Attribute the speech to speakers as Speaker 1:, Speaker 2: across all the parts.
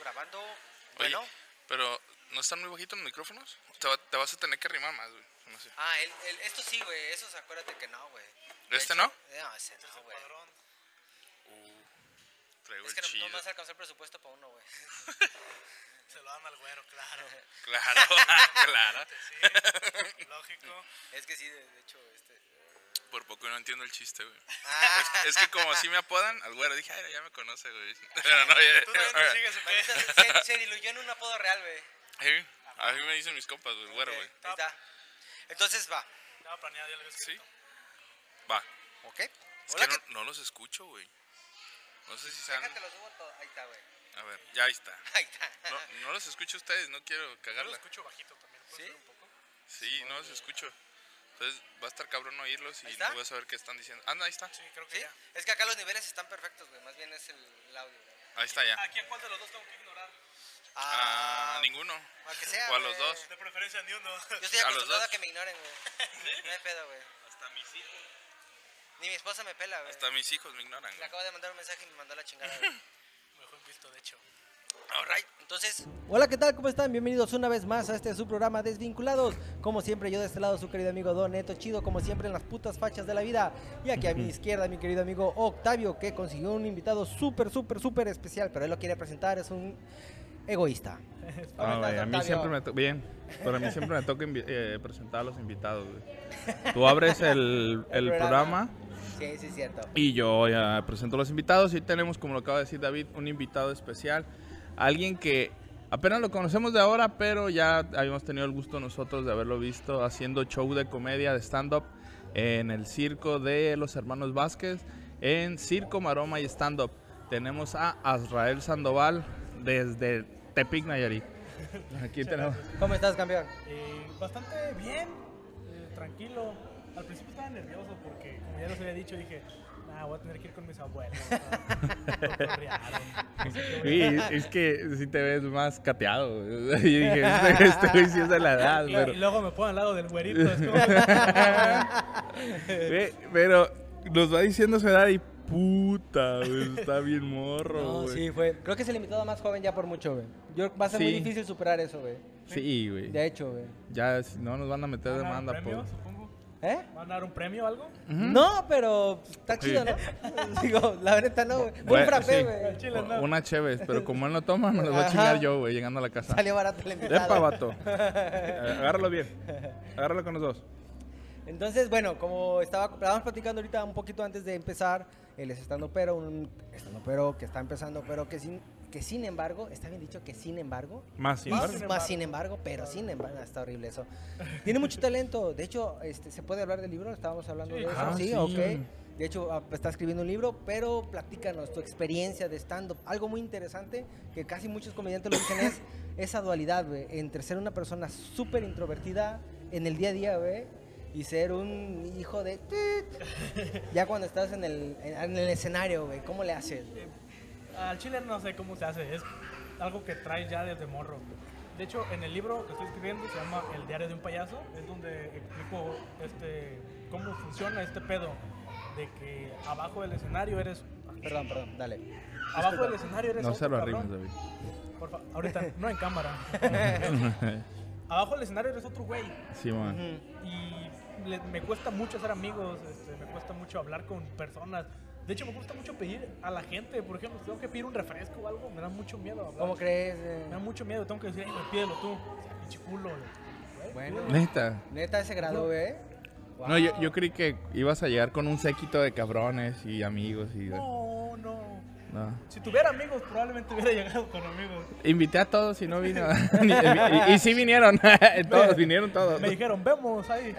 Speaker 1: grabando. Bueno.
Speaker 2: Oye, pero ¿no están muy bajitos los micrófonos? Te, va- te vas a tener que arrimar más, güey. No sé.
Speaker 1: Ah, el, el- esto sí, güey. Esos acuérdate que no, güey. De
Speaker 2: ¿Este
Speaker 1: hecho- eh,
Speaker 2: no?
Speaker 1: No, ese no, güey.
Speaker 2: Uh, traigo
Speaker 1: Es
Speaker 2: el
Speaker 1: que no,
Speaker 2: chido.
Speaker 1: no me vas a alcanzar presupuesto para uno, güey.
Speaker 3: Se lo dan al güero, claro.
Speaker 2: Claro, claro.
Speaker 3: Sí, lógico.
Speaker 1: Es que sí, de, de hecho, este.
Speaker 2: Por poco no entiendo el chiste, güey.
Speaker 1: Ah,
Speaker 2: Es que como así me apodan, al güero dije, ay, ya me conoce, güey. Pero no, ya-
Speaker 3: Tú también te
Speaker 2: ahora-
Speaker 3: sigues, ¿o qué?
Speaker 1: maldita sea, se, se diluyó en un apodo real, güey.
Speaker 2: Ey, a mí me dicen mis compas, güey, el güero,
Speaker 1: Ok,
Speaker 2: güey.
Speaker 1: ahí está. Entonces va,
Speaker 3: Estaba planeado, ya lo había
Speaker 2: Sí.
Speaker 3: escrito.
Speaker 2: Va.
Speaker 1: ¿ok?
Speaker 2: Es
Speaker 1: Hola,
Speaker 2: que no,
Speaker 1: ¿qué-
Speaker 2: no los escucho, güey. No sé si sean...
Speaker 1: Déjate, lo subo todo. Ahí está, güey.
Speaker 2: A ver, ya ahí está.
Speaker 1: Ahí está.
Speaker 2: No, no los escucho a ustedes, no quiero
Speaker 3: Yo lo
Speaker 2: cagarla.
Speaker 3: escucho bajito también. ¿puedes
Speaker 1: ¿Sí?
Speaker 3: subir un poco?
Speaker 2: Sí, no los escucho. Entonces va a estar cabrón no oírlos
Speaker 1: ¿Ahí
Speaker 2: y
Speaker 1: está?
Speaker 2: no voy a saber qué están diciendo. Anda, ahí está.
Speaker 3: Sí, creo que
Speaker 1: ¿Sí?
Speaker 3: ya.
Speaker 1: Es que acá los niveles están perfectos, güey. Más bien es el, el audio, güey.
Speaker 2: Ahí está ya.
Speaker 3: ¿Aquí a cuál de los dos tengo que ignorar?
Speaker 2: Ah, ninguno.
Speaker 1: o al que sea,
Speaker 2: O a los
Speaker 1: güey.
Speaker 2: dos.
Speaker 3: De preferencia ni uno.
Speaker 1: Yo estoy
Speaker 2: A los
Speaker 1: acostumbrado a
Speaker 2: dos.
Speaker 1: que me ignoren, güey. No hay pedo, güey.
Speaker 2: Hasta mis hijos.
Speaker 1: Ni mi esposa me pela, güey.
Speaker 2: Hasta mis hijos me ignoran,
Speaker 1: Le
Speaker 2: güey.
Speaker 1: acabo de mandar un mensaje y me mandó la chingada, güey.
Speaker 3: Me dejó invicto, de hecho.
Speaker 4: Ah,
Speaker 1: Alright, entonces.
Speaker 5: Hola, ¿qué tal? ¿Cómo están? Bienvenidos una vez más a este su programa Desvinculados. Como siempre, yo de este lado, su querido amigo Don Neto Chido, como siempre en las putas fachas de la vida. Y aquí a mi izquierda, mi querido amigo Octavio, que consiguió un invitado súper, súper, súper especial, pero él lo quiere presentar, es un egoísta. ¿Cómo
Speaker 4: Ah,
Speaker 5: estás,
Speaker 4: güey, a mí
Speaker 5: Octavio?
Speaker 4: siempre me to- bien, pero a mí siempre me toca invi- eh, presentar a los invitados. güey. Tú abres el, el
Speaker 5: programa.
Speaker 4: programa
Speaker 5: Sí, sí, cierto.
Speaker 4: y yo ya presento a los invitados y tenemos, como lo acaba de decir David, un invitado especial, alguien que apenas lo conocemos de ahora, pero ya habíamos tenido el gusto nosotros de haberlo visto haciendo show de comedia de stand-up en el circo de los hermanos Vázquez, en Circo Maroma y stand-up. Tenemos a Azrael Sandoval desde Tepic Nayarit. Aquí tenemos.
Speaker 5: ¿Cómo estás, campeón?
Speaker 6: Eh, bastante bien, eh, tranquilo. Al principio estaba nervioso porque, como ya les había dicho, dije, nah, voy a tener que ir con mis abuelos. para cotorrear, no sé qué,
Speaker 4: Sí,
Speaker 6: güey".
Speaker 4: es que si te ves más cateado. Yo dije, este, este güey sí es de la edad,
Speaker 6: Y,
Speaker 4: pero,
Speaker 6: y luego me pongo al lado del güerito. Es como, que-
Speaker 4: Ve, pero nos va diciendo su edad y puta, güey, está bien morro,
Speaker 5: No,
Speaker 4: güey.
Speaker 5: sí, fue. Creo que es el invitado más joven ya por mucho, güey. Yo, va a ser muy
Speaker 4: Sí.
Speaker 5: difícil superar eso, güey.
Speaker 4: Sí, güey.
Speaker 5: De hecho, güey.
Speaker 4: Ya si no nos van a meter
Speaker 6: ¿Van a dar un
Speaker 4: demanda
Speaker 6: premio,
Speaker 4: por.
Speaker 6: supongo?
Speaker 5: ¿Eh?
Speaker 6: ¿Van a dar un premio o algo?
Speaker 5: No, pero está chido, ¿no? Digo, la neta no, güey. Fue
Speaker 4: Bueno,
Speaker 5: un frappé,
Speaker 4: sí.
Speaker 5: güey.
Speaker 6: Al chile,
Speaker 4: por
Speaker 6: no.
Speaker 4: Una chévere, pero como él no toma, me lo voy a
Speaker 5: Ajá.
Speaker 4: chingar yo, güey, llegando a la casa.
Speaker 5: Salió barato el invitado.
Speaker 4: Epa, vato. Eh, Agárralo bien. Agárralo con los dos.
Speaker 5: Entonces, bueno, como estaba, estábamos platicando ahorita un poquito antes de empezar, él es estando pero, un estando pero que está empezando, pero que sin, que sin embargo, está bien dicho que sin embargo,
Speaker 4: Más sin
Speaker 5: más,
Speaker 4: embargo.
Speaker 5: más sin embargo, pero sin embargo, está horrible eso. Tiene mucho talento, de hecho, este, se puede hablar del libro, estábamos hablando de eso,
Speaker 4: Ah,
Speaker 5: sí,
Speaker 4: sí.
Speaker 5: ok. De hecho, ah, está escribiendo un libro, pero platícanos tu experiencia de stand-up. Algo muy interesante que casi muchos comediantes lo dicen es esa dualidad, güey, entre ser una persona súper introvertida en el día a día, güey, y ser un hijo de... tit. Ya cuando estás en el, en, en el escenario, güey, ¿cómo le haces?
Speaker 6: Al chile no sé cómo se hace, es algo que trae ya desde morro. De hecho, en el libro que estoy escribiendo se llama El diario de un payaso, es donde explico este, cómo funciona este pedo de que abajo del escenario eres...
Speaker 5: Perdón, perdón, dale.
Speaker 6: Abajo del escenario eres
Speaker 4: No
Speaker 6: otro
Speaker 4: se lo
Speaker 6: cabrón.
Speaker 4: arrimes, David.
Speaker 6: Por fa- ahorita, no en cámara. abajo del escenario eres otro güey
Speaker 4: Sí, man.
Speaker 5: Ujú.
Speaker 6: y le- me cuesta mucho hacer amigos, este, me cuesta mucho hablar con personas. De hecho, me gusta mucho pedir a la gente, por ejemplo, si tengo que pedir un refresco o algo, me da mucho miedo hablar.
Speaker 5: ¿Cómo crees? eh?
Speaker 6: Me da mucho miedo, tengo que decir, "Ey, güey, pídelo tú. O sea, pinche culo, güey. Güey,
Speaker 5: Bueno.
Speaker 6: culo.
Speaker 4: Neta.
Speaker 5: Neta, ese grado, güey.
Speaker 7: ¿eh?
Speaker 4: No, yo, yo creí que ibas a llegar con un séquito de cabrones y amigos y...
Speaker 6: No, no.
Speaker 4: no.
Speaker 6: Si tuviera amigos, probablemente hubiera llegado con amigos.
Speaker 4: Invité a todos y no vino. Ni- y, y sí vinieron. todos, vinieron todos.
Speaker 6: Me dijeron, vemos ahí.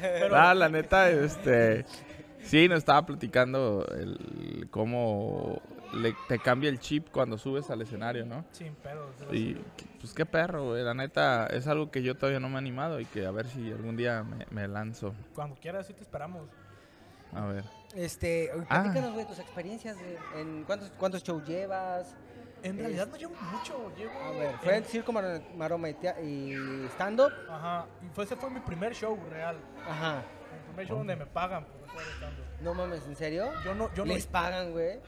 Speaker 6: Pero
Speaker 4: Ah, la neta, este... Sí, nos estaba platicando el, cómo le- te cambia el chip cuando subes al escenario, ¿no?
Speaker 6: sin pedos. pero
Speaker 4: Y pues qué perro, güey. La neta, es algo que yo todavía no me he animado y que a ver si algún día me, me lanzo.
Speaker 6: Cuando quieras, sí te esperamos.
Speaker 4: A ver.
Speaker 5: Este,
Speaker 4: Ah.
Speaker 5: platícanos, güey, tus experiencias, güey. En cuántos, ¿Cuántos shows llevas?
Speaker 6: En realidad no llevo mucho, llevo...
Speaker 5: A ver, fue
Speaker 6: en-
Speaker 5: el circo Mar- maroma y, tea- y stand-up.
Speaker 6: Ajá, y fue, ese fue mi primer show real.
Speaker 5: Ajá.
Speaker 6: Mi primer show donde me pagan por estar estando.
Speaker 5: No mames, ¿en serio?
Speaker 6: Yo no, yo no...
Speaker 5: Les pagan, güey.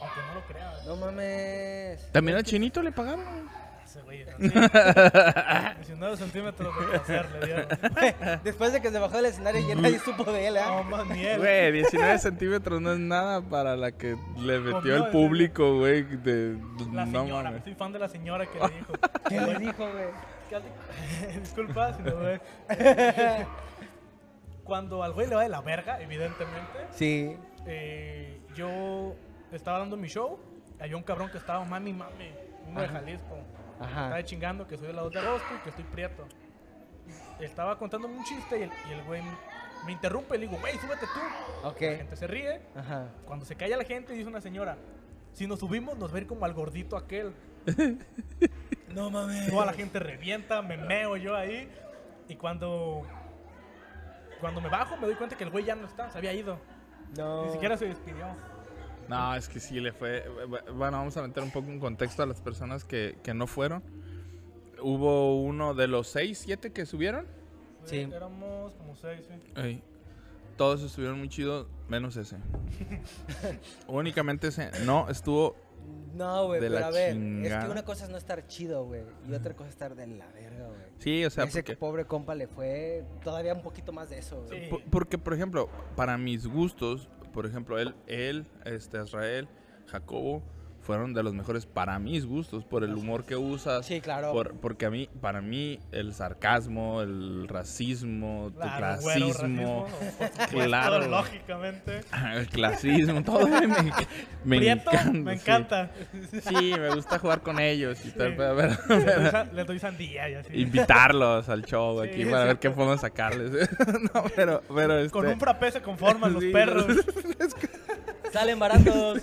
Speaker 6: aunque no lo creas.
Speaker 7: No mames.
Speaker 4: También al chinito le pagaron.
Speaker 6: Ese güey. así. 19 centímetros de placer le dieron.
Speaker 7: Después de que se bajó del escenario ya
Speaker 4: Mm.
Speaker 7: nadie supo de él, ¿eh?
Speaker 6: No más ni él.
Speaker 4: Güey, 19 centímetros no es nada para la que le metió
Speaker 6: no,
Speaker 4: el
Speaker 6: es-
Speaker 4: público, güey. de-
Speaker 6: La
Speaker 4: No
Speaker 6: señora,
Speaker 4: mames. Ah.
Speaker 6: soy fan de la señora que le dijo.
Speaker 7: ¿Qué le dijo, güey?
Speaker 6: ¿Qué hace? Disculpa si no ve. Cuando al güey le va de la verga, evidentemente,
Speaker 7: Sí.
Speaker 6: eh, yo estaba dando mi show. Había un cabrón que estaba mami, mami, uno de
Speaker 7: Ajá.
Speaker 6: Jalisco.
Speaker 7: Ajá.
Speaker 6: Estaba chingando que soy de la 2 de agosto y que estoy prieto. Estaba contándome un chiste y el, y el güey me interrumpe y le digo, güey, súbete tú.
Speaker 7: Ok.
Speaker 6: La gente se ríe.
Speaker 7: Ajá.
Speaker 6: Cuando se calla la gente, dice una señora, si nos subimos nos va a ir como al gordito aquel.
Speaker 7: No mames.
Speaker 6: Toda la gente revienta, me meo yo ahí. Y cuando, cuando me bajo, me doy cuenta que el güey ya no está, se había ido.
Speaker 7: No.
Speaker 6: Ni siquiera se despidió.
Speaker 4: No, es que sí le fue. Bueno, vamos a meter un poco en contexto a las personas que, que no fueron. Hubo uno de los seis, siete que subieron.
Speaker 7: Sí.
Speaker 6: Éramos como seis, sí.
Speaker 4: Ey, Todos estuvieron muy chidos, menos ese. Únicamente ese no estuvo.
Speaker 7: No, güey,
Speaker 4: De
Speaker 7: pero
Speaker 4: la
Speaker 7: a ver, es
Speaker 4: chingada.
Speaker 7: que una cosa es no estar chido, güey, y otra cosa es estar de la verga, güey.
Speaker 4: Sí, o sea,
Speaker 7: Ese
Speaker 4: porque,
Speaker 7: pobre compa le fue todavía un poquito más de eso, güey.
Speaker 6: Sí.
Speaker 4: por, porque, por ejemplo, para mis gustos, por ejemplo, él, él este, Israel, Jacobo, fueron de los mejores para mis gustos, por el humor que usas.
Speaker 7: Sí, claro.
Speaker 4: Por- porque a mí, para mí, el sarcasmo, el racismo, el
Speaker 6: Claro, güero,
Speaker 4: clasismo,
Speaker 6: racismo, pues, por supuesto,
Speaker 4: Claro.
Speaker 6: lógicamente.
Speaker 4: el clasismo, todo me, me
Speaker 6: Prieto,
Speaker 4: encanta.
Speaker 6: me
Speaker 4: sí.
Speaker 6: encanta.
Speaker 4: Sí, me gusta jugar con ellos y tal,
Speaker 6: Sí.
Speaker 4: pero- pero-
Speaker 6: Les doy san- Les doy sandía y así.
Speaker 4: invitarlos al show
Speaker 6: Sí,
Speaker 4: aquí para ver qué podemos sacarles. no, pero, pero este,
Speaker 6: Con un frappé se conforman los
Speaker 4: Sí,
Speaker 6: perros.
Speaker 7: Salen baratos.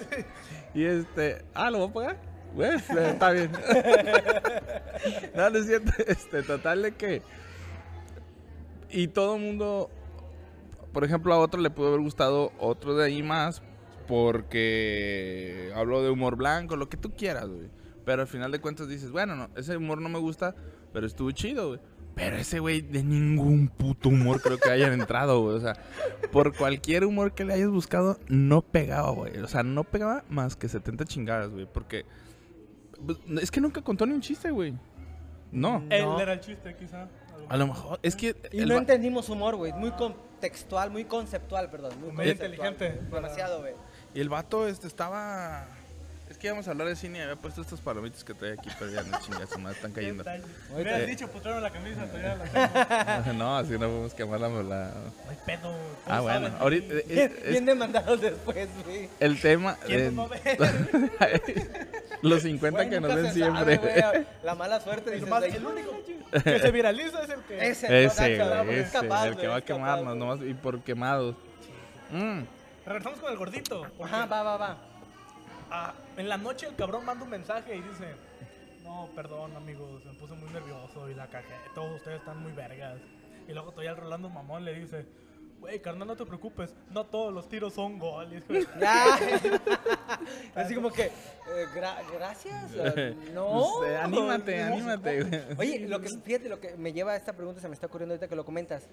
Speaker 4: y este, ah, lo voy a pagar. Güey, este, está bien. no, no es cierto, este, total de que y todo el mundo por ejemplo, a otro le pudo haber gustado otro de ahí más porque habló de humor blanco, lo que tú quieras, güey. Pero al final de cuentas dices, bueno, no, ese humor no me gusta, pero estuvo chido, güey. Pero ese güey de ningún puto humor creo que hayan entrado, güey. O sea, por cualquier humor que le hayas buscado, no pegaba, güey. O sea, no pegaba más que 70 chingadas, güey. Porque pues, es que nunca contó ni un chiste, güey. No.
Speaker 6: Él era el chiste, quizá.
Speaker 4: A lo mejor, es que...
Speaker 7: Y
Speaker 4: el
Speaker 7: no
Speaker 4: va-
Speaker 7: entendimos humor, güey. Muy contextual, muy conceptual, perdón. Muy
Speaker 6: Muy
Speaker 7: conceptual.
Speaker 6: inteligente.
Speaker 7: Demasiado, güey.
Speaker 4: Y el vato este estaba. Es que íbamos a hablar de cine y había puesto estos palomitas que trae aquí, pero ya no chingas, su madre, están cayendo.
Speaker 6: Me
Speaker 7: Ahorita-
Speaker 6: has dicho, putraron la camisa, todavía la tengo.
Speaker 4: No, así no podemos quemar la. la-
Speaker 6: No hay pedo. ¿cómo
Speaker 4: Ah, bueno.
Speaker 6: saben?
Speaker 4: Ahorita. eh,
Speaker 7: Bien,
Speaker 4: eh,
Speaker 7: bien demandados después, güey.
Speaker 4: el tema.
Speaker 6: ¿Quién no
Speaker 4: eh,
Speaker 6: ve?
Speaker 4: los 50
Speaker 7: Güey,
Speaker 4: que nos
Speaker 7: nunca
Speaker 4: den
Speaker 7: se
Speaker 4: siempre.
Speaker 7: sabe, güey. La mala suerte.
Speaker 6: El,
Speaker 7: dices,
Speaker 6: más-
Speaker 7: güey,
Speaker 6: el único que se viraliza es el que.
Speaker 7: Ese, no,
Speaker 4: Ese,
Speaker 7: gacho,
Speaker 4: güey,
Speaker 7: güey, es
Speaker 4: ese.
Speaker 7: capaz,
Speaker 4: El que
Speaker 7: güey,
Speaker 4: va a
Speaker 7: es capaz,
Speaker 4: quemarnos
Speaker 7: güey.
Speaker 4: nomás y por quemados. Mm,
Speaker 6: Regresamos con el gordito. porque,
Speaker 7: Ajá, va, va, va.
Speaker 6: ah, en la noche el cabrón manda un mensaje y dice: No, perdón, amigos, me puse muy nervioso y la cagué. Todos ustedes están muy vergas. Y luego todavía el Rolando Mamón le dice: Wey, carnal, no te preocupes, no todos los tiros son gol. Y es como-
Speaker 7: Ya. Así como que, eh, gra- gracias. eh, No.
Speaker 4: Pues, eh, anímate,
Speaker 7: No.
Speaker 4: anímate, güey.
Speaker 7: Oye, lo que, fíjate, lo que me lleva a esta pregunta, se me está ocurriendo ahorita que lo comentas.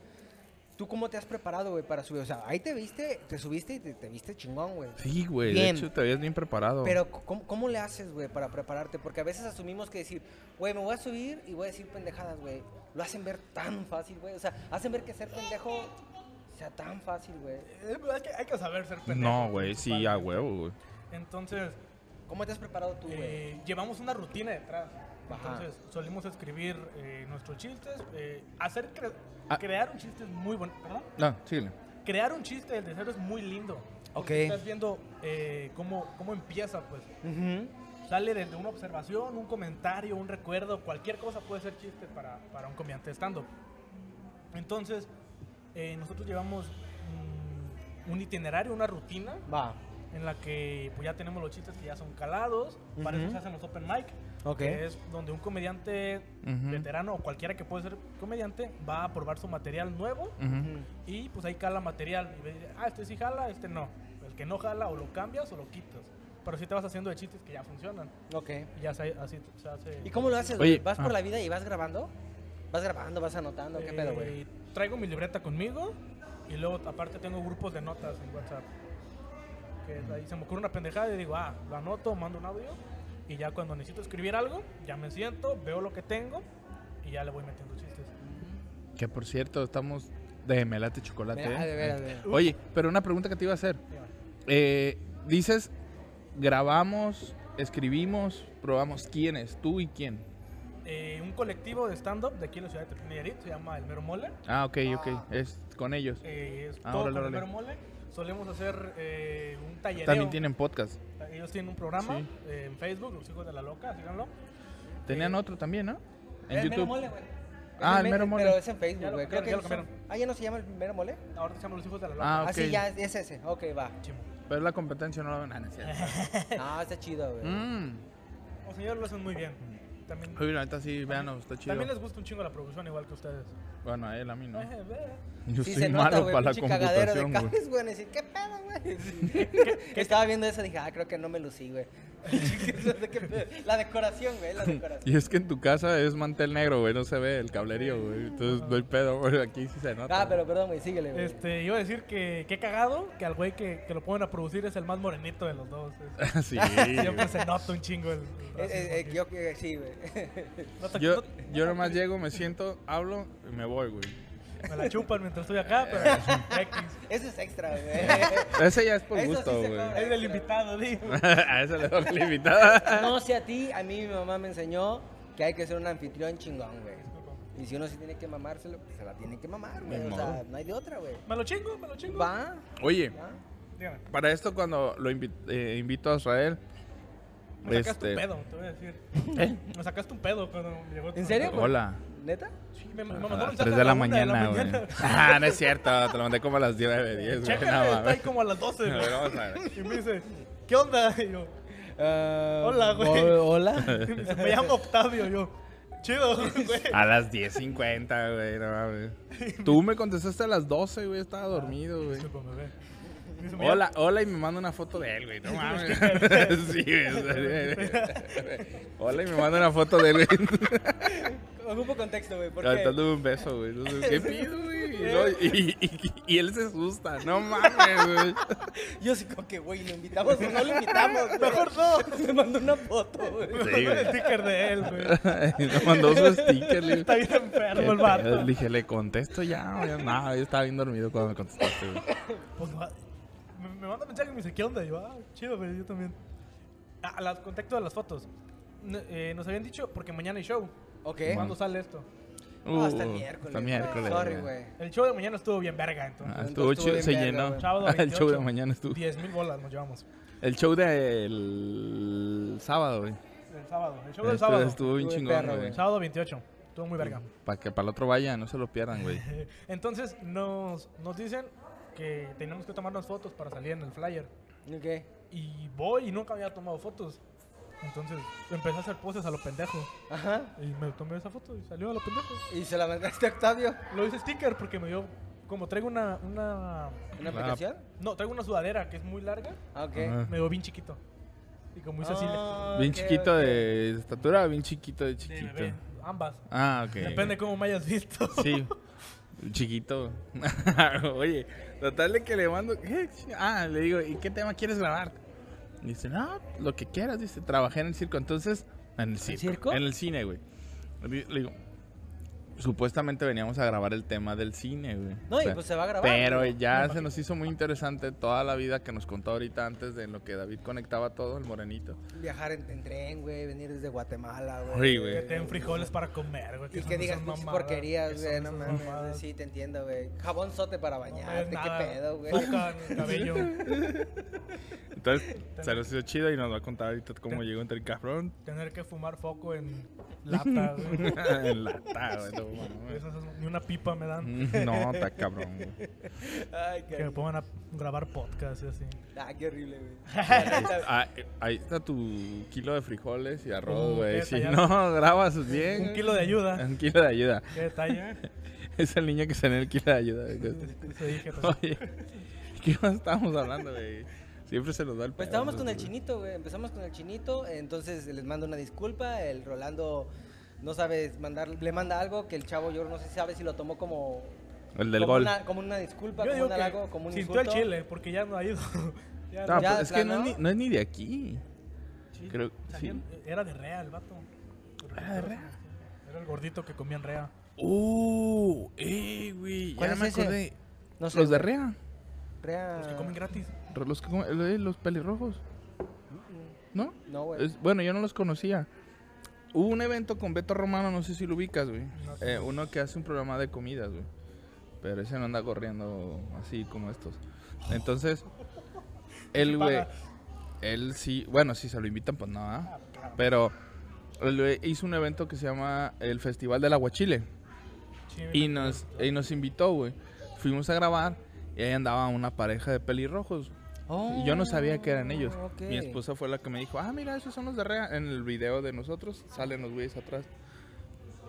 Speaker 7: ¿Tú cómo te has preparado, güey, para subir? O sea, ahí te viste, te subiste y te, te viste chingón, güey.
Speaker 4: Sí, güey. De
Speaker 7: Bien.
Speaker 4: hecho, te habías bien preparado.
Speaker 7: Pero, ¿cómo, cómo le haces, güey, para prepararte? Porque a veces asumimos que decir, güey, me voy a subir y voy a decir pendejadas, güey. Lo hacen ver tan fácil, güey. O sea, hacen ver que ser pendejo sea tan fácil, güey.
Speaker 6: Eh, hay, que, hay que saber ser pendejo.
Speaker 4: No, güey, sí, a huevo, güey.
Speaker 6: Entonces,
Speaker 7: ¿Cómo te has preparado tú, güey?
Speaker 6: eh, llevamos una rutina detrás.
Speaker 7: Ajá.
Speaker 6: Entonces, solimos escribir eh, nuestros chistes, eh, hacer cre-
Speaker 4: Ah.
Speaker 6: crear un chiste es muy bueno, ¿verdad?
Speaker 4: No, síguele.
Speaker 6: Crear un chiste desde cero es muy lindo.
Speaker 7: Ok.
Speaker 6: Porque Estás viendo eh, cómo, cómo empieza, pues.
Speaker 7: Ujú.
Speaker 6: Sale desde una observación, un comentario, un recuerdo, cualquier cosa puede ser chiste para, para un comediante estando. Entonces, eh, nosotros llevamos mm, un itinerario, una rutina
Speaker 7: Va.
Speaker 6: en la que pues, ya tenemos los chistes que ya son calados, para eso
Speaker 7: Ujú.
Speaker 6: se hacen los open mic,
Speaker 7: Ok.
Speaker 6: que es donde un comediante
Speaker 4: Ujú.
Speaker 6: veterano o cualquiera que puede ser comediante va a probar su material nuevo
Speaker 4: Ujú.
Speaker 7: Ujú.
Speaker 6: y pues ahí cala material y ve, ah, este sí jala, este no. El que no jala o lo cambias o lo quitas, pero sí te vas haciendo de chistes que ya funcionan.
Speaker 7: Ok.
Speaker 6: Y ya se, así se hace...
Speaker 7: ¿Y cómo lo haces?
Speaker 4: Oye,
Speaker 7: güey? ¿Vas por
Speaker 4: ah.
Speaker 7: la vida y vas grabando? ¿Vas grabando, vas anotando? ¿Qué pedo, güey?
Speaker 6: Eh, Traigo mi libreta conmigo y luego aparte tengo grupos de notas en WhatsApp. que ahí se me ocurre una pendejada y digo, ah, lo anoto, mando un audio y ya cuando necesito escribir algo, ya me siento, veo lo que tengo y ya le voy metiendo chistes.
Speaker 4: Que por cierto, estamos de melate chocolate.
Speaker 7: Mira, ah,
Speaker 4: ¿eh?
Speaker 7: de veras, de veras.
Speaker 4: Oye, pero una pregunta que te iba a hacer.
Speaker 6: Dígame.
Speaker 4: Eh, dices, grabamos, escribimos, probamos. ¿Quién es? ¿Tú y quién?
Speaker 6: Eh, un colectivo de stand-up de aquí en la ciudad de Tepic, se llama El Mero Mole.
Speaker 4: Ah, ok,
Speaker 6: Ah.
Speaker 4: ok. Es con ellos.
Speaker 6: Eh, es
Speaker 4: Ah,
Speaker 6: todo
Speaker 4: órale,
Speaker 6: con El
Speaker 4: órale.
Speaker 6: Mero Mole. Solemos hacer eh, un taller.
Speaker 4: También tienen podcast.
Speaker 6: Ellos tienen un programa
Speaker 4: Sí.
Speaker 6: eh, en Facebook, Los Hijos de la Loca, síganlo.
Speaker 4: Tenían otro también, ¿no? En
Speaker 7: El mero
Speaker 4: YouTube.
Speaker 7: Eh, mole, güey.
Speaker 4: Ah,
Speaker 7: Es
Speaker 4: el mero mole.
Speaker 7: Pero es en
Speaker 6: Ya
Speaker 7: Facebook,
Speaker 6: lo
Speaker 7: güey. Creo
Speaker 6: cambiaron,
Speaker 7: que
Speaker 6: ya lo
Speaker 7: son-
Speaker 6: cambiaron.
Speaker 7: Ah, ya no se llama el mero mole.
Speaker 6: Ahora se llama Los Hijos de la Loca.
Speaker 4: Ah, ok.
Speaker 7: Ah, sí, ya es, es ese. Ok, va.
Speaker 6: Chimo.
Speaker 4: Pero la competencia no la ven. Ah, no es cierto.
Speaker 7: Ah, está chido, güey.
Speaker 4: Mm.
Speaker 6: Los señores lo hacen muy bien. También,
Speaker 4: Oye, la neta sí, vean, está chido.
Speaker 6: también les gusta un chingo la producción, igual que ustedes.
Speaker 4: Bueno, a él, a mí no.
Speaker 6: Eh, ve.
Speaker 4: Yo
Speaker 7: Sí,
Speaker 4: soy
Speaker 7: se nota,
Speaker 4: malo
Speaker 7: güey,
Speaker 4: para la
Speaker 7: pinche cagadero
Speaker 4: computación,
Speaker 7: de
Speaker 4: güey.
Speaker 7: cables, güey. Decir, ¿qué pedo, güey? Sí. Estaba viendo eso y dije, ah, creo que no me lucí, güey. ¿Qué pedo? la decoración, güey, la decoración.
Speaker 4: Y es que en tu casa es mantel negro, güey, no se ve el cablerío, güey. Entonces no hay pedo, güey, aquí sí se nota.
Speaker 7: Ah, pero perdón, güey, síguele, güey. Eh,
Speaker 6: Este, iba a decir que, que cagado que al güey que, que lo ponen a producir es el más morenito de los dos. Es-
Speaker 4: sí.
Speaker 6: Siempre se nota un chingo el. el
Speaker 7: Eh, eh, eh,
Speaker 6: racismo
Speaker 7: yo, eh, sí, güey.
Speaker 6: aquí. No te-
Speaker 4: Yo,
Speaker 6: no-
Speaker 4: yo nomás llego, me siento, hablo y me voy, güey.
Speaker 6: me la chupan mientras estoy acá, pero X.
Speaker 7: Eso es extra, güey.
Speaker 4: Ese ya es por
Speaker 7: Eso sí
Speaker 4: gusto,
Speaker 7: se
Speaker 4: güey.
Speaker 7: cobra.
Speaker 6: Es del invitado, digo.
Speaker 4: a ese le doy la invitada.
Speaker 7: No sé a ti, a mí mi mamá me enseñó que hay que ser un anfitrión chingón, güey. Y si uno sí tiene que mamárselo, pues se la tiene que mamar, güey.
Speaker 4: Ni
Speaker 7: O sea,
Speaker 4: modo.
Speaker 7: no hay de otra, güey.
Speaker 6: Me lo chingo, me lo chingo.
Speaker 7: Va,
Speaker 4: Oye,
Speaker 7: va.
Speaker 6: Dígame.
Speaker 4: para esto cuando lo invi- eh, invito a Israel,
Speaker 6: Me sacaste
Speaker 4: Este-
Speaker 6: un pedo, te voy a decir.
Speaker 4: ¿Eh?
Speaker 6: Me sacaste un pedo cuando llegó. tu-
Speaker 7: ¿En serio?
Speaker 4: hola.
Speaker 7: ¿Neta?
Speaker 6: Sí, me, me
Speaker 4: A
Speaker 6: mandó un
Speaker 4: las
Speaker 6: mensaje
Speaker 4: 3 de la
Speaker 6: una
Speaker 4: mañana, güey. Ah, no es cierto, te lo mandé como a las 9, 10, güey.
Speaker 6: Chécale,
Speaker 4: No,
Speaker 6: está ahí
Speaker 4: mames.
Speaker 6: como a las 12,
Speaker 4: A
Speaker 6: güey.
Speaker 4: ver, vamos a ver.
Speaker 6: Y me dice, ¿qué onda? Y yo,
Speaker 7: Ah,
Speaker 6: Hola, güey.
Speaker 7: ho- Hola.
Speaker 6: me dice, me llamo Octavio. Y yo, chido, güey.
Speaker 4: A las 10.50, güey, no mames. Tú me contestaste a las 12, güey, estaba dormido, güey.
Speaker 6: Discúlpame, güey. Me dice, me
Speaker 4: Hola, hola, y me manda una foto de él, güey. No mames. Sí, güey. o sea, Hola, y me manda una foto de él, güey.
Speaker 7: Ocupo contexto, güey. Porque...
Speaker 4: Cantándome un beso, güey. No sé, ¿Qué pido, güey? Y no, Y, y- y él se asusta. No mames, güey.
Speaker 7: Yo sí como que, güey, ¿lo invitamos o no lo invitamos? Mejor no. Me mandó una foto, güey.
Speaker 6: Me mandó el sticker de él, güey.
Speaker 4: Y Nos mandó su sticker, güey.
Speaker 6: Está bien enfermo el vato.
Speaker 4: Le dije, le contesto ya, güey. No, Ah, yo estaba bien dormido cuando me contestaste, güey.
Speaker 6: Pues, no, me, me manda mensaje y me dice, ¿qué onda? Y yo, ah, chido, güey, yo también. Ah, las, contacto de las fotos. N- eh, nos habían dicho, porque mañana hay show.
Speaker 7: Ok.
Speaker 6: ¿Cuándo sale esto?
Speaker 7: No, hasta el
Speaker 4: Uh,
Speaker 7: miércoles.
Speaker 4: Hasta miércoles.
Speaker 7: Sorry, güey.
Speaker 6: El show de mañana estuvo bien verga, entonces.
Speaker 4: Ah,
Speaker 7: Entonces
Speaker 4: estuvo
Speaker 7: estuvo
Speaker 4: chido,
Speaker 7: bien
Speaker 4: se
Speaker 7: verga,
Speaker 4: llenó.
Speaker 7: güey.
Speaker 6: Sábado
Speaker 4: el show de
Speaker 6: 28,
Speaker 4: mañana estuvo.
Speaker 6: 10 mil bolas nos llevamos.
Speaker 4: El show del sábado, güey.
Speaker 6: El sábado. El show
Speaker 4: Estuvo,
Speaker 6: del sábado.
Speaker 4: estuvo bien
Speaker 7: Estuvo bien
Speaker 4: chingón,
Speaker 7: perro,
Speaker 4: güey.
Speaker 7: güey.
Speaker 6: Sábado 28. Estuvo muy verga.
Speaker 4: Para que para el otro vaya, no se lo pierdan, güey.
Speaker 6: Entonces nos, nos dicen que tenemos que tomarnos fotos para salir en el flyer.
Speaker 7: Ok.
Speaker 6: Y voy y nunca había tomado fotos. Entonces empecé a hacer poses a los pendejos.
Speaker 7: Ajá.
Speaker 6: Y me tomé esa foto y salió a los pendejos.
Speaker 7: Y se la mandaste a Octavio.
Speaker 6: Lo hice sticker porque me dio. Como traigo una. una
Speaker 7: ¿Una
Speaker 4: Ah.
Speaker 7: aplicación?
Speaker 6: no, traigo una sudadera que es muy larga.
Speaker 7: Ah, ok.
Speaker 4: Ajá.
Speaker 6: Me dio bien chiquito. Y como hice así. le-
Speaker 7: Ah,
Speaker 4: bien
Speaker 7: ok,
Speaker 4: chiquito
Speaker 7: ok.
Speaker 4: de estatura, bien chiquito de
Speaker 6: de
Speaker 4: chiquito.
Speaker 6: bebé, ambas.
Speaker 4: Ah, ok.
Speaker 6: Depende cómo me hayas visto.
Speaker 4: Sí. Chiquito. Oye, total de que le mando. ¿qué? Ah, le digo, ¿y qué tema quieres grabar? Dice, no, lo que quieras. Dice, trabajé en el circo. Entonces, en el circo.
Speaker 7: circo?
Speaker 4: En el cine, güey. Le le digo, supuestamente veníamos a grabar el tema del cine, güey.
Speaker 7: No, y
Speaker 4: Pero-
Speaker 7: pues se va a grabar.
Speaker 4: Pero
Speaker 7: güey.
Speaker 4: ya se nos hizo muy interesante toda la vida que nos contó ahorita antes de en lo que David conectaba todo, el morenito.
Speaker 7: Viajar en, en tren, güey. Venir desde Guatemala,
Speaker 4: Sí,
Speaker 7: güey.
Speaker 4: güey.
Speaker 6: Que te den frijoles para comer, güey.
Speaker 7: Y
Speaker 6: son
Speaker 7: que
Speaker 6: esas
Speaker 7: digas pinches
Speaker 6: mamadas,
Speaker 7: porquerías,
Speaker 6: que son
Speaker 7: güey. No
Speaker 6: esas
Speaker 7: mames.
Speaker 6: mamadas.
Speaker 7: Sí, te entiendo, güey. Jabón sote para
Speaker 6: No me
Speaker 7: bañarte.
Speaker 6: des nada.
Speaker 7: ¿Qué pedo, güey?
Speaker 6: Foca en el cabello.
Speaker 4: Entonces, se nos hizo chido y nos va a contar ahorita cómo llegó entre el cabrón.
Speaker 6: Tener que fumar foco en lata, güey.
Speaker 4: Enlatado, no mames.
Speaker 6: Esas- esas- Ni una pipa me
Speaker 4: Mm.
Speaker 6: dan.
Speaker 4: No, está cabrón. güey.
Speaker 7: Ay,
Speaker 6: Que
Speaker 7: qué,
Speaker 6: me pongan a grabar podcast y así.
Speaker 7: ah, qué horrible, güey. La neta,
Speaker 4: Ah, eh, ahí está tu kilo de frijoles y arroz,
Speaker 6: Uh,
Speaker 4: güey.
Speaker 6: qué
Speaker 4: Si
Speaker 6: detallazo.
Speaker 4: no, grabas bien.
Speaker 6: Un
Speaker 4: güey.
Speaker 6: kilo de ayuda.
Speaker 4: Un kilo de ayuda.
Speaker 6: Qué detalle, ¿eh?
Speaker 4: Es el niño que se en el kilo de ayuda. güey.
Speaker 6: Eso dije. pues.
Speaker 4: Oye, ¿qué más estábamos hablando, güey? Siempre se nos da el
Speaker 7: Pues
Speaker 4: pedo,
Speaker 7: estábamos con el
Speaker 4: güey.
Speaker 7: chinito, güey. Empezamos con el chinito. Entonces les mando una disculpa. El Rolando no sabe mandar, le manda algo que el chavo yo no sé si sabe si lo tomó como.
Speaker 4: El del
Speaker 7: como
Speaker 4: gol.
Speaker 7: Una, como una disculpa,
Speaker 6: Yo
Speaker 7: como
Speaker 6: digo
Speaker 7: un halago,
Speaker 6: que
Speaker 7: como un
Speaker 6: sintió al
Speaker 7: insulto.
Speaker 6: chile porque ya no ha ido. Ya,
Speaker 4: No,
Speaker 6: ya,
Speaker 4: pues es que no es,
Speaker 7: plano?
Speaker 4: ni, no es ni de aquí.
Speaker 6: sí,
Speaker 4: creo-
Speaker 6: salían- Era de rea el vato.
Speaker 4: ¿Era de rea?
Speaker 6: Era el gordito que comía en rea.
Speaker 4: Uh, eh, güey.
Speaker 7: ¿Cuál
Speaker 4: Ya
Speaker 7: es
Speaker 4: me
Speaker 7: ese?
Speaker 4: acordé.
Speaker 7: No sé.
Speaker 4: Los de Rea.
Speaker 7: Rea-
Speaker 6: Los que comen gratis.
Speaker 4: Los, que comen- eh, los pelirrojos. ¿No?
Speaker 7: No,
Speaker 6: pues.
Speaker 7: güey.
Speaker 4: Es- bueno, yo no los conocía. Hubo un evento con Beto Romano, no sé si lo ubicas, güey.
Speaker 6: No.
Speaker 4: Eh, uno que hace un programa de comidas, güey. Pero ese no anda corriendo así como estos. Entonces, él, güey.
Speaker 6: paga. Ah,
Speaker 4: Él sí. Bueno, si se lo invitan, pues nada. Pero él güey, hizo un evento que se llama el Festival del Aguachile.
Speaker 6: Sí,
Speaker 4: Y nos, y nos invitó, güey. Fuimos a grabar y ahí andaba una pareja de pelirrojos. Y yo no sabía que eran ellos.
Speaker 7: Oh, ok.
Speaker 4: Mi esposa fue la que me dijo, ah, mira, esos son los de Rea. En el video de nosotros salen los güeyes atrás.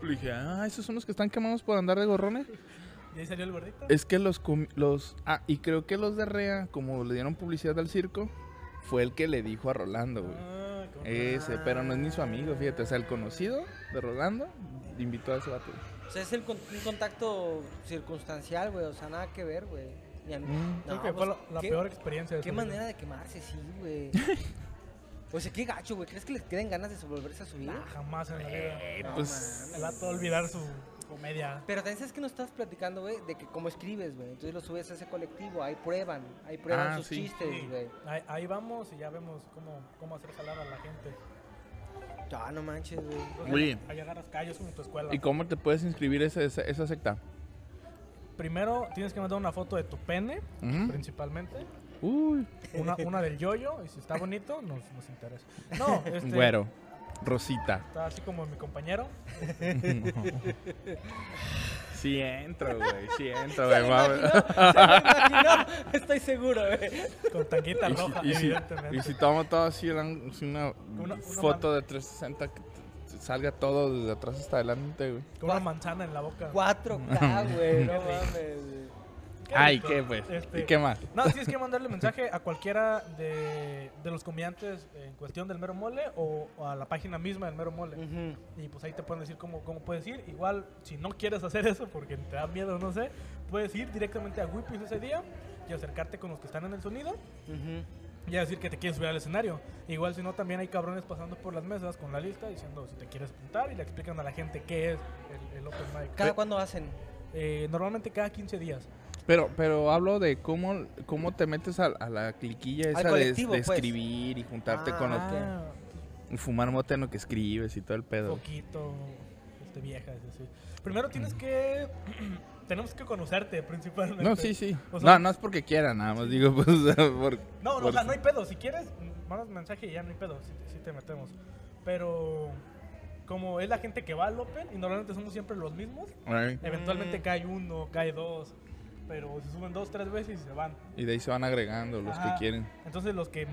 Speaker 4: Le dije, ah, esos son los que están quemados por andar de gorrones.
Speaker 6: Y ahí salió el gordito.
Speaker 4: Es que los... com- los ah, y creo que los de Rea, como le dieron publicidad al circo, fue el que le dijo a Rolando, güey.
Speaker 6: Ah, como que-
Speaker 4: Ese, pero no es ni su amigo, fíjate. O sea, el conocido de Rolando invitó a ese vato.
Speaker 7: O sea, es el con- un contacto circunstancial, güey. O sea, nada que ver, güey. Ni a mí-
Speaker 4: Mm.
Speaker 6: Creo
Speaker 7: No,
Speaker 6: que fue
Speaker 7: pues,
Speaker 6: la, la
Speaker 7: ¿qué-
Speaker 6: peor experiencia de
Speaker 7: Qué
Speaker 6: su vida.
Speaker 7: manera de quemarse, sí, güey. o sea, qué gacho, güey. ¿Crees que les queden ganas de volverse a subir?
Speaker 6: Nah, jamás en la vida.
Speaker 7: No
Speaker 4: pues-
Speaker 6: El vato va a olvidar su comedia.
Speaker 7: Pero también sabes que nos estabas platicando, güey, de que cómo escribes, güey. Entonces lo subes a ese colectivo, ahí prueban, ahí prueban
Speaker 4: Ah,
Speaker 7: sus
Speaker 4: sí.
Speaker 7: chistes,
Speaker 6: Sí,
Speaker 7: güey.
Speaker 6: ahí, ahí vamos y ya vemos cómo, cómo hacer jalar a la gente.
Speaker 7: Ah, no manches, güey.
Speaker 4: Oye.
Speaker 6: Ahí agarras calles como tu escuela.
Speaker 4: ¿Y cómo te puedes inscribir a esa, esa- esa secta?
Speaker 6: Primero tienes que mandar una foto de tu pene,
Speaker 4: Ujú.
Speaker 6: principalmente.
Speaker 4: Uy,
Speaker 6: Una, una del yoyo, y si está bonito, nos, nos interesa. No, este,
Speaker 4: güero. Rosita.
Speaker 6: Está así como mi compañero.
Speaker 4: Sí entro, güey. Sí entro, güey.
Speaker 6: Ah,
Speaker 4: va, güey.
Speaker 7: No, estoy seguro, güey.
Speaker 6: Con tanguita
Speaker 4: Y si-
Speaker 6: roja,
Speaker 4: y si,
Speaker 6: evidentemente.
Speaker 4: y si tomo todo así, eran- así una,
Speaker 6: una
Speaker 4: foto de 360 que te- te salga todo desde atrás hasta adelante, güey.
Speaker 6: Con una manzana en la boca.
Speaker 7: 4K, güey. No mames, güey.
Speaker 4: Ay,
Speaker 6: rico.
Speaker 4: ¿qué, pues?
Speaker 6: Este-
Speaker 4: ¿Y qué más?
Speaker 6: No, tienes que mandarle mensaje a cualquiera de, de los comediantes en cuestión del mero mole o, o a la página misma del mero mole.
Speaker 7: Ujú.
Speaker 6: Y pues ahí te pueden decir cómo, cómo puedes ir. Igual, si no quieres hacer eso porque te da miedo, no sé, puedes ir directamente a Whippies ese día y acercarte con los que están en el sonido y decir que te quieres subir al escenario. Igual, si no, también hay cabrones pasando por las mesas con la lista diciendo si te quieres apuntar y le explican a la gente qué es el, el open mic.
Speaker 7: ¿Cada cuándo hacen?
Speaker 6: Eh, normalmente cada 15 días.
Speaker 4: Pero, pero hablo de cómo, cómo te metes a, a la cliquilla esa de,
Speaker 7: colectivo,
Speaker 4: de
Speaker 7: pues.
Speaker 4: escribir y juntarte con los que...
Speaker 7: Ah,
Speaker 4: y Fumar mote en lo que escribes y todo el pedo.
Speaker 6: poquito este, vieja, es decir. Primero tienes que. tenemos que conocerte principalmente.
Speaker 4: No, sí, sí.
Speaker 6: este, O sea-
Speaker 4: no, no es porque quiera, nada más digo, pues, por-
Speaker 6: No, no,
Speaker 4: por-
Speaker 6: o sea, no hay pedo. Si quieres, mandas mensaje y ya no hay pedo. Si, si te metemos. Pero. Como es la gente que va al Open y normalmente somos siempre los mismos,
Speaker 4: Ay,
Speaker 7: Mm.
Speaker 6: eventualmente cae uno, cae dos. Pero se suben dos, tres veces y se van.
Speaker 4: Y de ahí se van agregando los
Speaker 6: Ajá.
Speaker 4: que quieren.
Speaker 6: Entonces los que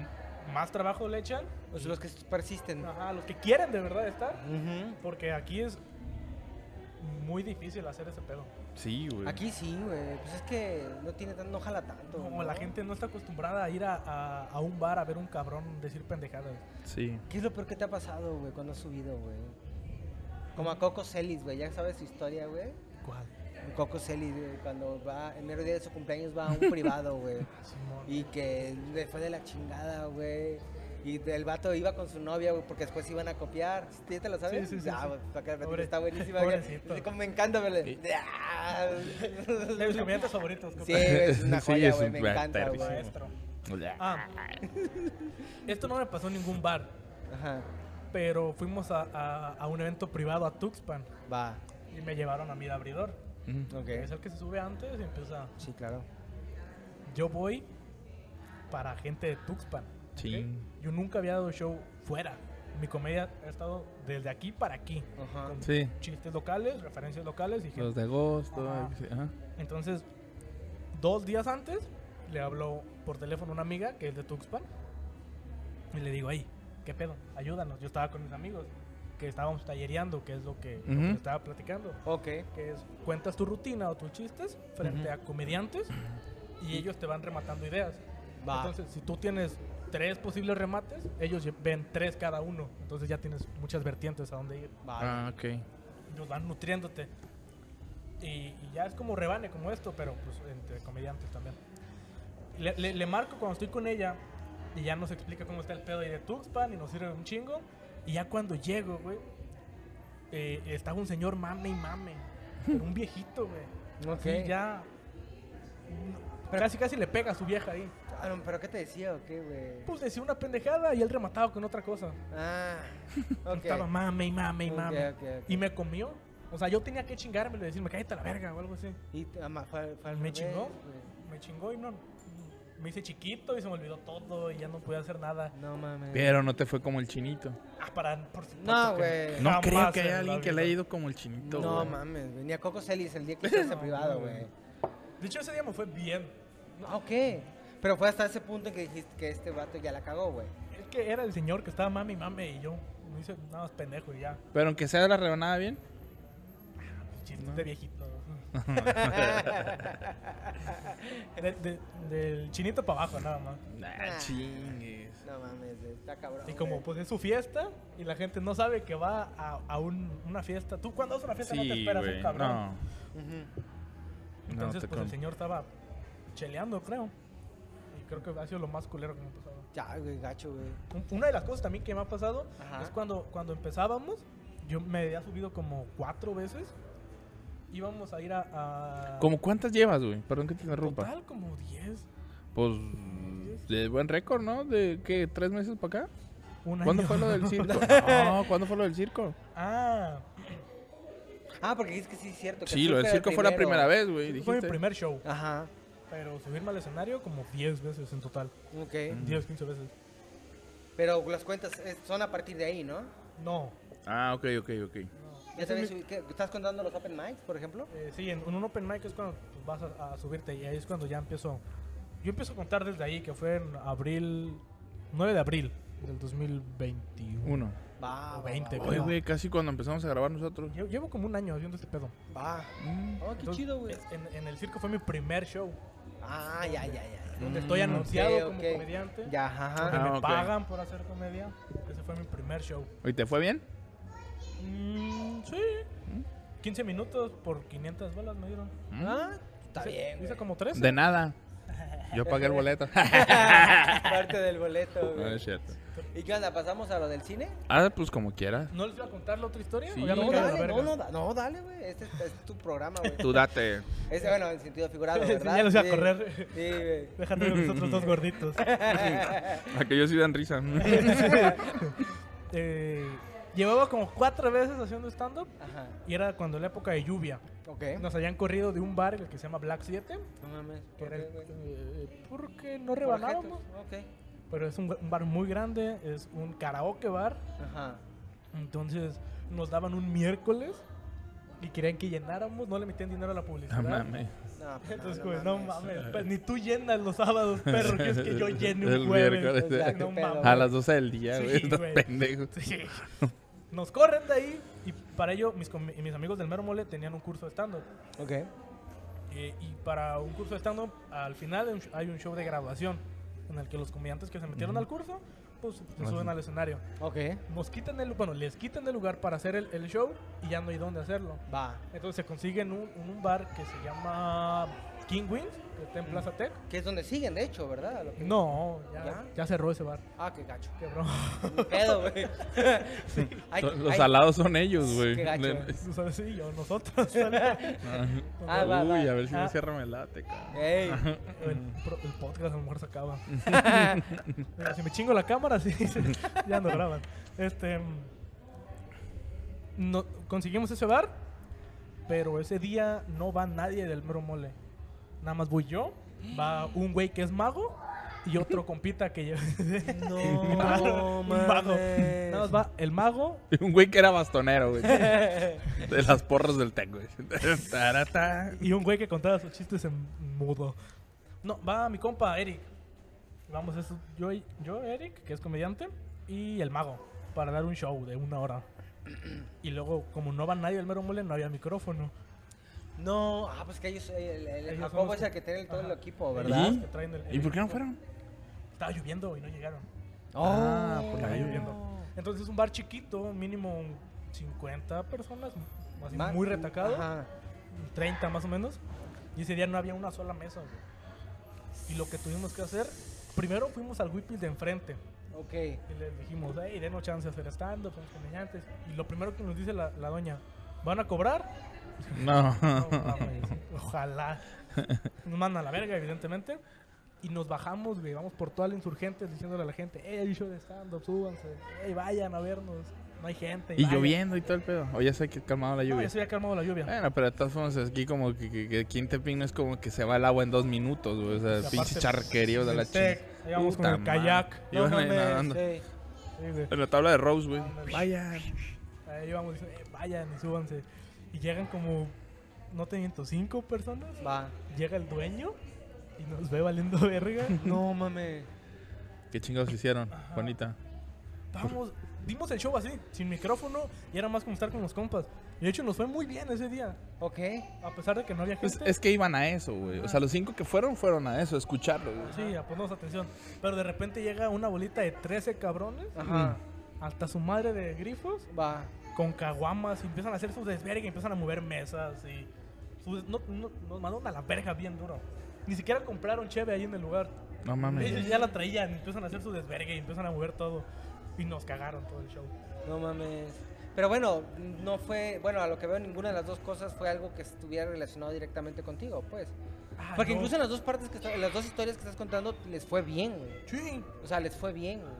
Speaker 6: más trabajo le echan,
Speaker 7: O sea, los que persisten.
Speaker 6: ajá, los que quieren de verdad estar,
Speaker 7: Ujú.
Speaker 6: porque aquí es muy difícil hacer ese pedo.
Speaker 4: Sí, güey.
Speaker 7: Aquí sí, güey. Pues es que no tiene tan, no jala tanto.
Speaker 6: Como
Speaker 7: ¿no?
Speaker 6: la gente no está acostumbrada a ir a, a- a un bar a ver un cabrón decir pendejadas.
Speaker 4: Sí.
Speaker 7: ¿Qué es lo peor que te ha pasado, güey, cuando has subido, güey? Como a Coco Celis, güey. Ya sabes su historia, güey.
Speaker 6: ¿Cuál?
Speaker 7: Coco Celis, güey, cuando va, el mero día de su cumpleaños va a un privado, güey.
Speaker 6: Simón.
Speaker 7: Y que le fue de la chingada, güey. Y el vato iba con su novia, güey, porque después se iban a copiar. ¿Sí te lo sabes?
Speaker 6: Sí, sí, sí,
Speaker 7: Ah,
Speaker 6: sí.
Speaker 7: güey, para que la platique,
Speaker 6: Pobre-
Speaker 7: está buenísima. güey.
Speaker 6: pobrecito.
Speaker 7: Sí, como me encanta verle.
Speaker 6: Es de mis comediantes favoritos.
Speaker 7: "Ah". Sí, güey, es una
Speaker 4: Sí,
Speaker 7: joya,
Speaker 4: es
Speaker 7: güey,
Speaker 4: un
Speaker 7: me
Speaker 4: crack,
Speaker 7: encanta, güey.
Speaker 4: perrísimo.
Speaker 6: Maestro. Ah, esto no me pasó en ningún bar,
Speaker 7: Ajá,
Speaker 6: pero fuimos a, a- a un evento privado a Tuxpan
Speaker 7: va,
Speaker 6: y me llevaron a mi de abridor.
Speaker 7: ok.
Speaker 6: que Es el que se sube antes y empieza.
Speaker 7: Sí, claro.
Speaker 6: Yo voy para gente de Tuxpan. ¿ok?
Speaker 4: Sí.
Speaker 6: Yo nunca había dado show fuera. Mi comedia ha estado desde aquí para aquí.
Speaker 7: Ajá.
Speaker 6: Con
Speaker 4: Ah, Sí.
Speaker 6: Chistes locales, referencias locales y gente
Speaker 4: Los de agosto.
Speaker 6: Ajá.
Speaker 4: sí, ajá.
Speaker 6: Entonces, dos días antes, le habló por teléfono a una amiga que es de Tuxpan. Y le digo, ay, ¿qué pedo? Ayúdanos. Yo estaba con mis amigos que estábamos tallereando, que es lo que, lo que
Speaker 4: Ujú.
Speaker 6: les estaba platicando.
Speaker 7: Ok.
Speaker 6: Que es, cuentas tu rutina o tus chistes frente
Speaker 4: Ujú.
Speaker 6: a comediantes y ellos te van rematando ideas.
Speaker 7: Va.
Speaker 6: Entonces, si tú tienes tres posibles remates, ellos lle- ven tres cada uno. Entonces ya tienes muchas vertientes a dónde ir
Speaker 7: va.
Speaker 4: Ah, ok.
Speaker 6: nos van nutriéndote. Y, y ya es como rebane, como esto, pero pues entre comediantes también. Le, le- le marco cuando estoy con ella Y ya nos explica cómo está el pedo ahí de Tuxpan y nos sirve un chingo. Y ya cuando llego, güey, eh, estaba un señor mame y mame. pero un viejito, güey.
Speaker 7: Ok.
Speaker 6: Sí, ya.
Speaker 7: Pero-
Speaker 6: casi, casi le pega a su vieja ahí.
Speaker 7: Ah, no, ¿Pero qué te decía o qué, güey?
Speaker 6: Pues decía una pendejada y él rematado con otra cosa.
Speaker 7: Ah, ok.
Speaker 6: Estaba mame y mame y
Speaker 7: Ok,
Speaker 6: mame.
Speaker 7: ok, ok.
Speaker 6: Y me comió. O sea, yo tenía que chingarme y decirme, cállate a la verga o algo así.
Speaker 7: Y te- ama- fue- fue al
Speaker 6: Me
Speaker 7: revés,
Speaker 6: chingó.
Speaker 7: güey.
Speaker 6: Me chingó y no. Me hice chiquito y se me olvidó todo y ya no podía hacer nada.
Speaker 7: No mames.
Speaker 4: Pero no te fue como el chinito.
Speaker 6: Ah, para. Por supuesto que
Speaker 7: No, güey.
Speaker 4: No
Speaker 6: Jamás
Speaker 4: creo que
Speaker 6: en
Speaker 4: haya
Speaker 6: la
Speaker 4: alguien que
Speaker 6: vida.
Speaker 4: le haya ido como el chinito.
Speaker 7: No
Speaker 4: güey.
Speaker 7: mames, güey. Ni a Coco Celis el día que hiciste
Speaker 6: No,
Speaker 7: privado,
Speaker 6: no,
Speaker 7: güey.
Speaker 6: güey. De hecho, ese día me fue bien.
Speaker 7: Ah, ok. Pero fue hasta ese punto en que dijiste que este vato ya la cagó, güey.
Speaker 6: Es que era el señor que estaba mami, mame y yo me hice nada más pendejo y ya.
Speaker 4: Pero aunque sea la rebanada bien.
Speaker 6: Chistes de viejito. De- de- del chinito para abajo, nada más.
Speaker 4: Nah, chingues.
Speaker 7: No mames, güey, está cabrón.
Speaker 6: Y como
Speaker 7: güey.
Speaker 6: pues es su fiesta y la gente no sabe que va a, a un- una fiesta. Tú cuando vas a una fiesta no te
Speaker 4: Sí,
Speaker 6: esperas
Speaker 4: güey.
Speaker 6: un
Speaker 4: No.
Speaker 6: cabrón.
Speaker 7: Ujú.
Speaker 4: No,
Speaker 6: Entonces
Speaker 4: te
Speaker 6: pues el
Speaker 4: com-
Speaker 6: señor estaba cheleando, creo. Y creo que ha sido lo más culero que me ha pasado.
Speaker 7: Ya, güey, gacho, güey.
Speaker 6: Un- Una de las cosas también que me ha pasado
Speaker 7: Ajá.
Speaker 6: es cuando, cuando empezábamos, yo me había subido como cuatro veces. Íbamos a ir a... a-
Speaker 4: ¿Cómo cuántas llevas, güey? Perdón que te interrumpa.
Speaker 6: Total, como diez.
Speaker 4: Pues de buen récord, ¿no? ¿De qué? ¿Tres meses para acá?
Speaker 6: Un
Speaker 4: ¿Cuándo
Speaker 6: año.
Speaker 4: fue lo del circo? No, ¿cuándo fue lo del circo?
Speaker 6: Ah,
Speaker 7: Ah, porque es que sí es cierto. que
Speaker 4: Sí, lo
Speaker 7: Zucker
Speaker 4: del circo fue la primera
Speaker 7: primero.
Speaker 4: vez, güey.
Speaker 6: fue mi
Speaker 4: Dijiste.
Speaker 6: primer show.
Speaker 7: Ajá,
Speaker 6: Pero subirme al escenario como 10 veces en total.
Speaker 7: ok.
Speaker 4: Mm.
Speaker 6: 10, 15 veces.
Speaker 7: Pero las cuentas eh, son a partir de ahí, ¿no?
Speaker 6: No.
Speaker 4: Ah, ok, ok, ok.
Speaker 7: Ya también subí- ¿qué? ¿Estás contando los open mics, por ejemplo?
Speaker 6: Eh, sí, en en un open mic es cuando pues, vas a, a subirte y ahí es cuando ya empiezo. Yo empiezo a contar desde ahí, que fue en abril, 9 de abril del 2021.
Speaker 4: Uno.
Speaker 7: Va,
Speaker 6: O
Speaker 7: va,
Speaker 6: 20,
Speaker 7: va,
Speaker 4: Oye,
Speaker 7: va,
Speaker 4: güey, casi cuando empezamos a grabar nosotros.
Speaker 6: Lle- Llevo como un año haciendo este pedo.
Speaker 7: Va.
Speaker 6: Mm.
Speaker 7: Oh, qué
Speaker 6: Entonces,
Speaker 7: chido, güey.
Speaker 6: es- En, en el circo fue mi primer show,
Speaker 7: Ah, ya, ya, ya. Mm,
Speaker 6: donde estoy anunciado como
Speaker 7: ok.
Speaker 6: comediante.
Speaker 7: Ya, ajá.
Speaker 6: donde
Speaker 4: Ah,
Speaker 6: me
Speaker 4: ok.
Speaker 6: pagan por hacer comedia. Ese fue mi primer show.
Speaker 4: ¿Y te fue bien?
Speaker 6: Mm, sí.
Speaker 7: Mm.
Speaker 6: 15 minutos por 500 bolas me dieron.
Speaker 7: Ah, está
Speaker 6: Hice-
Speaker 7: bien.
Speaker 6: Hice
Speaker 7: güey.
Speaker 6: como 3.
Speaker 4: De nada. Yo pagué el boleto.
Speaker 7: Parte del boleto,
Speaker 4: no
Speaker 7: güey.
Speaker 4: es cierto.
Speaker 7: ¿Y qué onda? ¿Pasamos a lo del cine?
Speaker 4: Ah, pues como quieras.
Speaker 6: ¿No les voy a contar la otra historia?
Speaker 4: Sí.
Speaker 6: ¿O ya me caigo
Speaker 7: No,
Speaker 6: a la
Speaker 7: dale, no,
Speaker 6: verga?
Speaker 7: no, da- no, dale, güey. Este es, es tu programa, güey.
Speaker 4: Tú date.
Speaker 7: Es, bueno, en sentido figurado,
Speaker 6: Sí,
Speaker 7: ¿verdad?
Speaker 6: ya los iba a
Speaker 7: Sí.
Speaker 6: correr.
Speaker 7: Sí, güey.
Speaker 6: Déjate de nosotros dos gorditos.
Speaker 4: A que yo sí dan risa.
Speaker 6: Eh, llevaba como cuatro veces haciendo stand-up
Speaker 7: Ajá.
Speaker 6: y era cuando la época de lluvia.
Speaker 7: Ok.
Speaker 6: Nos habían corrido de un bar, el que se llama Black 7,
Speaker 7: No mames.
Speaker 6: que
Speaker 7: ¿por
Speaker 6: era
Speaker 7: qué,
Speaker 6: el-
Speaker 7: güey?
Speaker 6: eh, porque no
Speaker 7: Por
Speaker 6: rebanábamos.
Speaker 7: objetos, Ok.
Speaker 6: Pero es un, un bar muy grande, es un karaoke bar.
Speaker 7: Ajá.
Speaker 6: Entonces nos daban un miércoles y querían que llenáramos, no le metían dinero a la publicidad.
Speaker 4: No mames.
Speaker 7: No, pues,
Speaker 6: Entonces,
Speaker 7: no,
Speaker 6: güey,
Speaker 7: no
Speaker 6: no
Speaker 7: mames.
Speaker 6: mames, pues, ni tú llenas los sábados, perro, que es que yo llene un
Speaker 4: El
Speaker 6: jueves.
Speaker 4: miércoles.
Speaker 6: O sea,
Speaker 7: Qué
Speaker 6: no
Speaker 7: pedo,
Speaker 6: mames.
Speaker 4: A las 12 del día,
Speaker 6: Sí,
Speaker 4: güey. Estos
Speaker 6: güey.
Speaker 4: pendejos.
Speaker 6: Sí. Nos corren de ahí y para ello mis, comi- mis amigos del Mero Mole tenían un curso de stand-up.
Speaker 7: Ok.
Speaker 6: Eh, y para un curso de stand-up, al final hay un sh- hay un show de graduación en el que los comediantes que se metieron al curso, pues se suben al escenario.
Speaker 7: Ok.
Speaker 6: Nos quitan el, bueno, les quitan el lugar para hacer el, el show y ya no hay dónde hacerlo.
Speaker 7: Va.
Speaker 6: Entonces se consiguen un, un bar que se llama King Wings, que está en Plaza Tech.
Speaker 7: Que es donde siguen, de hecho, ¿verdad? A lo que-
Speaker 6: No,
Speaker 7: ¿Ya?
Speaker 6: ya, ya cerró ese bar.
Speaker 7: Ah, qué gacho.
Speaker 6: Quebró.
Speaker 7: Qué pedo, güey. Ay,
Speaker 4: Los
Speaker 7: ay,
Speaker 4: alados son ellos, güey.
Speaker 7: Qué gacho.
Speaker 4: Le-
Speaker 6: Tú sabes, sí, yo, nosotros.
Speaker 7: Ah, va, va.
Speaker 4: Uy, a ver si
Speaker 6: Ah.
Speaker 4: me cierra el late, cabrón.
Speaker 7: Ey.
Speaker 6: El, pro- el podcast a lo mejor se acaba. Mira, si me chingo la cámara, sí, sí, ya no graban. Este, mm, no, conseguimos ese bar, pero ese día no va nadie del mero mole. Nada más voy yo, va un güey que es mago y otro compita que yo.
Speaker 7: No,
Speaker 6: un mago.
Speaker 7: mames.
Speaker 6: Nada más va el mago,
Speaker 4: Un güey que era bastonero, güey. De las porras del tech, güey. Tarata.
Speaker 6: Y un güey que contaba sus chistes en mudo. No, va mi compa Eric. Vamos, eso, yo, yo, Eric, que es comediante, y el mago, para dar un show de una hora. Y luego, como no va nadie al mero mole, no había micrófono.
Speaker 7: No, ah, pues que ellos, eh, el, el- el
Speaker 6: Ellos
Speaker 7: Jacobo
Speaker 6: son los
Speaker 7: es el
Speaker 6: que-
Speaker 7: que tiene el- todo el
Speaker 6: Ajá.
Speaker 7: equipo,
Speaker 6: Ellos
Speaker 7: ¿verdad?
Speaker 6: son los que traen el-
Speaker 4: ¿Y por qué no fueron?
Speaker 6: Estaba lloviendo y no llegaron.
Speaker 7: Oh.
Speaker 6: Ah, porque estaba lloviendo. Entonces, es un bar chiquito, mínimo 50 personas, así
Speaker 7: Ma-
Speaker 6: muy retacado.
Speaker 7: Ajá.
Speaker 6: 30 más o menos. Y ese día no había una sola mesa, güey. Y lo que tuvimos que hacer Primero fuimos al Whipple de enfrente
Speaker 7: Ok.
Speaker 6: y les dijimos, hey, denos chance de hacer stand-up, somos comediantes. Y lo primero que nos dice la, la doña, ¿van a cobrar?
Speaker 4: No.
Speaker 6: No, mames, Ojalá. Nos mandan a la verga, evidentemente. Y nos bajamos, güey. Vamos por toda la insurgente diciéndole a la gente, hey, hay show de stand-up, súbanse. Hey, vayan a vernos. No hay gente.
Speaker 4: y
Speaker 6: vayan".
Speaker 4: lloviendo y todo el pedo. O ya sé que ha calmado la
Speaker 6: No,
Speaker 4: lluvia.
Speaker 6: ya se había calmado la lluvia.
Speaker 4: Bueno, pero de todas formas aquí como que, que, que aquí en Tepín no es como que se va el agua en dos minutos, güey. O sea,
Speaker 6: aparte, pues,
Speaker 4: pinche charquerío de la
Speaker 6: el tec,
Speaker 4: chingada.
Speaker 6: ahí vamos con
Speaker 4: Puta
Speaker 6: el kayak.
Speaker 4: madre.
Speaker 6: No
Speaker 4: Iban ahí
Speaker 6: mames,
Speaker 4: nadando.
Speaker 7: Sí.
Speaker 6: Sí, güey.
Speaker 4: En la tabla de Rose, güey.
Speaker 6: Vayan. Ahí íbamos diciendo, "Eh, vayan y súbanse. Y llegan como, no te miento, cinco personas.
Speaker 7: Va.
Speaker 6: Llega el dueño y nos ve valiendo verga.
Speaker 7: No mames.
Speaker 4: ¿Qué chingados hicieron, Juanita?
Speaker 6: Estábamos, dimos el show así, sin micrófono, y era más como estar con los compas. Y de hecho nos fue muy bien ese día,
Speaker 7: Ok.
Speaker 6: a pesar de que no había
Speaker 4: Pues
Speaker 6: gente.
Speaker 4: es que iban a eso, güey. O sea, los cinco que fueron, fueron a eso, a escucharlo, güey.
Speaker 6: Sí, a ponernos atención. Pero de repente llega una bolita de 13 cabrones,
Speaker 7: Ajá.
Speaker 6: hasta su madre de grifos,
Speaker 7: Va.
Speaker 6: con caguamas, y empiezan a hacer sus desvergue, empiezan a mover mesas, y sus- no- no- nos mandaron a la verga bien duro. Ni siquiera compraron cheve ahí en el lugar.
Speaker 4: No mames.
Speaker 6: Ellos ya la traían, empiezan a hacer su desvergue, y empiezan a mover todo. Y nos cagaron todo el show.
Speaker 7: No mames. Pero bueno, no fue, bueno, a lo que veo ninguna de las dos cosas fue algo que estuviera relacionado directamente contigo, pues.
Speaker 6: Ah,
Speaker 7: Porque
Speaker 6: no.
Speaker 7: incluso en las dos partes que está- en las dos historias que estás contando les fue bien, güey.
Speaker 6: Sí,
Speaker 7: O sea, les fue bien, güey.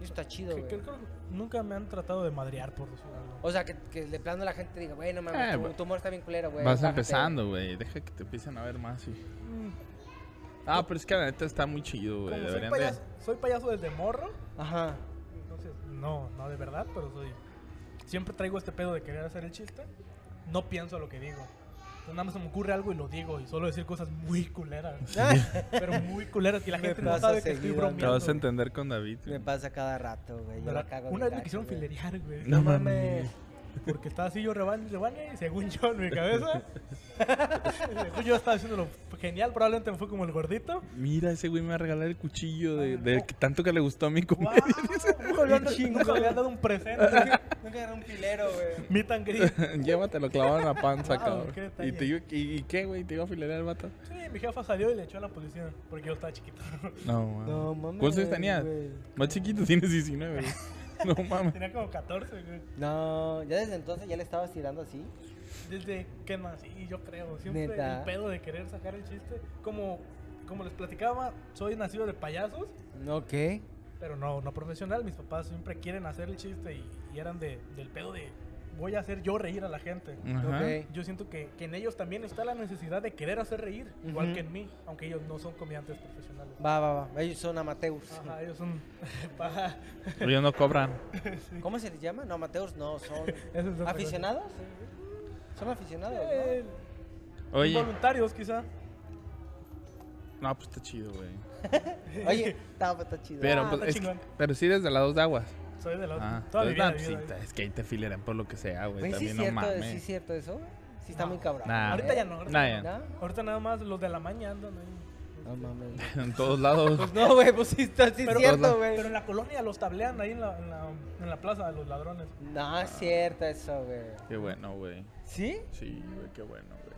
Speaker 7: Y Eso está chido,
Speaker 6: Que-
Speaker 7: güey.
Speaker 6: que creo que nunca me han tratado de madrear por decir algo.
Speaker 7: O sea, que, que de plano la gente diga, güey, no mames,
Speaker 4: Eh,
Speaker 7: tu,
Speaker 4: güey.
Speaker 7: tu humor está bien culero, güey.
Speaker 4: Vas
Speaker 7: bájate".
Speaker 4: empezando, güey. Deja que te empiecen a ver más. Y...
Speaker 6: Mm,
Speaker 4: Ah, pero es que la neta está muy chido, güey.
Speaker 6: como soy,
Speaker 4: Pues, Deberían
Speaker 6: payaso,
Speaker 4: de...
Speaker 6: soy payaso desde morro,
Speaker 7: Ajá.
Speaker 6: entonces no, no de verdad, pero soy. Siempre traigo este pedo de querer hacer el chiste, no pienso lo que digo. Entonces, nada más se me ocurre algo y lo digo, y solo decir cosas muy culeras. pero muy culeras, y la
Speaker 7: Me
Speaker 6: gente no
Speaker 7: pasa
Speaker 6: sabe que estoy
Speaker 7: seguido,
Speaker 4: Te
Speaker 6: bromeando.
Speaker 4: vas a entender con David. güey.
Speaker 7: Me pasa cada rato, güey. Yo la
Speaker 6: ¿Verdad?
Speaker 7: cago
Speaker 6: Una vez
Speaker 7: bien
Speaker 6: me quisieron
Speaker 7: gacho, güey.
Speaker 6: filerear, güey.
Speaker 4: No mames.
Speaker 6: Porque estaba así yo rebane, rebane, según yo en mi cabeza. según yo estaba haciéndolo genial, probablemente me fue como el gordito.
Speaker 4: Mira, ese güey me va a regalar el cuchillo de, de que tanto que le gustó a mi
Speaker 6: ¡Wow!
Speaker 4: comida.
Speaker 6: Nunca le han- nunca le han dado un presente.
Speaker 7: Nunca agarré un filero, güey.
Speaker 6: Mi tan gris.
Speaker 4: Llévatelo clavado en la panza,
Speaker 6: Wow,
Speaker 4: cabrón.
Speaker 6: qué detalle.
Speaker 4: ¿Y, te, iba- y, y qué, güey? ¿Te iba a filear el vato?
Speaker 6: Sí, mi jefa salió y le echó a la policía porque yo estaba chiquito.
Speaker 4: No, mames.
Speaker 7: No mames.
Speaker 4: ¿Cuántos años tenías?
Speaker 7: güey.
Speaker 4: Más chiquito, tienes 19. güey. No mames.
Speaker 6: Tenía como 14, güey.
Speaker 7: No, ya desde entonces ya le estabas tirando así.
Speaker 6: Desde que nací, yo creo. Siempre
Speaker 7: Neta.
Speaker 6: el pedo de querer sacar el chiste. Como, como les platicaba, soy nacido de payasos.
Speaker 7: Ok.
Speaker 6: Pero no, no profesional. Mis papás siempre quieren hacer el chiste y, y eran de, del pedo de voy a hacer yo reír a la gente.
Speaker 4: Ajá.
Speaker 7: Ok.
Speaker 6: Yo siento que, que en ellos también está la necesidad de querer hacer reír, igual
Speaker 7: Ujú.
Speaker 6: que en mí, aunque ellos no son comediantes profesionales.
Speaker 7: Va, va, va. Ellos son amateurs.
Speaker 6: Ajá, ellos son. Ajá,
Speaker 4: Pero ellos no cobran.
Speaker 7: ¿Cómo se les llama? No, amateurs no, son
Speaker 6: eso es otra
Speaker 7: aficionados. Son aficionados,
Speaker 6: cosa.
Speaker 7: ¿no?
Speaker 6: Eh,
Speaker 4: Oye,
Speaker 6: Voluntarios, quizá.
Speaker 4: no, pues está chido, güey.
Speaker 7: Oye, está, está chido.
Speaker 4: Pero,
Speaker 6: Ah,
Speaker 4: pues,
Speaker 6: está
Speaker 4: es que-
Speaker 6: chingón.
Speaker 4: pero sí desde las dos de aguas.
Speaker 6: Soy de la
Speaker 4: Ah,
Speaker 6: otra. Toda mi
Speaker 4: entonces,
Speaker 6: vida
Speaker 4: no,
Speaker 6: he
Speaker 4: pues, sí,
Speaker 6: vivido ahí. Pues
Speaker 4: es que ahí te fileran por lo que sea, güey.
Speaker 7: Güey, sí es
Speaker 4: También no
Speaker 7: cierto,
Speaker 4: mames.
Speaker 7: sí es cierto eso. güey. Sí está
Speaker 6: No.
Speaker 7: muy cabrón.
Speaker 4: Nah.
Speaker 6: Ahorita
Speaker 7: ¿eh?
Speaker 6: ya no. Ahorita,
Speaker 4: Nah, ya.
Speaker 7: ¿No?
Speaker 6: ahorita nada más los de la mañana andan ahí.
Speaker 7: No mames. güey.
Speaker 4: En todos lados.
Speaker 7: Pues no, güey, pues sí está sí es
Speaker 6: Pero-
Speaker 7: cierto, güey.
Speaker 6: Pero en la colonia los tablean ahí en la, en la, en la plaza de los ladrones.
Speaker 7: No, es cierto eso, güey.
Speaker 4: Qué bueno, güey.
Speaker 7: ¿Sí?
Speaker 4: Sí, güey, qué bueno, güey.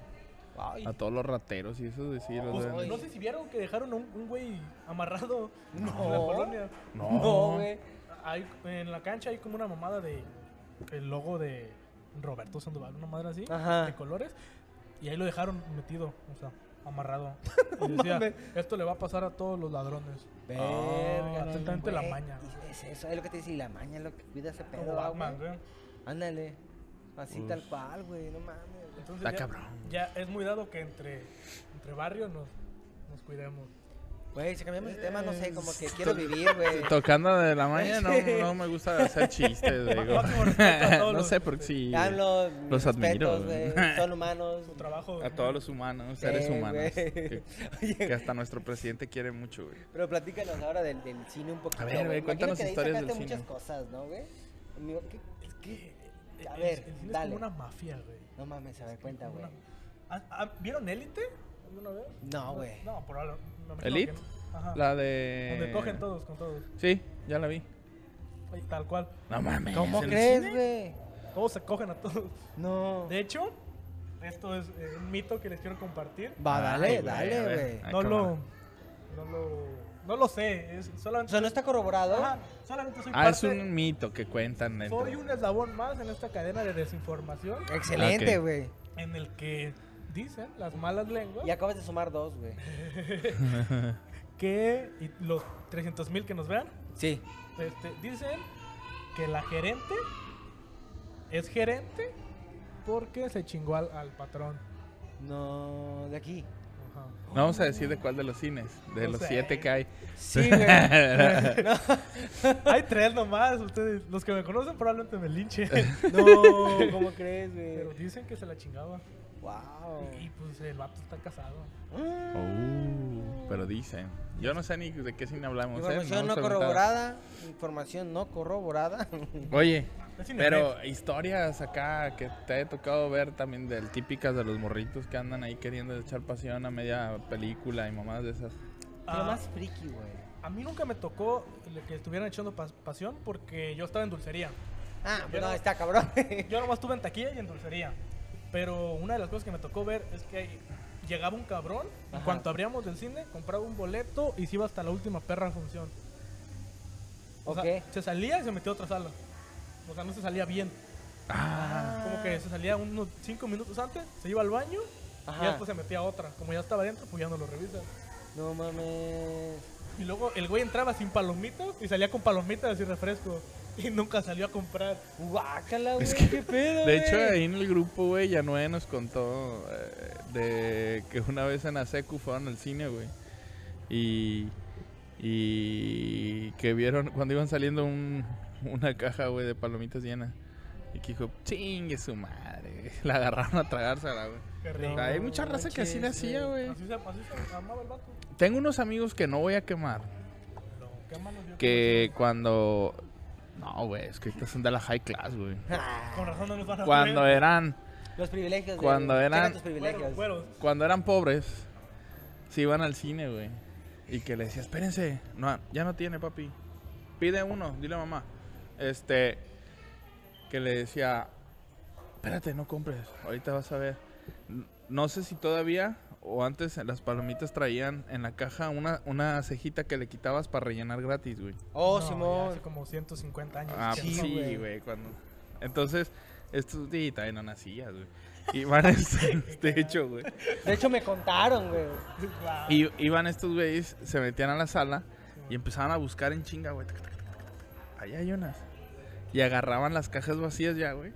Speaker 7: Ay.
Speaker 4: A todos los rateros y eso decir. o
Speaker 6: Pues,
Speaker 4: sea,
Speaker 7: Ay.
Speaker 6: no sé si vieron que dejaron un, un güey amarrado en la
Speaker 7: No.
Speaker 6: colonia.
Speaker 4: no.
Speaker 7: No, güey.
Speaker 6: Hay- en la cancha hay como una mamada de el logo de Roberto Sandoval, una madre así,
Speaker 7: Ajá.
Speaker 6: de colores. Y ahí lo dejaron metido, o sea, amarrado. Y decía,
Speaker 7: mames.
Speaker 6: esto le va a pasar a todos los ladrones.
Speaker 7: Verga.
Speaker 6: atentamente
Speaker 7: güey.
Speaker 6: la maña.
Speaker 7: Es eso, es lo que te dice, y la maña es lo que cuida ese
Speaker 6: Como
Speaker 7: pedo, ah,
Speaker 6: Batman,
Speaker 7: güey.
Speaker 6: güey.
Speaker 7: Ándale. Así tal cual, güey, no mames. güey.
Speaker 6: Entonces
Speaker 4: Está
Speaker 6: ya,
Speaker 4: cabrón.
Speaker 6: ya es muy dado que entre, entre barrios nos, nos cuidemos.
Speaker 7: Güey, si cambiamos de tema, no sé, como que quiero vivir, güey.
Speaker 4: Tocando de la mañana, no, no me gusta hacer chistes, digo.
Speaker 6: máximo respeto a todos
Speaker 4: no
Speaker 6: los-
Speaker 4: sé por qué sí.
Speaker 7: Ya
Speaker 4: güey.
Speaker 7: hablo,
Speaker 4: Los
Speaker 7: mis
Speaker 4: admiro,
Speaker 7: respetos,
Speaker 4: güey.
Speaker 7: güey, Son humanos.
Speaker 6: Tu trabajo.
Speaker 4: A todos los humanos, seres
Speaker 7: Sí,
Speaker 4: humanos.
Speaker 7: güey.
Speaker 4: Que,
Speaker 7: Oye.
Speaker 4: que hasta nuestro presidente quiere mucho, güey.
Speaker 7: Pero platícanos ahora del, del cine un poquito.
Speaker 4: A ver, güey,
Speaker 7: Imagino
Speaker 4: cuéntanos
Speaker 7: que de ahí
Speaker 4: historias del
Speaker 7: sacaste muchas
Speaker 4: cine.
Speaker 7: cosas, ¿no, güey? Amigo, ¿qué- qué-
Speaker 6: El-
Speaker 7: A
Speaker 6: el-
Speaker 7: ver,
Speaker 6: el cine es
Speaker 7: dale.
Speaker 6: como una mafia, güey.
Speaker 7: No mames, a ver, cuenta,
Speaker 6: Como
Speaker 7: güey.
Speaker 6: una- ¿Ah, ah, ¿Vieron Élite alguna vez?
Speaker 7: No, güey.
Speaker 6: No, por ahora. me imagino
Speaker 4: ¿Elite?
Speaker 6: que no. Ajá.
Speaker 4: La de.
Speaker 6: Donde cogen todos con todos.
Speaker 4: Sí, ya la vi.
Speaker 6: Ay, Tal cual.
Speaker 4: No mames.
Speaker 7: ¿Cómo
Speaker 4: ¿en el
Speaker 7: crees,
Speaker 4: cine?
Speaker 7: güey?
Speaker 6: Todos se cogen a todos.
Speaker 7: No.
Speaker 6: De hecho, esto es eh, un mito que les quiero compartir.
Speaker 7: Va,
Speaker 4: Ay,
Speaker 7: Ah, dale,
Speaker 4: güey, a
Speaker 7: dale,
Speaker 4: ver.
Speaker 7: güey.
Speaker 4: Ay,
Speaker 6: No lo,
Speaker 4: cabrón.
Speaker 6: no lo No lo sé, es
Speaker 7: O
Speaker 6: solamente...
Speaker 7: sea, no está corroborado.
Speaker 6: Ajá, solamente soy
Speaker 4: Ah,
Speaker 6: parte...
Speaker 4: es un mito que cuentan. dentro.
Speaker 6: Soy un eslabón más en esta cadena de desinformación
Speaker 7: Excelente,
Speaker 4: Ok.
Speaker 7: güey.
Speaker 6: en el que dicen las malas lenguas
Speaker 7: Y acabas de sumar dos, güey.
Speaker 6: que y los 300 mil que nos vean
Speaker 7: Sí.
Speaker 6: este, dicen que la gerente es gerente porque se chingó al, al patrón.
Speaker 7: No, de aquí.
Speaker 6: Ajá.
Speaker 4: No vamos a decir de cuál de los cines, de
Speaker 6: No
Speaker 4: los
Speaker 6: sé.
Speaker 4: siete que hay.
Speaker 7: Sí, güey.
Speaker 6: Hay tres nomás, ustedes, los que me conocen probablemente me linchen.
Speaker 7: No, ¿cómo crees,
Speaker 6: Pero
Speaker 7: güey?
Speaker 6: dicen que se la chingaba.
Speaker 7: Wow.
Speaker 6: Y pues el vato está casado.
Speaker 4: Oh, pero dicen. Yo no sé ni de qué cine hablamos. ¿eh?
Speaker 7: Información no
Speaker 4: hemos preguntado.
Speaker 7: corroborada. Información no corroborada.
Speaker 4: Oye,
Speaker 6: Es
Speaker 4: pero historias acá que te he tocado ver también del típicas de los morritos que andan ahí queriendo echar pasión a media película y mamás de esas.
Speaker 6: Ah,
Speaker 7: Pero más friki, güey.
Speaker 6: a mí nunca me tocó el que estuvieran echando pas- pasión porque yo estaba en dulcería.
Speaker 7: Ah, pero no, está cabrón.
Speaker 6: Yo nomás estuve en taquilla y en dulcería. Pero una de las cosas que me tocó ver es que llegaba un cabrón, en
Speaker 7: Ajá.
Speaker 6: cuanto abríamos del cine, compraba un boleto y se iba hasta la última perra en función. O
Speaker 7: ok.
Speaker 6: sea, se salía y se metió a otra sala. O sea, no se salía bien. Como que se salía unos 5 minutos antes, se iba al baño y
Speaker 7: Ajá.
Speaker 6: ya después se metía a otra. Como ya estaba adentro, pues ya no lo revisas.
Speaker 7: No mames.
Speaker 6: Y luego el güey entraba sin palomitas y salía con palomitas y refresco. Y nunca salió a comprar.
Speaker 7: Guácala, güey. qué pedo.
Speaker 4: De hecho,
Speaker 7: güey?
Speaker 4: ahí en el grupo, güey, Yanoé nos contó eh, de que una vez en Asecu fueron al cine, güey. Y, y que vieron cuando iban saliendo un- una caja, güey, de palomitas llena. Y que dijo, chingue su madre. La agarraron a tragársela, güey.
Speaker 6: Qué rico.
Speaker 4: Hay mucha raza que así le
Speaker 7: manches,
Speaker 4: hacía, güey.
Speaker 6: Así se, así se amaba el vato.
Speaker 4: Tengo unos amigos que no voy a quemar.
Speaker 6: Lo que ama nos dio
Speaker 4: Que cuando... No, güey, es que estas son de la high class, güey.
Speaker 7: Ah,
Speaker 6: Con razón no nos van a
Speaker 4: Cuando
Speaker 6: ver.
Speaker 4: eran...
Speaker 7: los privilegios. de-
Speaker 4: Cuando
Speaker 7: checa
Speaker 4: eran-
Speaker 7: tus privilegios.
Speaker 6: Güeros, güeros.
Speaker 4: cuando eran pobres, se iban al cine, güey. Y que le decía, espérense, no, ya no tiene, papi. Pide uno, dile a mamá. Este, que le decía, espérate, no compres, ahorita vas a ver. N- No sé si todavía o antes las palomitas traían en la caja una, una cejita que le quitabas para rellenar gratis, güey.
Speaker 7: Oh,
Speaker 6: No, ya
Speaker 7: Simón.
Speaker 6: Hace como 150 años.
Speaker 4: Ah,
Speaker 6: Sí,
Speaker 4: pues
Speaker 7: chido, güey.
Speaker 4: sí, güey, cuando... Entonces, estos sí, todavía no nacías, güey. Y van al cine, de hecho, güey.
Speaker 7: De hecho, me contaron, güey.
Speaker 6: guau.
Speaker 4: Y iban estos güeyes, se metían a la sala y empezaban a buscar en chinga, güey. Tac, tac, tac, tac, tac. Ahí hay unas. Y agarraban las cajas vacías ya, güey.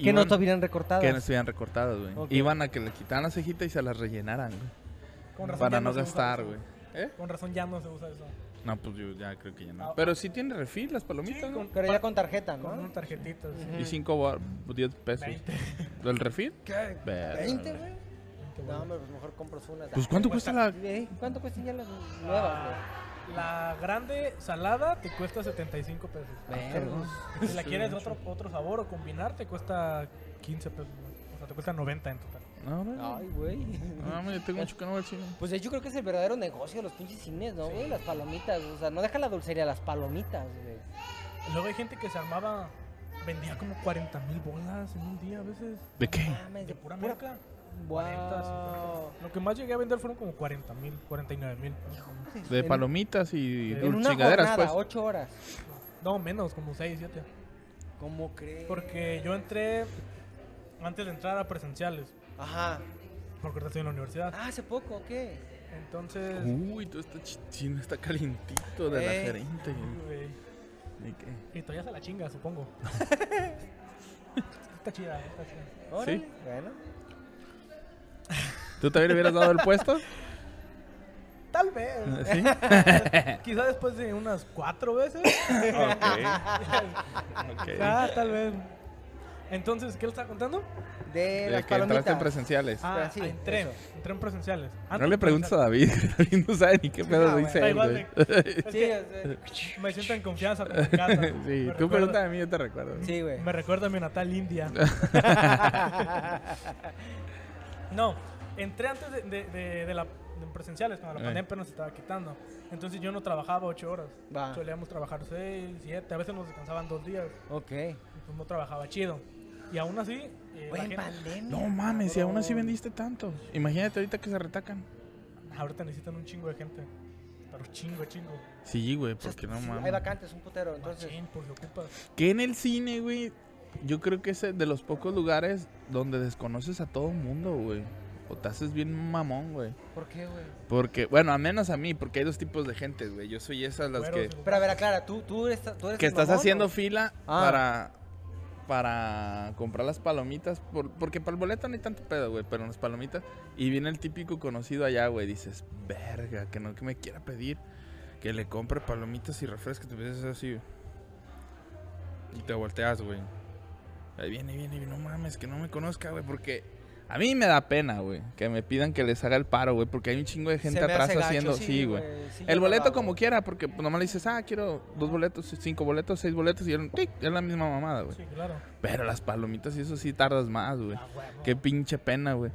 Speaker 7: Que no
Speaker 4: Iban-
Speaker 7: estuvieran recortadas.
Speaker 4: que no estuvieran recortadas, güey.
Speaker 7: Ok.
Speaker 4: Iban a que le quitaran la cejita y se las rellenaran, güey.
Speaker 6: Con razón
Speaker 4: Para
Speaker 6: ya
Speaker 4: no
Speaker 6: se usa
Speaker 4: gastar,
Speaker 6: eso.
Speaker 4: güey. ¿Eh?
Speaker 6: Con razón ya no se usa eso.
Speaker 4: No, pues yo ya creo que ya no.
Speaker 6: Ah.
Speaker 4: Pero sí tiene refil las palomitas,
Speaker 6: Sí,
Speaker 4: ¿no?
Speaker 6: con-
Speaker 7: Pero ya con tarjeta,
Speaker 6: Con
Speaker 7: ¿no?
Speaker 6: un tarjetito. sí.
Speaker 4: Y 5 10 pesos.
Speaker 6: 20.
Speaker 4: ¿El refil?
Speaker 7: ¿Qué?
Speaker 4: Verga,
Speaker 7: ¿20,
Speaker 4: güey.
Speaker 7: güey? No, hombre, pues mejor compras una.
Speaker 4: Pues ¿cuánto cuesta la...?
Speaker 7: Eh, ¿Cuánto cuestan ya las nuevas,
Speaker 6: La grande salada te cuesta 75 pesos. Ah,
Speaker 7: güey? Vergos.
Speaker 6: Si la quieres de otro, otro sabor o combinar, te cuesta 15 pesos. güey. O sea, te cuesta 90 en total.
Speaker 4: No, güey. no.
Speaker 7: Ay, güey.
Speaker 4: mames, yo tengo mucho que no voy al cine.
Speaker 7: Pues eh, yo creo que es el verdadero negocio de los pinches cines, ¿no, güey? Las palomitas. O sea, no deja la dulcería, las palomitas, güey.
Speaker 6: Luego hay gente que se armaba, vendía como 40 mil bolas en un día a veces.
Speaker 4: ¿De qué?
Speaker 7: Mames,
Speaker 6: De pura marca.
Speaker 7: Wow.
Speaker 6: Lo que más llegué a vender fueron como 40 mil, 49 mil.
Speaker 4: De
Speaker 7: En-
Speaker 4: palomitas y
Speaker 6: en
Speaker 7: En una
Speaker 4: chingaderas, pues.
Speaker 7: jornada, ocho horas.
Speaker 6: No, menos, como 6, 7.
Speaker 7: ¿Cómo crees?
Speaker 6: Porque yo entré antes de entrar a presenciales,
Speaker 7: Ajá.
Speaker 6: porque ahorita estoy en la universidad.
Speaker 7: Ah, hace poco, ¿o ¿qué?
Speaker 6: Entonces,
Speaker 4: Uy, todo este ch- chino está calientito de la
Speaker 7: Ey.
Speaker 4: gerente.
Speaker 6: güey,
Speaker 4: ¿De qué?
Speaker 6: y todavía se la chinga, supongo. está chida, eh, está chida.
Speaker 7: Órale. Bueno.
Speaker 4: ¿Tú también le hubieras dado el puesto?
Speaker 6: Tal vez.
Speaker 4: ¿Sí?
Speaker 6: Quizá después de unas cuatro veces.
Speaker 4: ok.
Speaker 6: ah, tal vez. Entonces, ¿qué le estaba contando?
Speaker 7: De
Speaker 4: De
Speaker 7: las
Speaker 4: que entraste en
Speaker 7: palomitas.
Speaker 4: presenciales.
Speaker 6: Ah,
Speaker 7: sí,
Speaker 6: entré.
Speaker 7: eso.
Speaker 6: Entré en presenciales.
Speaker 4: no le preguntes a David, David no sabe ni qué pedo
Speaker 7: No,
Speaker 4: dice
Speaker 6: güey.
Speaker 4: él,
Speaker 6: Da
Speaker 4: güey.
Speaker 6: igual
Speaker 7: Sí,
Speaker 6: Es que
Speaker 7: o
Speaker 6: me siento en confianza con mi casa.
Speaker 4: Sí,
Speaker 6: Me
Speaker 4: tú
Speaker 6: recuerda-
Speaker 4: pregúntame a mí, yo te recuerdo.
Speaker 7: sea, sí, güey.
Speaker 6: Me recuerda a mi natal India. no, entré antes de, de- de- de la, de presenciales, cuando la
Speaker 4: Eh.
Speaker 6: pandemia nos estaba quitando. Entonces yo no trabajaba ocho horas.
Speaker 4: Ah.
Speaker 7: Va.
Speaker 6: Solíamos trabajar seis, siete, a veces nos descansaban dos días.
Speaker 7: Ok.
Speaker 6: Y pues no trabajaba chido. Y aún así, eh, la
Speaker 7: Güey, en
Speaker 6: gente-
Speaker 7: pandemia.
Speaker 4: No mames, y aún así vendiste tanto. Imagínate ahorita que se retacan.
Speaker 6: ahorita necesitan un chingo de gente. pero chingo, chingo.
Speaker 4: Sí, güey,
Speaker 7: O sea,
Speaker 4: porque no
Speaker 7: sí,
Speaker 4: mames.
Speaker 7: Hay vacantes, un putero, entonces.
Speaker 6: Machín, porque ocupas.
Speaker 4: Que en el cine, güey, yo creo que es de los pocos lugares donde desconoces a todo mundo, güey. O te haces bien mamón, güey.
Speaker 7: ¿Por qué, güey?
Speaker 4: Porque, bueno, a menos a mí, porque hay dos tipos de gentes, güey. Yo soy esas las
Speaker 6: güeros
Speaker 4: que...
Speaker 6: y
Speaker 7: Pero a ver, aclara, tú, tú eres, tú eres
Speaker 4: Que
Speaker 7: el
Speaker 4: estás
Speaker 7: mamón,
Speaker 4: haciendo
Speaker 7: o-
Speaker 4: fila
Speaker 7: Ah.
Speaker 4: para para comprar las palomitas. por- porque para el boleto no hay tanto pedo, güey, pero las palomitas. Y viene el típico conocido allá, güey. Dices, verga, que no que me quiera pedir. Que le compre palomitas y refrescos. Te ves así, güey. Y te volteas, güey. Ahí viene, viene, viene. No mames, que no me conozca, güey. Porque a mí me da pena, güey. Que me pidan que les haga el paro, güey. Porque hay un chingo de gente
Speaker 7: Se me
Speaker 4: atrás
Speaker 7: hace gacho,
Speaker 4: haciendo. Sí, güey.
Speaker 7: sí, yo
Speaker 4: El
Speaker 7: lo
Speaker 4: boleto
Speaker 7: hago.
Speaker 4: como quiera, porque pues, nomás le dices, ah, quiero dos boletos, cinco boletos, seis boletos, y él, tic, es la misma mamada, güey.
Speaker 6: Sí, claro.
Speaker 4: Pero las palomitas y eso sí tardas más, güey.
Speaker 6: Ah, huevo.
Speaker 4: Qué pinche pena, güey.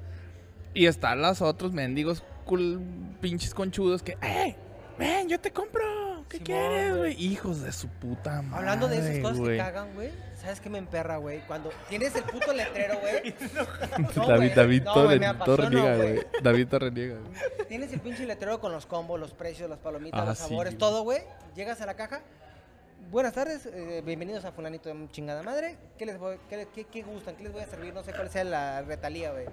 Speaker 4: Y están los otros mendigos cul- pinches conchudos que, ¡eh! ven, yo te compro! ¿Qué
Speaker 7: Simón,
Speaker 4: quieres,
Speaker 7: güey.
Speaker 4: güey? Hijos de su puta madre,
Speaker 7: Hablando de esas cosas
Speaker 4: güey.
Speaker 7: que cagan, güey. ¿Sabes qué me emperra, güey? Cuando tienes el puto letrero, güey. No,
Speaker 4: David,
Speaker 7: güey,
Speaker 4: David,
Speaker 7: no,
Speaker 4: todo
Speaker 7: güey,
Speaker 4: re-
Speaker 7: me
Speaker 4: todo
Speaker 7: apasiono,
Speaker 4: reniega,
Speaker 7: güey.
Speaker 4: güey. David todo reniega, güey.
Speaker 7: Tienes el pinche letrero con los combos, los precios, las palomitas,
Speaker 4: Ah,
Speaker 7: los
Speaker 4: sí,
Speaker 7: sabores,
Speaker 4: güey.
Speaker 7: todo, güey. Llegas a la caja. Buenas tardes, eh, bienvenidos a Fulanito de chingada madre. ¿Qué les voy, qué, qué- qué gustan? ¿Qué les voy a servir? No sé cuál sea la retalía, güey.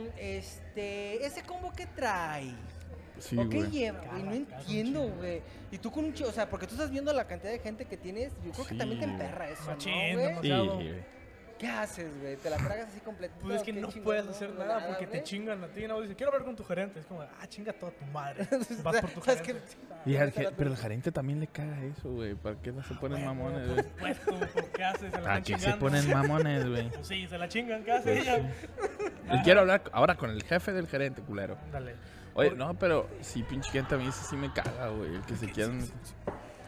Speaker 7: Mm, este, ese combo que trae.
Speaker 4: Sí,
Speaker 7: ¿O qué
Speaker 4: güey.
Speaker 7: lleva? güey? no
Speaker 6: Caga, caga un
Speaker 7: entiendo,
Speaker 6: chingo.
Speaker 7: güey. Y tú con un chico, o sea, porque tú estás viendo la cantidad de gente que tienes, yo creo que
Speaker 4: Sí,
Speaker 7: también te
Speaker 4: güey.
Speaker 7: emperra eso,
Speaker 6: Machín,
Speaker 7: ¿no,
Speaker 6: no
Speaker 7: güey?
Speaker 6: mames.
Speaker 4: Sí,
Speaker 6: Cabo.
Speaker 4: güey.
Speaker 7: ¿Qué haces, güey? ¿Te la tragas así completa?
Speaker 6: Pues es que no puedes hacer nada porque te chingan a ti. No, dice, quiero hablar con tu gerente. Es como, ah, chinga toda tu madre. Vas por tu
Speaker 7: ¿Sabes qué?
Speaker 6: gerente.
Speaker 4: Y al
Speaker 7: Déjala
Speaker 4: ge-
Speaker 7: tú.
Speaker 4: pero el gerente también le caga eso, güey. ¿Para qué no
Speaker 7: Ah,
Speaker 4: se ponen mamones, güey?
Speaker 6: Pues tú, ¿por ¿qué haces? Se la
Speaker 4: ¿Para
Speaker 6: están
Speaker 4: qué Ah, se
Speaker 6: chingando.
Speaker 4: ponen Pues mamones, güey?
Speaker 6: Pues sí, se la chingan, ¿qué hace ella?
Speaker 4: Y quiero hablar ahora con el jefe del gerente, culero.
Speaker 6: Dale.
Speaker 4: Oye,
Speaker 6: Por-
Speaker 4: no, pero si pinche gente a mí sí me caga, güey. El que se quieran.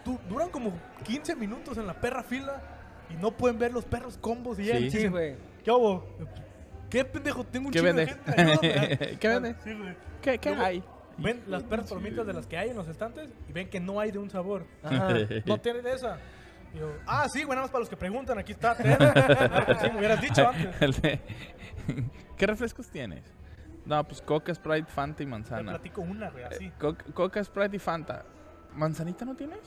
Speaker 6: Tú, duran como 15 minutos en la perra fila y no pueden ver los perros combos y llegan y
Speaker 4: Sí,
Speaker 7: Sí,
Speaker 6: dicen,
Speaker 7: güey.
Speaker 6: ¿Qué hago? ¿Qué pendejo? Tengo un
Speaker 4: ¿Qué
Speaker 6: chingo de
Speaker 4: vende?
Speaker 6: gente. No, güey.
Speaker 4: ¿Qué vende?
Speaker 6: Sí, güey.
Speaker 4: ¿Qué, qué
Speaker 6: Luego,
Speaker 4: hay?
Speaker 6: Ven las perras palomitas de las que hay en los estantes y ven que no hay de un sabor.
Speaker 7: Ajá.
Speaker 6: No tienen esa. Y yo, ah, sí, güey, nada más para los que preguntan, aquí está. ten". Claro que sí, me hubieras dicho antes.
Speaker 4: El de- ¿Qué refrescos tienes? No, pues Coca, Sprite, Fanta y
Speaker 6: Te
Speaker 4: manzana.
Speaker 6: platico una, güey, así.
Speaker 4: Co- Coca, Sprite y Fanta. ¿Manzanita no tienes?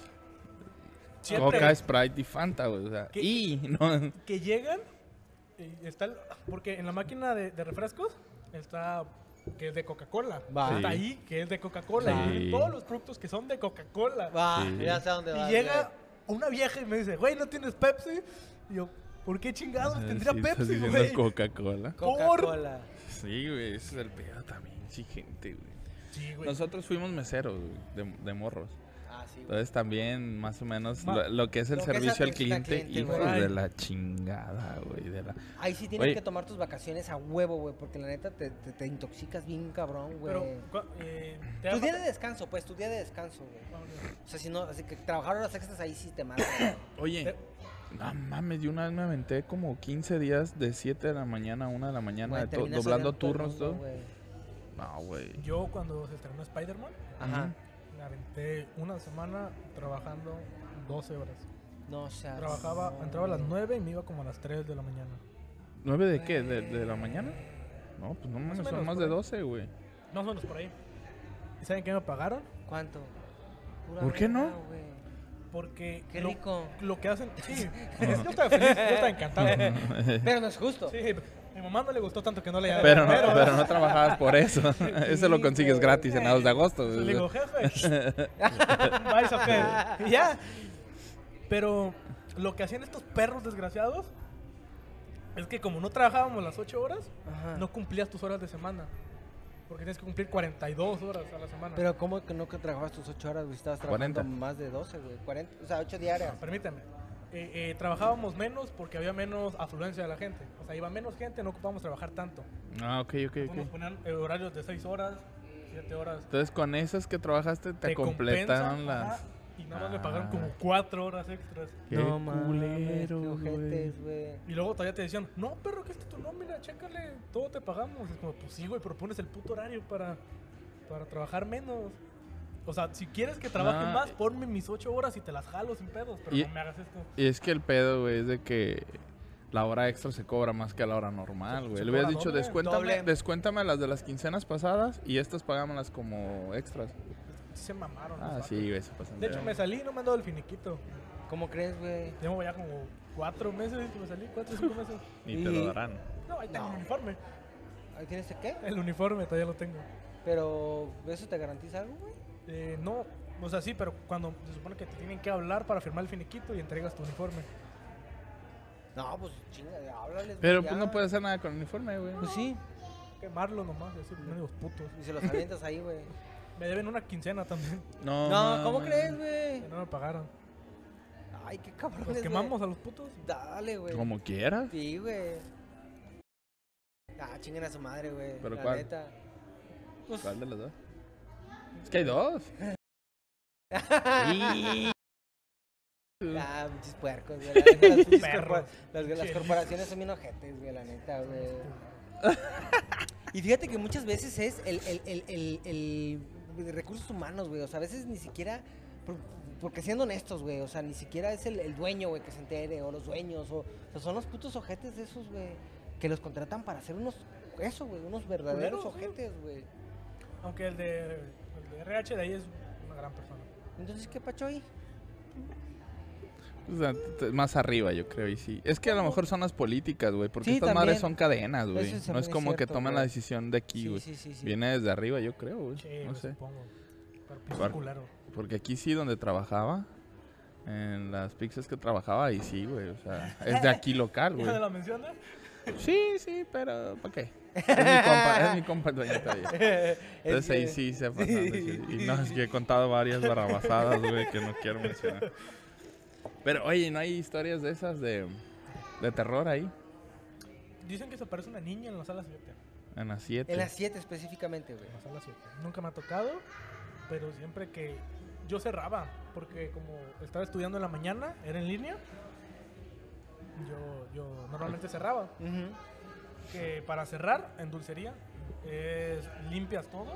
Speaker 6: Siempre
Speaker 4: Coca, Sprite y Fanta, güey. O sea,
Speaker 6: ¿Qué?
Speaker 4: y no.
Speaker 6: que llegan, eh, está el- porque en la máquina de, de refrescos está que es de Coca-Cola.
Speaker 7: Va.
Speaker 4: Sí.
Speaker 6: Está ahí que es de Coca-Cola.
Speaker 4: Sí.
Speaker 6: Y todos los productos que son de Coca-Cola.
Speaker 7: Va,
Speaker 4: Sí.
Speaker 7: ya sé a dónde vas.
Speaker 6: Y llega una vieja y me dice, güey, ¿no tienes Pepsi? Y yo, ¿por qué chingados tendría
Speaker 4: Sí, estás
Speaker 6: Pepsi,
Speaker 4: diciendo
Speaker 6: güey?
Speaker 4: Coca-Cola.
Speaker 7: güey. Coca-Cola.
Speaker 4: Sí, güey, ese es el pedo también. Sí, gente, güey.
Speaker 6: Sí, güey.
Speaker 4: Nosotros fuimos meseros güey, de, de morros.
Speaker 7: Ah, sí, güey.
Speaker 4: Entonces también más o menos
Speaker 6: Ma-
Speaker 4: lo, lo que es el
Speaker 7: lo que es
Speaker 4: servicio al
Speaker 7: atención al
Speaker 4: cliente,
Speaker 7: cliente,
Speaker 4: hijos
Speaker 6: güey.
Speaker 4: de la chingada, güey. De la...
Speaker 7: Ahí sí tienes
Speaker 4: Oye.
Speaker 7: que tomar tus vacaciones a huevo, güey, porque la neta te, te, te intoxicas bien cabrón, güey.
Speaker 6: Pero, cua- eh, te
Speaker 7: Tu
Speaker 6: ha
Speaker 7: día de
Speaker 6: pasado-
Speaker 7: descanso, pues, tu día de descanso, güey. O sea, si no, así que trabajar horas extras ahí sí te mata.
Speaker 4: Oye,
Speaker 6: Pero-
Speaker 4: no mames, yo una vez me aventé como 15 días de 7 de la mañana a 1 de la mañana,
Speaker 7: güey,
Speaker 4: de to-
Speaker 7: terminas
Speaker 4: doblando
Speaker 7: odiando a todo el
Speaker 4: turnos,
Speaker 7: mundo,
Speaker 4: todo.
Speaker 7: güey.
Speaker 4: No, güey.
Speaker 6: Yo cuando se estrenó Spider-Man,
Speaker 7: Ajá.
Speaker 6: me aventé una semana trabajando 12 horas.
Speaker 7: Ah, No, o sea.
Speaker 6: Trabajaba, entraba a las 9 y me iba como a las 3 de la mañana.
Speaker 4: ¿Nueve de qué? ¿De, de la mañana? No, pues no
Speaker 6: Más o
Speaker 4: mames, son
Speaker 6: menos,
Speaker 4: más
Speaker 6: por
Speaker 4: de
Speaker 6: ahí.
Speaker 4: 12, güey.
Speaker 6: Más o menos por ahí. ¿Y saben qué me pagaron?
Speaker 7: ¿Cuánto? Pura
Speaker 4: ¿Por qué no?
Speaker 7: verga, güey.
Speaker 6: Porque
Speaker 7: Qué
Speaker 6: lo,
Speaker 7: rico.
Speaker 6: lo que hacen... Sí, yo estaba feliz, yo estaba encantado.
Speaker 7: Pero no es justo.
Speaker 6: Sí, mi mamá no le gustó tanto que no le llamé.
Speaker 4: Pero no, pero no trabajabas por eso. Eso lo consigues
Speaker 7: güey.
Speaker 4: gratis en 2 de agosto.
Speaker 6: Le digo, jefe, vais a hacer. Y ya. Pero lo que hacían estos perros desgraciados es que como no trabajábamos las 8 horas,
Speaker 7: Ajá.
Speaker 6: no cumplías tus horas de semana. Porque tienes que cumplir 42 horas a la semana.
Speaker 7: Pero ¿cómo que no que trabajabas tus 8 horas, güey? Estabas trabajando
Speaker 4: 40.
Speaker 7: más de 12, güey. 40, o sea, 8 diarias.
Speaker 6: Permítame. Eh, eh, trabajábamos menos porque había menos afluencia de la gente. O sea, iba menos gente, no ocupábamos trabajar tanto.
Speaker 4: Ah, ok, ok,
Speaker 6: Entonces
Speaker 4: ok.
Speaker 6: Nos ponían eh, horarios de 6 horas, 7 horas.
Speaker 4: Entonces con esas que trabajaste te,
Speaker 6: compensan,
Speaker 4: completaron
Speaker 6: ajá,
Speaker 4: las...
Speaker 6: Y nada más me pagaron
Speaker 4: Ah.
Speaker 6: como 4 horas extras.
Speaker 4: Qué
Speaker 7: no mames,
Speaker 4: culero,
Speaker 7: qué
Speaker 4: güey.
Speaker 7: ojetes, güey.
Speaker 6: Y luego todavía te decían, no, perro, que esta es tu nómina, chécale, todo te pagamos. Es como, pues sí, güey, pero pones el puto horario para, para trabajar menos. O sea, si quieres que trabaje
Speaker 4: No,
Speaker 6: más,
Speaker 4: eh.
Speaker 6: ponme mis 8 horas y te las jalo sin pedos, pero
Speaker 4: Y-
Speaker 6: no me hagas esto.
Speaker 4: Y es que el pedo, güey, es de que la hora extra se cobra más que la hora normal, güey.
Speaker 6: se
Speaker 4: Le hubieras
Speaker 6: cobra
Speaker 4: dicho,
Speaker 6: doble,
Speaker 4: descuéntame,
Speaker 7: doble.
Speaker 4: descuéntame las de las quincenas pasadas y estas pagámoslas como extras.
Speaker 6: Sí se mamaron. los
Speaker 4: Ah,
Speaker 6: vatos.
Speaker 4: sí, güey, se pasan.
Speaker 6: De hecho, me
Speaker 4: verga.
Speaker 6: salí y no me han dado el finiquito.
Speaker 7: ¿Cómo crees, güey?
Speaker 6: Tengo ya como cuatro meses que me salí, cuatro o cinco meses.
Speaker 4: Ni te lo
Speaker 7: y-
Speaker 4: darán.
Speaker 6: No, ahí tengo
Speaker 7: No.
Speaker 6: el uniforme.
Speaker 7: Ahí ¿Tienes el qué?
Speaker 6: El uniforme todavía lo tengo.
Speaker 7: Pero, ¿eso te garantiza algo, güey?
Speaker 6: Eh, no, o sea, sí, pero cuando se supone que te tienen que hablar para firmar el finiquito y entregas tu uniforme.
Speaker 7: No, pues chinga, háblales. güey,
Speaker 4: Pero pues
Speaker 7: ya.
Speaker 4: no puedes hacer nada con el uniforme, güey.
Speaker 7: Pues sí,
Speaker 6: Quemarlo nomás, así, medio putos.
Speaker 7: y se los avientas ahí, güey.
Speaker 6: Me deben una quincena también,
Speaker 4: No,
Speaker 7: No, ¿cómo
Speaker 4: mames.
Speaker 7: crees,
Speaker 6: que
Speaker 7: güey?
Speaker 6: no me pagaron.
Speaker 7: Ay, qué cabrón.
Speaker 6: ¿Los quemamos a los putos?
Speaker 7: Dale, güey.
Speaker 4: Como quieras.
Speaker 7: Sí, güey. Ah, chinguen a su madre, güey.
Speaker 4: ¿Pero
Speaker 7: la
Speaker 4: cuál?
Speaker 7: neta. Pues,
Speaker 4: ¿Cuál de las dos? Es que hay dos. Y-
Speaker 7: Ah, pinches puercos, güey. La neta, las, pinches
Speaker 6: Perros.
Speaker 7: corpora- las- las corporaciones son bien ojetes, güey, la neta, güey. Y fíjate que muchas veces es el, el, el, el, el- el recursos humanos, güey. O sea, a veces ni siquiera. por- porque siendo honestos, güey, o sea, ni siquiera es el, el dueño, güey, que se entere, o los dueños, o, o sea, son los putos ojetes de esos, güey, que los contratan para hacer unos, eso, güey, unos verdaderos
Speaker 6: Culeros, güey.
Speaker 7: ojetes, güey.
Speaker 6: Aunque el de, el de RH de ahí es una gran persona.
Speaker 7: Entonces, ¿qué pacho ahí?
Speaker 4: o sea, t- más arriba, yo creo, y sí. Es que a lo mejor son las políticas, güey. Porque
Speaker 7: Sí,
Speaker 4: estas
Speaker 7: también.
Speaker 4: madres son cadenas, güey.
Speaker 7: Eso
Speaker 4: No
Speaker 7: también
Speaker 4: es
Speaker 7: es
Speaker 4: como que
Speaker 7: cierto,
Speaker 4: toman
Speaker 7: güey.
Speaker 4: la decisión de aquí, güey.
Speaker 7: sí, sí, pues sí.
Speaker 4: Viene desde arriba, yo creo, güey.
Speaker 6: Ah, Sí,
Speaker 4: no
Speaker 6: lo
Speaker 4: sé.
Speaker 6: supongo. Pues, Pero pinche
Speaker 4: Bar-
Speaker 6: culero.
Speaker 4: Porque aquí sí, donde trabajaba, en las pizzas que trabajaba, ahí sí, güey. O sea, es de aquí local,
Speaker 6: ¿Ya
Speaker 4: güey.
Speaker 6: se la menciona?
Speaker 4: Sí, sí, pero ¿para qué? Es mi compa, es mi compa el dueño todavía. Entonces ahí
Speaker 7: que-
Speaker 4: sí se pasaron de chile. Y no, es que he contado varias barrabasadas, güey, que no quiero mencionar. Pero, oye, ¿no hay historias de esas de, de terror ahí?
Speaker 6: Dicen que se aparece una niña en la sala 7.
Speaker 4: En las 7.
Speaker 7: En las 7 específicamente, güey.
Speaker 6: en la sala 7. Nunca me ha tocado, pero siempre que yo cerraba, porque como estaba estudiando en la mañana, era en línea, yo, yo normalmente cerraba.
Speaker 7: Ujú.
Speaker 6: Que para cerrar en dulcería es limpias todo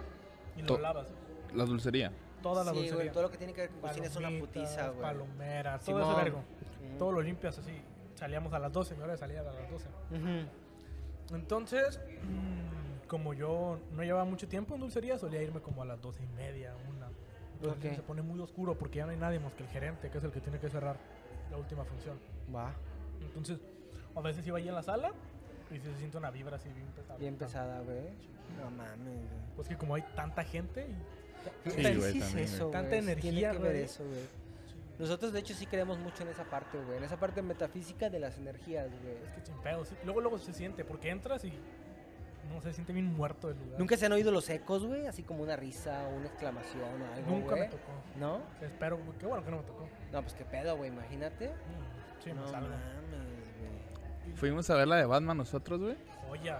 Speaker 6: y lo
Speaker 4: To-
Speaker 6: lavas.
Speaker 4: La dulcería.
Speaker 6: Toda la
Speaker 7: sí,
Speaker 6: dulcería.
Speaker 7: Güey, todo lo que Pues tiene que ver con cocina es una
Speaker 6: Palomitas,
Speaker 7: putiza, güey.
Speaker 6: Palomeras, todo ese
Speaker 7: Simón.
Speaker 6: vergo.
Speaker 7: Ujú.
Speaker 6: Todo lo limpias así. Salíamos a las 12, mi hora de salida era a las 12.
Speaker 7: Ujú.
Speaker 6: Entonces, mm, como yo no llevaba mucho tiempo en dulcería, solía irme como a las doce y media, una. Entonces
Speaker 7: Ok.
Speaker 6: se pone muy oscuro porque ya no hay nadie más que el gerente, que es el que tiene que cerrar la última función.
Speaker 7: Va,
Speaker 6: Entonces, a veces iba ahí en la sala y se siente una vibra así bien pesada.
Speaker 7: bien pesada, güey. No mames, güey.
Speaker 6: Pues que como hay tanta gente y...
Speaker 4: Sí,
Speaker 7: Ahí
Speaker 4: güey,
Speaker 7: es
Speaker 4: también,
Speaker 7: eso,
Speaker 4: güey.
Speaker 7: güey,
Speaker 6: Tanta
Speaker 7: sí Tiene
Speaker 6: energía,
Speaker 7: que ver
Speaker 6: güey.
Speaker 7: eso, güey. Nosotros, de hecho, sí creemos mucho en esa parte, güey. En esa parte metafísica de las energías, güey.
Speaker 6: Es que sin pedo, sí. Luego, luego se siente, porque entras y... No sé, se siente bien muerto el lugar.
Speaker 7: ¿Nunca se han oído los ecos, güey? Así como una risa o una exclamación o algo,
Speaker 6: Nunca me
Speaker 7: güey.
Speaker 6: tocó.
Speaker 7: ¿No?
Speaker 6: Espero, qué bueno que no me tocó.
Speaker 7: No, pues qué pedo, güey, imagínate.
Speaker 6: Mm, Sí,
Speaker 7: no
Speaker 6: me salgo.
Speaker 7: mames, güey.
Speaker 4: Fuimos a ver la de Batman nosotros, güey.
Speaker 6: Joya.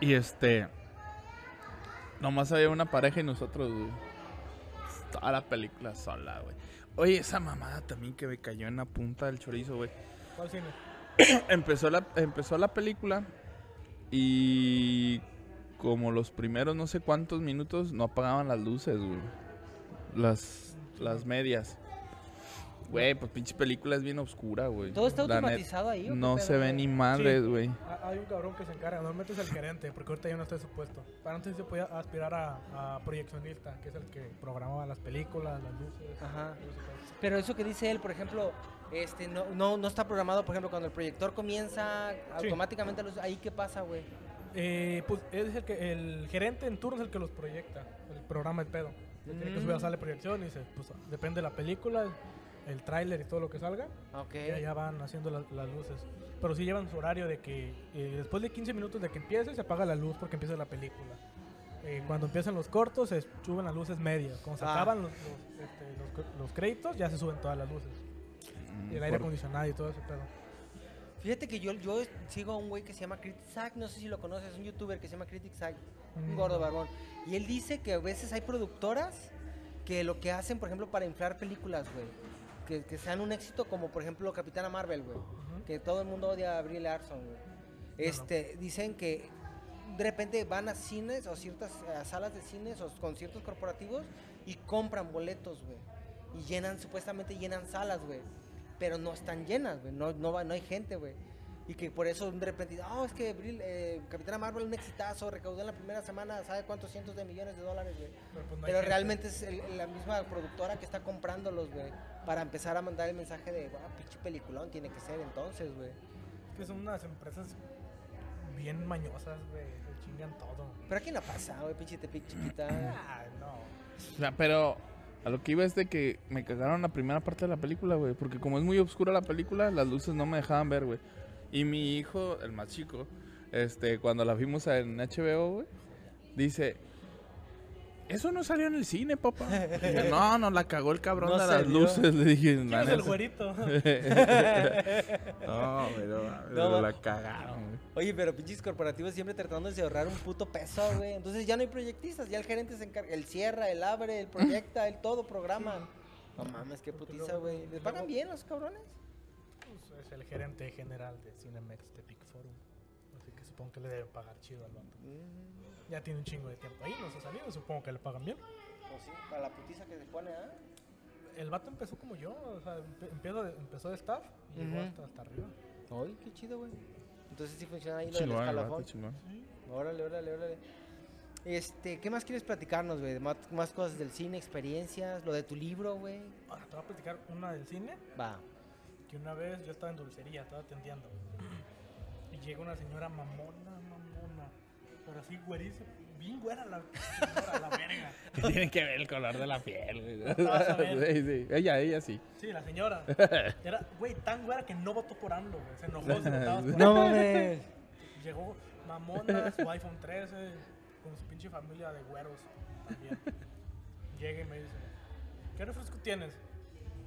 Speaker 4: Y este. Nomás había una pareja y nosotros, güey. Toda la película sola, güey. Oye, esa mamada también que me cayó en la punta del chorizo, güey.
Speaker 6: ¿Cuál cine?
Speaker 4: empezó la, empezó la película y como los primeros no sé cuántos minutos no apagaban las luces, güey. Las, las medias. Güey, pues pinche película es bien oscura, güey.
Speaker 7: ¿Todo está
Speaker 4: La net-
Speaker 7: automatizado ahí o qué
Speaker 4: No
Speaker 7: pedo,
Speaker 4: se ve
Speaker 7: güey?
Speaker 4: ni madres,
Speaker 6: Sí.
Speaker 4: güey.
Speaker 6: Ah, Hay un cabrón que se encarga, normalmente es el gerente, porque ahorita ya no está en su puesto. Pero antes se podía aspirar a, a proyeccionista, que es el que programaba las películas, las luces.
Speaker 7: Ajá.
Speaker 6: todo ese pedo.
Speaker 7: Pero eso que dice él, por ejemplo, este, no, no, no está programado, por ejemplo, cuando el proyector comienza, automáticamente los, ahí qué pasa, güey.
Speaker 6: Eh, pues es el, que, el gerente en turno es el que los proyecta, el programa el pedo. Se tiene que subir a
Speaker 7: Mm.
Speaker 6: sala de proyección y se, pues, depende de la película, el tráiler y todo lo que salga.
Speaker 7: Ok.
Speaker 6: Ya, ya van haciendo la- las luces. Pero sí llevan su horario de que eh, después de 15 minutos de que empiece se apaga la luz porque empieza la película. Eh, cuando empiezan los cortos se suben las luces medias. Cuando se
Speaker 7: Ah.
Speaker 6: acaban los, los, este, los cr- los créditos ya se suben todas las luces. Y el
Speaker 4: Mm,
Speaker 6: aire
Speaker 4: Por-
Speaker 6: acondicionado y todo ese pedo.
Speaker 7: Fíjate que yo, yo sigo a un güey que se llama Critic Sack, no sé si lo conoces, un youtuber que se llama Critic Sack, un
Speaker 6: Mm.
Speaker 7: gordo barbón. Y él dice que a veces hay productoras que lo que hacen, por ejemplo, para inflar películas, güey, que, que sean un éxito, como por ejemplo Capitana Marvel, güey, que todo el mundo odia a Brie Larson, güey. Este, dicen que de repente van a cines o ciertas eh, salas de cines o conciertos corporativos y compran boletos, güey. Y llenan, supuestamente llenan salas, güey. Pero no están llenas, güey. No, no, va- no hay gente, güey. Y que por eso de repente, oh, es que Bril- eh, Capitana Marvel un exitazo, recaudó en la primera semana, ¿sabe cuántos cientos de millones de dólares, güey?
Speaker 6: Pero, pues, no hay
Speaker 7: Pero
Speaker 6: gente.
Speaker 7: realmente es el- la misma productora que está comprándolos, güey, para empezar a mandar el mensaje de, wow, pinche peliculón tiene que ser entonces, güey.
Speaker 6: Es que son unas empresas bien mañosas, güey. Se chingan todo.
Speaker 7: Pero aquí no pasa, güey, pinche Tepic chiquita.
Speaker 6: Ah, no.
Speaker 4: O sea, pero a lo que iba es de que me cagaron la primera parte de la película, güey. Porque como es muy oscura la película, las luces no me dejaban ver, güey. Y mi hijo, el más chico, este, cuando la vimos en HBO, güey, dice... Eso no salió en el cine, papá. Y yo, no, no, la cagó el cabrón
Speaker 7: No
Speaker 4: de
Speaker 7: se
Speaker 4: las
Speaker 7: vio.
Speaker 4: luces. Le dije,
Speaker 6: ¿Quién
Speaker 4: "La
Speaker 6: es el
Speaker 4: neta".
Speaker 6: güerito?
Speaker 4: No, güey, no mames,
Speaker 7: No,
Speaker 4: pero
Speaker 7: ma-
Speaker 4: la cagaron, güey.
Speaker 7: Oye, pero pinches corporativos siempre tratando de ahorrar un puto peso, güey. Entonces ya no hay proyectistas, ya el gerente se encarga, él cierra, él abre, él proyecta, él todo programa. No mames, qué
Speaker 6: Porque
Speaker 7: putiza,
Speaker 6: luego-
Speaker 7: güey. ¿Les
Speaker 6: luego-
Speaker 7: pagan bien los cabrones?
Speaker 6: Pues, es el gerente general de Cinemex de Big Forum. Así que supongo que le deben pagar chido al vato. Ya tiene un chingo de tiempo ahí, no se ha salido. Supongo que le pagan bien.
Speaker 7: Pues sí, para la putiza que se pone, ¿ah?
Speaker 6: El vato empezó como yo. O sea, empe- empezó de, empezó de staff y llegó
Speaker 7: Ujú.
Speaker 6: hasta, hasta arriba.
Speaker 7: Ay, qué chido, güey. Entonces sí funciona ahí lo del
Speaker 4: Chingón, el vato,
Speaker 7: escalafón.
Speaker 4: chingón.
Speaker 7: Órale, órale, órale. Este, ¿qué más quieres platicarnos, güey? Más, más cosas del cine, experiencias, lo de tu libro, güey.
Speaker 6: Ahora te voy a platicar una del cine.
Speaker 7: Va.
Speaker 6: que una vez yo estaba en dulcería, estaba atendiendo. Y llega una señora mamona, mamona. Pero así güeriza, bien güera la señora, la verga.
Speaker 4: Tienen que ver el color de la piel, güey.
Speaker 6: vas a ver.
Speaker 4: Sí, sí. Ella, ella sí.
Speaker 6: Sí, la señora. Era, güey, tan güera que no votó por AMLO, güey. Se enojó si votabas por
Speaker 7: No
Speaker 6: AMLO.
Speaker 7: mames.
Speaker 6: Llegó mamona, su iPhone 13, con su pinche familia de güeros también. Llega y me dice, ¿qué refresco tienes?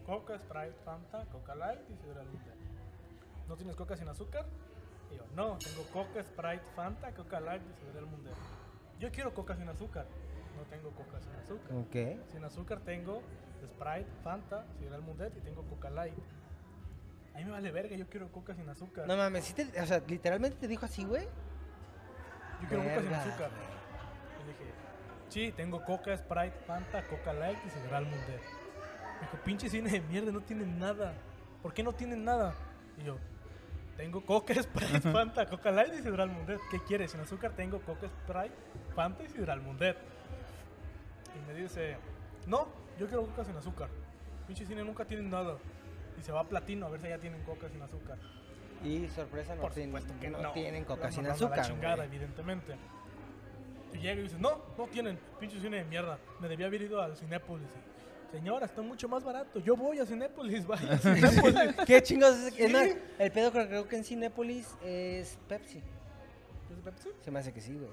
Speaker 6: Coca, Sprite, Fanta, Coca Light y sidra Luna. ¿No tienes coca sin azúcar? Y yo, no, tengo coca, Sprite, Fanta, Coca Light y sidra Luna. Yo quiero coca sin azúcar. No tengo coca sin azúcar.
Speaker 7: Ok.
Speaker 6: Sin azúcar tengo Sprite, Fanta, sidra Mundet y tengo Coca Light. A mí me vale verga, yo quiero coca sin azúcar.
Speaker 7: No mames, sí te- o sea, literalmente te dijo así, güey.
Speaker 6: Yo quiero coca sin
Speaker 7: Verga.
Speaker 6: azúcar. Y le dije, sí, tengo coca, Sprite, Fanta, Coca Light y Sideral Mundet. Me dijo, pinche cine de mierda, no tienen nada. ¿Por qué no tienen nada? Y yo, tengo coca, Sprite, Fanta, Coca Light y Sideral Mundet. ¿Qué quieres? Sin azúcar tengo coca, Sprite, Fanta y Sideral Mundet. Y me dice, no, yo quiero coca sin azúcar. Pinche cine nunca tienen nada. Y se va a platino a ver si ya tienen coca sin azúcar.
Speaker 7: Y sorpresa, no,
Speaker 6: Por
Speaker 7: tienen-
Speaker 6: supuesto que
Speaker 7: no
Speaker 6: no.
Speaker 7: tienen coca
Speaker 6: Lo
Speaker 7: sin
Speaker 6: mandaron a
Speaker 7: azúcar.
Speaker 6: La chingada,
Speaker 7: güey.
Speaker 6: evidentemente. Y llega y dice, no, no tienen, pinche cine de mierda. Me debía haber ido al Cinépolis. Señora, está mucho más barato. Yo voy a Cinépolis, Pues, vaya. a Cinépolis.
Speaker 7: ¿Qué chingados es? Es
Speaker 6: Sí.
Speaker 7: más, el pedo creo, creo que en Cinépolis es Pepsi.
Speaker 6: ¿Es Pepsi?
Speaker 7: Se me hace que sí, güey.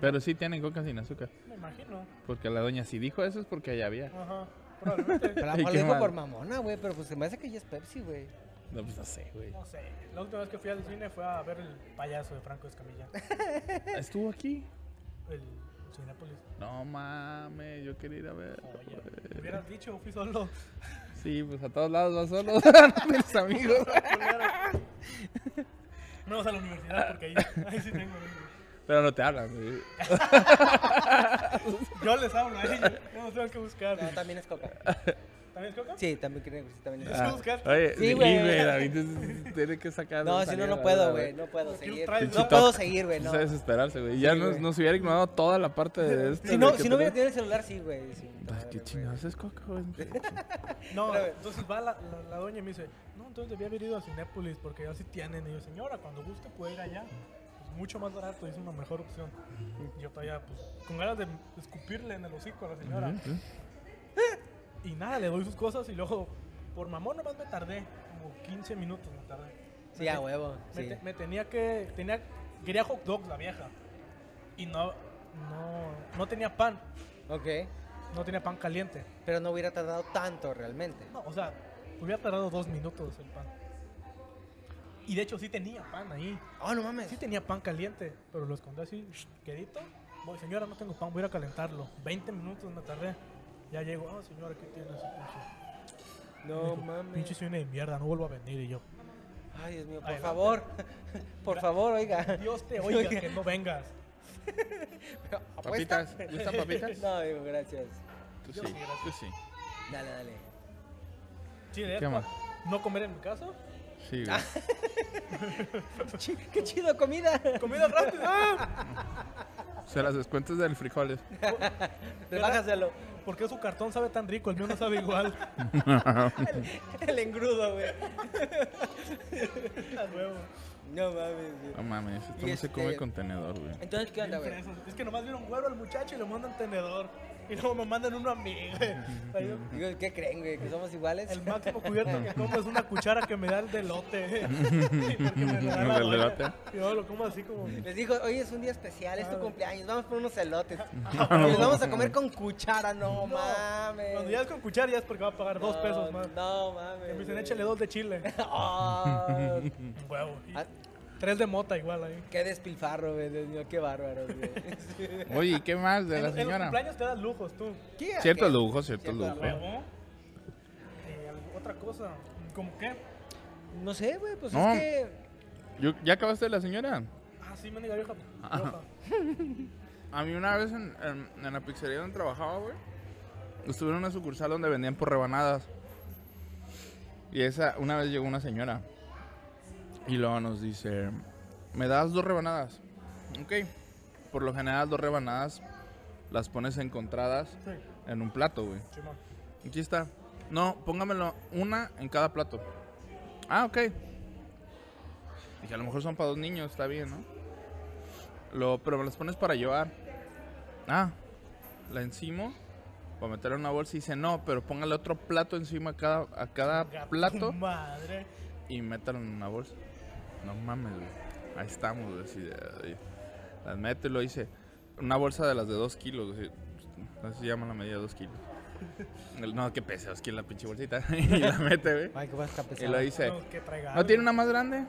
Speaker 4: Pero sí tienen coca sin azúcar.
Speaker 6: Me imagino.
Speaker 4: Porque la doña si dijo eso es porque allá había.
Speaker 6: Ajá. Probablemente.
Speaker 7: Pero a
Speaker 4: Y
Speaker 7: lo
Speaker 4: qué
Speaker 7: mejor lo dijo
Speaker 4: mal.
Speaker 7: por mamona, güey, pero pues se me hace que ya es Pepsi, güey.
Speaker 4: No, pues no sé, güey.
Speaker 6: No sé. La última vez que fui al cine fue a ver el payaso de Franco Escamilla.
Speaker 4: ¿Estuvo aquí?
Speaker 6: El Cinépolis.
Speaker 4: No mames, yo quería ir a ver.
Speaker 6: Oye, me hubieras dicho, fui solo.
Speaker 4: Sí, pues a todos lados vas solo. no tienes amigos.
Speaker 6: No vas a la universidad porque ahí, ahí sí tengo. amigos.
Speaker 4: Pero no te hablan, güey.
Speaker 6: Yo les hablo a ellos. Yo no tengo que buscar.
Speaker 7: No, Ah, también es coca.
Speaker 6: ¿También es coca?
Speaker 7: Sí, también creo que sí, también es
Speaker 6: Ah.
Speaker 7: coca.
Speaker 6: buscaste?
Speaker 4: oye,
Speaker 7: Sí,
Speaker 4: sí,
Speaker 7: güey.
Speaker 4: güey, David es- tiene que sacar.
Speaker 7: No, si no, no puedo, güey. No puedo
Speaker 6: Porque
Speaker 7: seguir.
Speaker 6: traes-
Speaker 7: No puedo seguir, güey. No.
Speaker 4: No sabe desesperarse, güey. Ya
Speaker 7: Sí,
Speaker 4: nos,
Speaker 7: güey.
Speaker 4: nos hubiera ignorado toda la parte de esto.
Speaker 7: Si no, si no hubiera tenido el celular, sí, güey. sí, madre,
Speaker 4: ¿Qué
Speaker 7: güey.
Speaker 4: chingados es coca, güey? ¿Eh?
Speaker 6: No,
Speaker 7: Otra vez.
Speaker 6: entonces va la, la, la doña y me dice, no, entonces debía haber ido a Cinépolis porque así tienen. Y yo, señora, cuando guste puede ir allá. Es mucho más barato y es una mejor opción. Y yo todavía, pues, con ganas de escupirle en el hocico a la señora. Y nada, le doy sus cosas y luego, por mamón, nomás me tardé. Como 15 minutos me tardé.
Speaker 7: Sí, a huevo.
Speaker 6: Me,
Speaker 7: Sí.
Speaker 6: te- me tenía que. Tenía, quería hot dogs la vieja. Y no, no, no tenía pan.
Speaker 7: Ok.
Speaker 6: No tenía pan caliente.
Speaker 7: Pero no hubiera tardado tanto realmente.
Speaker 6: No, o sea, hubiera tardado dos minutos el pan. Y de hecho sí tenía pan ahí.
Speaker 7: Oh, no mames.
Speaker 6: Sí tenía pan caliente, pero lo escondí así, sh, quedito. Voy, señora, no tengo pan, voy a ir a calentarlo. 20 minutos me tardé. Ya llego, ah, señora, ¿qué tienes? Pinche,
Speaker 7: No
Speaker 6: dijo, pinche
Speaker 7: mames.
Speaker 6: cine de mierda, no vuelvo a venir. Y yo,
Speaker 7: Ay, Dios mío, por
Speaker 6: Adelante.
Speaker 7: favor. por favor, oiga.
Speaker 6: Dios te oiga que no vengas.
Speaker 7: ¿Apuesta?
Speaker 4: Papitas, ¿gustan papitas?
Speaker 7: No, digo, gracias.
Speaker 4: Tú
Speaker 6: Yo
Speaker 4: sí,
Speaker 6: sí, gracias.
Speaker 4: tú sí.
Speaker 7: Dale, dale.
Speaker 6: Sí, de
Speaker 4: ¿Qué
Speaker 6: esto,
Speaker 4: más?
Speaker 6: no comer en mi casa,
Speaker 4: Sí, güey.
Speaker 7: Chi- ¡Qué chido comida!
Speaker 6: Comida ¿eh? rápida.
Speaker 4: Se las descuentas del frijoles.
Speaker 7: Bájaselo.
Speaker 6: ¿Por qué su cartón sabe tan rico? El mío no sabe igual.
Speaker 7: El engrudo, güey.
Speaker 6: A huevo.
Speaker 7: No mames, güey.
Speaker 4: No mames, esto
Speaker 7: Y
Speaker 4: no se come
Speaker 7: este-
Speaker 4: con tenedor, güey.
Speaker 7: Entonces, ¿qué onda, güey?
Speaker 6: Es que nomás vieron güero al muchacho y le mandan tenedor. Y luego me mandan uno a mí, güey. Ahí yo,
Speaker 7: Digo, ¿Qué creen, güey? ¿Que somos iguales?
Speaker 6: El máximo cubierto que como es una cuchara que me da el delote. Porque me regala
Speaker 4: ¿Del
Speaker 6: doña.
Speaker 4: elote?
Speaker 6: Y Yo lo como así como.
Speaker 7: Les dijo, hoy es un día especial, es tu
Speaker 6: Ah.
Speaker 7: cumpleaños, vamos por unos elotes. Y los vamos a comer con cuchara,
Speaker 6: No,
Speaker 7: no, mames.
Speaker 6: Cuando ya es con cuchara ya es porque va a pagar dos
Speaker 7: No,
Speaker 6: pesos más.
Speaker 7: No mames.
Speaker 6: Que me dicen,
Speaker 7: güey.
Speaker 6: échale dos de chile.
Speaker 7: Ah,
Speaker 6: Un huevo. Y
Speaker 7: ah,
Speaker 6: Tres de mota igual ahí.
Speaker 7: qué despilfarro, güey, Dios mío, qué bárbaro, güey. Sí.
Speaker 4: Oye, ¿y ¿qué más de
Speaker 6: En,
Speaker 4: la
Speaker 6: en los
Speaker 4: señora?
Speaker 6: cumpleaños te das lujos tú.
Speaker 7: ¿Qué?
Speaker 4: Ciertos
Speaker 7: ¿Qué?
Speaker 4: lujos, ciertos
Speaker 7: Cierto
Speaker 4: lujos.
Speaker 7: lujo.
Speaker 6: Huevo. Eh, algo- otra cosa. ¿Cómo qué?
Speaker 7: No sé, güey, pues
Speaker 4: No.
Speaker 7: es que...
Speaker 4: Yo- ¿Ya acabaste de la señora?
Speaker 6: Ah, sí, mendiga vieja. roja.
Speaker 4: A mí una vez en, en- en la pizzería donde trabajaba, güey, estuve en una sucursal donde vendían por rebanadas. Y esa, una vez llegó una señora. Y luego nos dice, ¿me das dos rebanadas? Ok. Por lo general, dos rebanadas las pones encontradas
Speaker 6: Sí,
Speaker 4: en un plato, güey.
Speaker 6: Simón.
Speaker 4: Aquí está. No, póngamelo una en cada plato. Ah, ok. Dije, a lo mejor son para dos niños, está bien, ¿no? Lo, pero me las pones para llevar. Ah, la encimo para meterla en una bolsa y dice, no, pero póngale otro plato encima a cada, a cada
Speaker 6: Gato
Speaker 4: plato
Speaker 6: Madre.
Speaker 4: y métalo en una bolsa. No mames, güey. Ahí estamos, güey. así de- de- las meto y lo hice. Una bolsa de las de 2 kilos, así, así se llama la medida 2 kilos. El- No, que pesa, 2 kilos la pinche bolsita. y la mete, güey.
Speaker 7: Ay, qué vas a
Speaker 4: Y lo
Speaker 7: pesar.
Speaker 4: hice.
Speaker 6: No, que traiga
Speaker 4: Este, ¿No
Speaker 6: algo.
Speaker 4: tiene una más grande?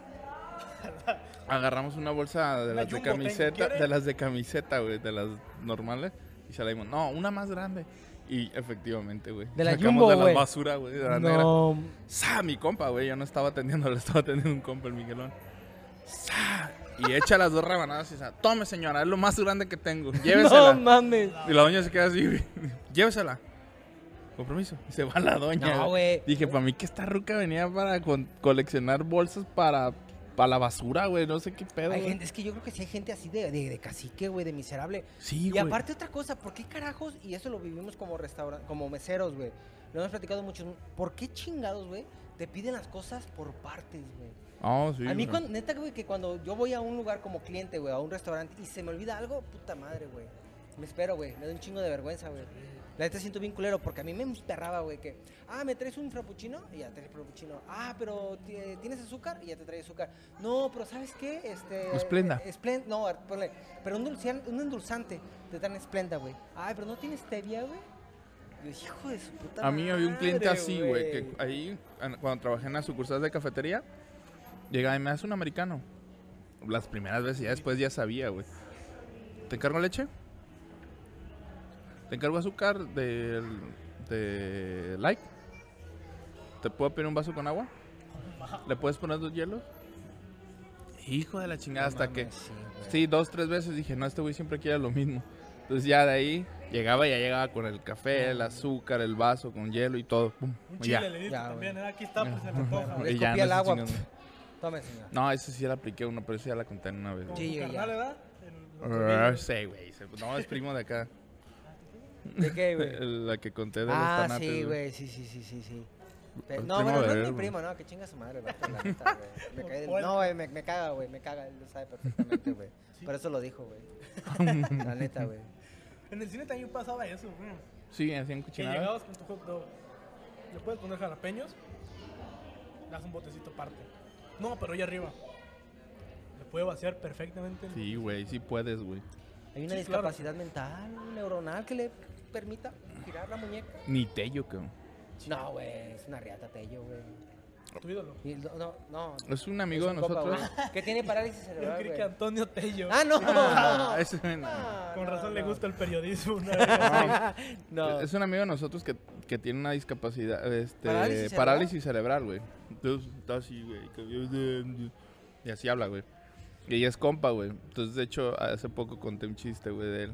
Speaker 4: Agarramos una bolsa de
Speaker 6: Una
Speaker 4: las de
Speaker 6: jumbo tengo,
Speaker 4: camiseta,
Speaker 6: ¿quiere?
Speaker 4: de las de camiseta, güey, de las normales. Y se la dimos. No, una más grande. Y efectivamente, güey.
Speaker 7: De la
Speaker 4: sacamos
Speaker 7: jumbo,
Speaker 4: de la
Speaker 7: güey.
Speaker 4: basura, güey, de la negra.
Speaker 7: No,
Speaker 4: ¡Sa! Mi compa, güey. Yo no estaba atendiendo, le estaba atendiendo un compa, el Miguelón. ¡Sa! Y echa las dos rebanadas y sa. Tome, señora, es lo más grande que tengo. Llévesela.
Speaker 7: no mames.
Speaker 4: y la doña se queda así, güey. Llévesela. Compromiso. Y se va la doña.
Speaker 7: No, güey.
Speaker 4: Dije, para mí que esta ruca venía para con- coleccionar bolsas para, para la basura, güey. No sé qué pedo.
Speaker 7: Hay
Speaker 4: güey.
Speaker 7: gente, es que yo creo que sí hay gente así de, de, de cacique, güey, de miserable.
Speaker 4: Sí,
Speaker 7: Y
Speaker 4: güey.
Speaker 7: aparte otra cosa, ¿por qué carajos? Y eso lo vivimos como restaurante, como meseros, güey. Lo hemos platicado mucho. ¿Por qué chingados, güey? Te piden las cosas por partes, güey.
Speaker 4: Ah, sí,
Speaker 7: a mí,
Speaker 4: güey.
Speaker 7: cuan- neta, güey, que cuando yo voy a un lugar como cliente, güey, a un restaurante y se me olvida algo, puta madre, güey. Me espero, güey. Me da un chingo de vergüenza, güey. La neta siento bien culero porque a mí me emperraba, güey, que, ah, ¿me traes un frappuccino? Y ya te traes frappuccino. Ah, pero ti- ¿tienes azúcar? Y ya te traes azúcar. No, pero ¿sabes qué? Este...
Speaker 4: Esplenda.
Speaker 7: eh, Esplen- no, ar- ponle, pero un, dulcian- un endulzante te traen esplenda, güey. Ay, pero ¿no tienes stevia, güey? Y Yo, hijo de su puta
Speaker 4: A mí había un cliente
Speaker 7: madre,
Speaker 4: así, güey, que ahí, en- cuando trabajé en las sucursales de cafetería, llegaba y me hace un americano. Las primeras veces, ya después ya sabía, güey. ¿Te encargo leche? ¿Te encargo azúcar de, de light? ¿Te puedo pedir un vaso con agua? ¿Le puedes poner dos hielos? Hijo de la chingada, hasta que...
Speaker 7: Sí, güey.
Speaker 4: Sí, dos, tres veces dije, no, este güey siempre quiere lo mismo. Entonces ya de ahí llegaba, ya llegaba con el café, el azúcar, el vaso, con hielo y todo. pum,
Speaker 6: Un
Speaker 4: y
Speaker 6: chile
Speaker 4: ya.
Speaker 6: le diste
Speaker 7: Ya,
Speaker 6: también. eh, Aquí está, pues se la toja.
Speaker 4: Y
Speaker 7: Le
Speaker 4: ya,
Speaker 7: escupí
Speaker 4: no
Speaker 7: el
Speaker 4: se
Speaker 7: agua.
Speaker 4: chingan.
Speaker 7: Tome, señor.
Speaker 4: No, eso sí ya la apliqué uno, pero eso ya la conté en una vez.
Speaker 6: Con
Speaker 4: güey.
Speaker 7: Sí,
Speaker 6: tu
Speaker 7: ya, ya.
Speaker 6: carnal, ¿verdad?
Speaker 4: Ah,
Speaker 6: El-
Speaker 4: Sí, güey. se- No, es primo de acá.
Speaker 7: ¿De qué, güey?
Speaker 4: la que conté de los
Speaker 7: Ah,
Speaker 4: tanates,
Speaker 7: sí,
Speaker 4: güey.
Speaker 7: güey, sí, sí, sí, sí, sí. Pe-
Speaker 4: el
Speaker 7: no,
Speaker 4: primo
Speaker 7: bueno, no
Speaker 4: de
Speaker 7: es
Speaker 4: él,
Speaker 7: mi
Speaker 4: güey.
Speaker 7: primo, no, que chinga su madre, el vato, la neta, güey. Me cae del- No, güey, me, me caga, güey, me caga, él lo sabe perfectamente, güey. Por eso lo dijo, güey. La neta, güey.
Speaker 6: En el cine también pasaba eso, güey.
Speaker 4: Sí, hacían
Speaker 6: Que
Speaker 4: cuchinadas.
Speaker 6: llegabas con tu hot dog. Le puedes poner jalapeños. Le das un botecito aparte. No, pero allá arriba. Le puede vaciar perfectamente. el-
Speaker 4: Sí, güey, sí puedes, güey.
Speaker 7: Hay una
Speaker 6: Sí, claro.
Speaker 7: discapacidad mental, neuronal, que le permita girar la muñeca.
Speaker 4: Ni tello, cabrón.
Speaker 7: No, güey, es una riata tello, güey.
Speaker 6: Tu ídolo.
Speaker 7: Y No, no, no.
Speaker 4: Es un amigo
Speaker 7: es
Speaker 4: de
Speaker 7: un compa,
Speaker 4: nosotros.
Speaker 7: güey, que tiene parálisis
Speaker 6: Yo
Speaker 7: cerebral,
Speaker 6: creí que
Speaker 7: güey.
Speaker 6: Antonio Tello.
Speaker 7: Ah, no.
Speaker 4: Ah, ese-
Speaker 7: Ah,
Speaker 6: Con
Speaker 7: no,
Speaker 6: razón le
Speaker 7: no.
Speaker 6: gusta el periodismo. una vez.
Speaker 4: no,
Speaker 7: No.
Speaker 4: Es un amigo de nosotros que, que tiene una discapacidad, este,
Speaker 7: ¿Parálisis cerebral?
Speaker 4: parálisis cerebral, güey. Entonces está así, güey. que- Y así habla, güey. Y ella es compa, güey. Entonces, de hecho, hace poco conté un chiste, güey, de él.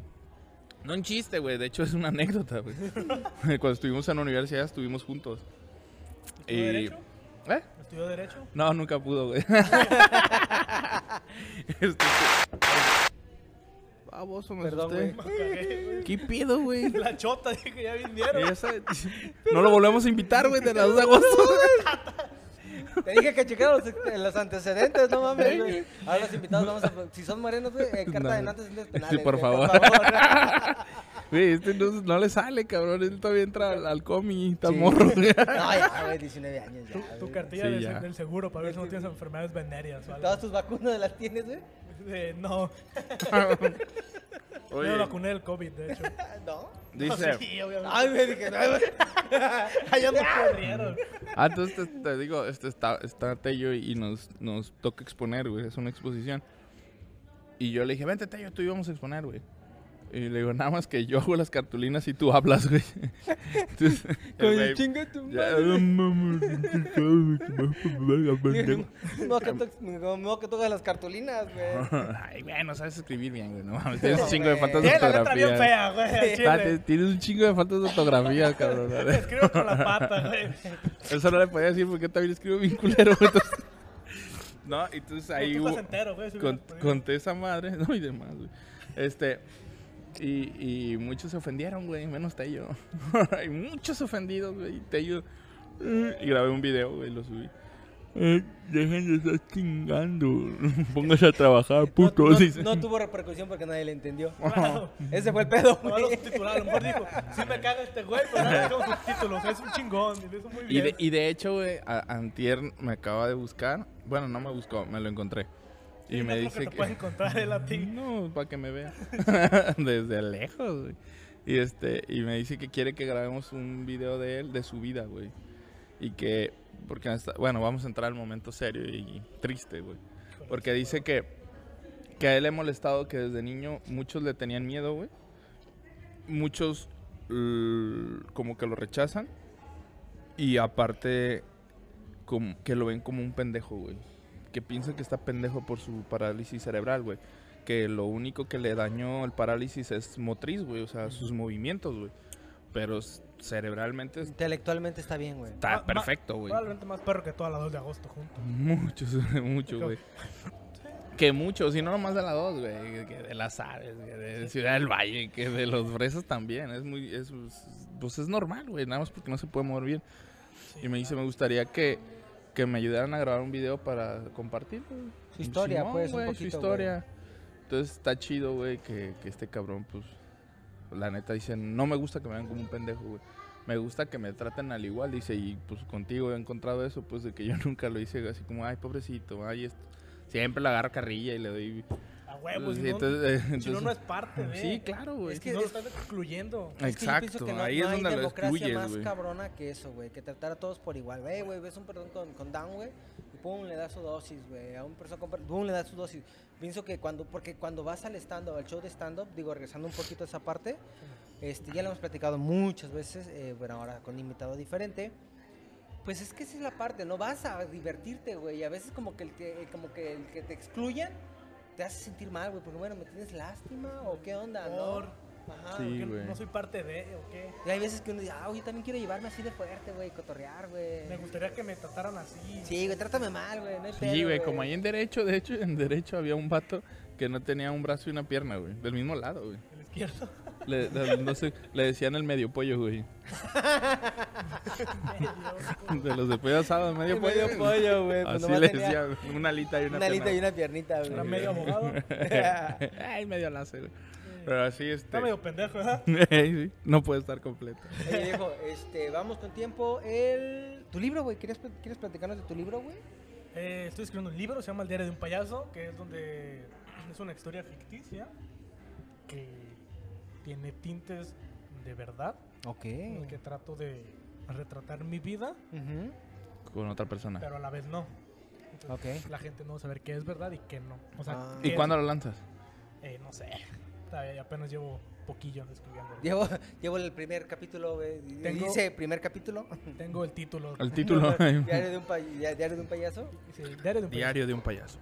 Speaker 4: No un chiste, güey. De hecho, es una anécdota, güey. Cuando estuvimos en la universidad, estuvimos juntos.
Speaker 6: ¿Estuvo derecho?
Speaker 4: ¿Eh?
Speaker 6: Estudió Derecho.
Speaker 4: No, nunca pudo, güey. Este, Baboso, me
Speaker 7: Perdón,
Speaker 4: asusté.
Speaker 7: güey.
Speaker 4: ¿Qué pedo, güey?
Speaker 6: La chota, dije, ya vinieron.
Speaker 4: Y esa- No lo volvemos a invitar, güey, de las 2 de agosto.
Speaker 7: Te dije que checaron los, ex- los antecedentes, no mames, güey. Ahora los invitados vamos a... Si son morenos, güey, eh, carta
Speaker 4: No.
Speaker 7: de no antecedentes penales.
Speaker 4: Sí, por
Speaker 7: güey,
Speaker 4: favor. Güey, este no, no le sale, cabrón. Él todavía entra al, al comi, está
Speaker 7: Sí.
Speaker 4: morro. güey.
Speaker 7: No, ya, güey, 19 años
Speaker 6: Tu,
Speaker 7: ya,
Speaker 6: tu
Speaker 7: güey.
Speaker 6: cartilla
Speaker 4: Sí,
Speaker 6: de-
Speaker 4: ya.
Speaker 6: del seguro para ver si no tienes enfermedades venéreas o algo.
Speaker 7: ¿Todas tus vacunas las tienes, güey?
Speaker 6: Eh, no, yo me
Speaker 4: Oye,
Speaker 6: vacuné del COVID, de hecho.
Speaker 7: No.
Speaker 4: dice.
Speaker 6: Sí, obviamente.
Speaker 7: Ay, me dije, no, güey.
Speaker 6: Allá nos corrieron.
Speaker 4: Ah, entonces te, te digo, este está, está Tello y y nos, nos toca exponer, güey. Es una exposición. Y yo le dije, vente, Tello, tú íbamos a exponer, güey. Y le digo, nada más que yo hago las cartulinas y tú hablas, güey. Entonces,
Speaker 7: Con
Speaker 4: el güey,
Speaker 7: chinga tu
Speaker 4: ya,
Speaker 7: madre.
Speaker 4: "Ah, mames, pendejo".
Speaker 7: No, que to- no que tocas las
Speaker 4: Ah,
Speaker 7: cartulinas, güey.
Speaker 4: Ay, güey, no sabes escribir bien, güey. No mames, tienes un
Speaker 7: No,
Speaker 4: chingo de
Speaker 7: güey.
Speaker 4: faltas de
Speaker 6: Tiene Eh, la letra bien
Speaker 4: ortografía.
Speaker 6: fea, güey. al
Speaker 4: Ah, te-
Speaker 6: Chile.
Speaker 4: Tienes un chingo de faltas de ortografía, cabrón. A ver,
Speaker 6: Escribo con la pata, güey.
Speaker 4: Eso no le podía decir porque también escribo bien culero, güey. Entonces- No, y entonces ahí
Speaker 6: Tú
Speaker 4: hubo...
Speaker 6: estás entero, güey. pues. si
Speaker 4: con-
Speaker 6: hubieras podido.
Speaker 4: Conté esa madre, no, y demás, güey. Este... Y, y muchos se ofendieron, güey, menos Tello. Hay muchos ofendidos, güey. y Tello... eh, Y grabé un video, güey, lo subí. Eh, dejen de estar chingando. Pónganse a trabajar,
Speaker 7: No,
Speaker 4: putos.
Speaker 7: no-
Speaker 4: dice.
Speaker 7: no tuvo repercusión porque nadie le entendió.
Speaker 6: Claro.
Speaker 7: Ese fue el pedo,
Speaker 6: No lo
Speaker 7: güey.
Speaker 6: subtitularon, a lo mejor dijo, sí me caga este güey, pero no le dejamos subtítulos, es un chingón, y lo hizo muy
Speaker 4: Y
Speaker 6: bien.
Speaker 4: de, y de hecho, güey, a- Antier me acaba de buscar. Bueno, no me buscó, me lo encontré. Y me
Speaker 6: Sí, no creo
Speaker 4: dice
Speaker 6: que... te puedes
Speaker 4: que.
Speaker 6: encontrar el latín.
Speaker 4: No, para que me vea. Desde lejos, güey. Y, este, y me dice que quiere que grabemos un video de él, de su vida, güey. Y que. Porque, hasta- bueno, vamos a entrar al momento serio y triste, güey. Porque dice que, que a él le ha molestado que desde niño muchos le tenían miedo, güey. Muchos l- como que lo rechazan. Y aparte como que lo ven como un pendejo, güey. Que piensan que está pendejo por su parálisis cerebral, güey. Que lo único que le dañó el parálisis es motriz, güey. O sea, sus movimientos, güey. Pero s-
Speaker 7: Mm.
Speaker 4: cerebralmente
Speaker 7: Intelectualmente está bien, güey.
Speaker 4: está
Speaker 6: Ma- ma-
Speaker 4: perfecto, güey.
Speaker 6: Probablemente más perro que toda la 2 de agosto juntos.
Speaker 4: Muchos, muchos, güey. Que muchos, y no nomás de la dos, güey. Que de las aves, que de Ciudad del Valle, que de los fresas también. Es muy, es, pues es normal, güey. Nada más porque no se puede mover bien. Y me dice, me gustaría que, que me ayudaran a grabar un video para compartir, güey.
Speaker 7: Su historia,
Speaker 4: Simón,
Speaker 7: pues, un
Speaker 4: güey,
Speaker 7: poquito,
Speaker 4: Su historia. Entonces está chido, güey, que, que este cabrón, pues, la neta dice, no me gusta que me vean como un pendejo, güey. Me gusta que me traten al igual, dice, y pues contigo he encontrado eso, pues, de que yo nunca lo hice así como, ay, pobrecito, ay, esto. Siempre le agarro carrilla y le doy...
Speaker 6: A huevos,
Speaker 4: Sí,
Speaker 6: si, no,
Speaker 4: entonces, eh,
Speaker 6: si no,
Speaker 4: entonces-
Speaker 6: no es parte de...
Speaker 4: Sí, claro, güey.
Speaker 7: Eh, Es que-
Speaker 6: no lo estás excluyendo.
Speaker 7: Es que yo pienso
Speaker 4: Exacto,
Speaker 7: que no-
Speaker 4: ahí
Speaker 7: no
Speaker 4: es
Speaker 7: hay
Speaker 4: donde lo
Speaker 7: democracia
Speaker 4: excluyes,
Speaker 7: más
Speaker 4: güey.
Speaker 7: cabrona que eso, güey. Que tratar a todos por igual. Güey, güey, ves un perdón con, con down, güey. Y pum, le das su dosis, güey. A un persona con per- pum, le das su dosis. Pienso que cuando, porque cuando vas al stand-up, al show de stand-up, digo, regresando un poquito a esa parte, este, ya lo hemos platicado muchas veces, eh, bueno, ahora con invitado diferente. Pues es que esa es la parte, no vas a divertirte, güey. Y a veces como que el que, eh, como que, el que te excluyan te hace sentir mal, güey. Porque bueno, ¿me tienes lástima o qué onda?
Speaker 6: Por-
Speaker 7: ¿No? Ajá.
Speaker 4: Sí,
Speaker 6: Porque
Speaker 4: güey.
Speaker 6: no soy parte de, ¿o qué?
Speaker 7: Y hay veces que uno dice, ah, yo también quiero llevarme así de fuerte, güey, cotorrear, güey.
Speaker 6: Me gustaría que me trataran así.
Speaker 7: Sí, güey, trátame mal, güey, no hay pedo,
Speaker 4: Sí, güey, como ahí en derecho, de hecho, en derecho había un vato que no tenía un brazo y una pierna, güey. Del mismo lado, güey.
Speaker 6: El izquierdo.
Speaker 4: Le, le- no sé, le decían el medio pollo, güey. De los de pollo asado, el medio
Speaker 7: El
Speaker 4: pollo.
Speaker 7: medio
Speaker 4: pues,
Speaker 7: pollo, güey, pues
Speaker 4: Así
Speaker 7: nomás
Speaker 4: le
Speaker 7: tenía
Speaker 4: decían, güey, una alita y una,
Speaker 7: Una alita y
Speaker 4: pierna.
Speaker 7: una piernita,
Speaker 6: Era
Speaker 7: güey.
Speaker 6: medio abogado.
Speaker 4: Ay, medio láser. güey. Pero así este.
Speaker 6: Está medio pendejo, ¿verdad?
Speaker 4: Sí, no puede estar completo.
Speaker 7: Oye, viejo, este, vamos con tiempo. El... Tu libro, güey, ¿quieres, pl- ¿quieres platicarnos de tu libro, güey?
Speaker 6: Eh, estoy escribiendo un libro, se llama El diario de un payaso, que es donde es una historia ficticia que tiene tintes de verdad,
Speaker 7: Ok.
Speaker 6: en el que trato de retratar mi vida,
Speaker 4: Con otra persona.
Speaker 6: pero a la vez no. Entonces,
Speaker 7: Ok.
Speaker 6: La gente no va a saber qué es verdad y qué no. O sea,
Speaker 7: Ah.
Speaker 4: ¿Y
Speaker 6: qué-
Speaker 4: cuándo lo lanzas?
Speaker 6: eh, no sé. Todavía Apenas llevo poquillo escribiendo.
Speaker 7: Llevo, llevo el primer capítulo, güey. y- y
Speaker 6: Tengo-
Speaker 7: Dice primer capítulo.
Speaker 6: Tengo el título.
Speaker 4: El título.
Speaker 7: Diario de un, pa- diario de un payaso.
Speaker 6: Sí, diario de un payaso.
Speaker 4: Diario de un payaso.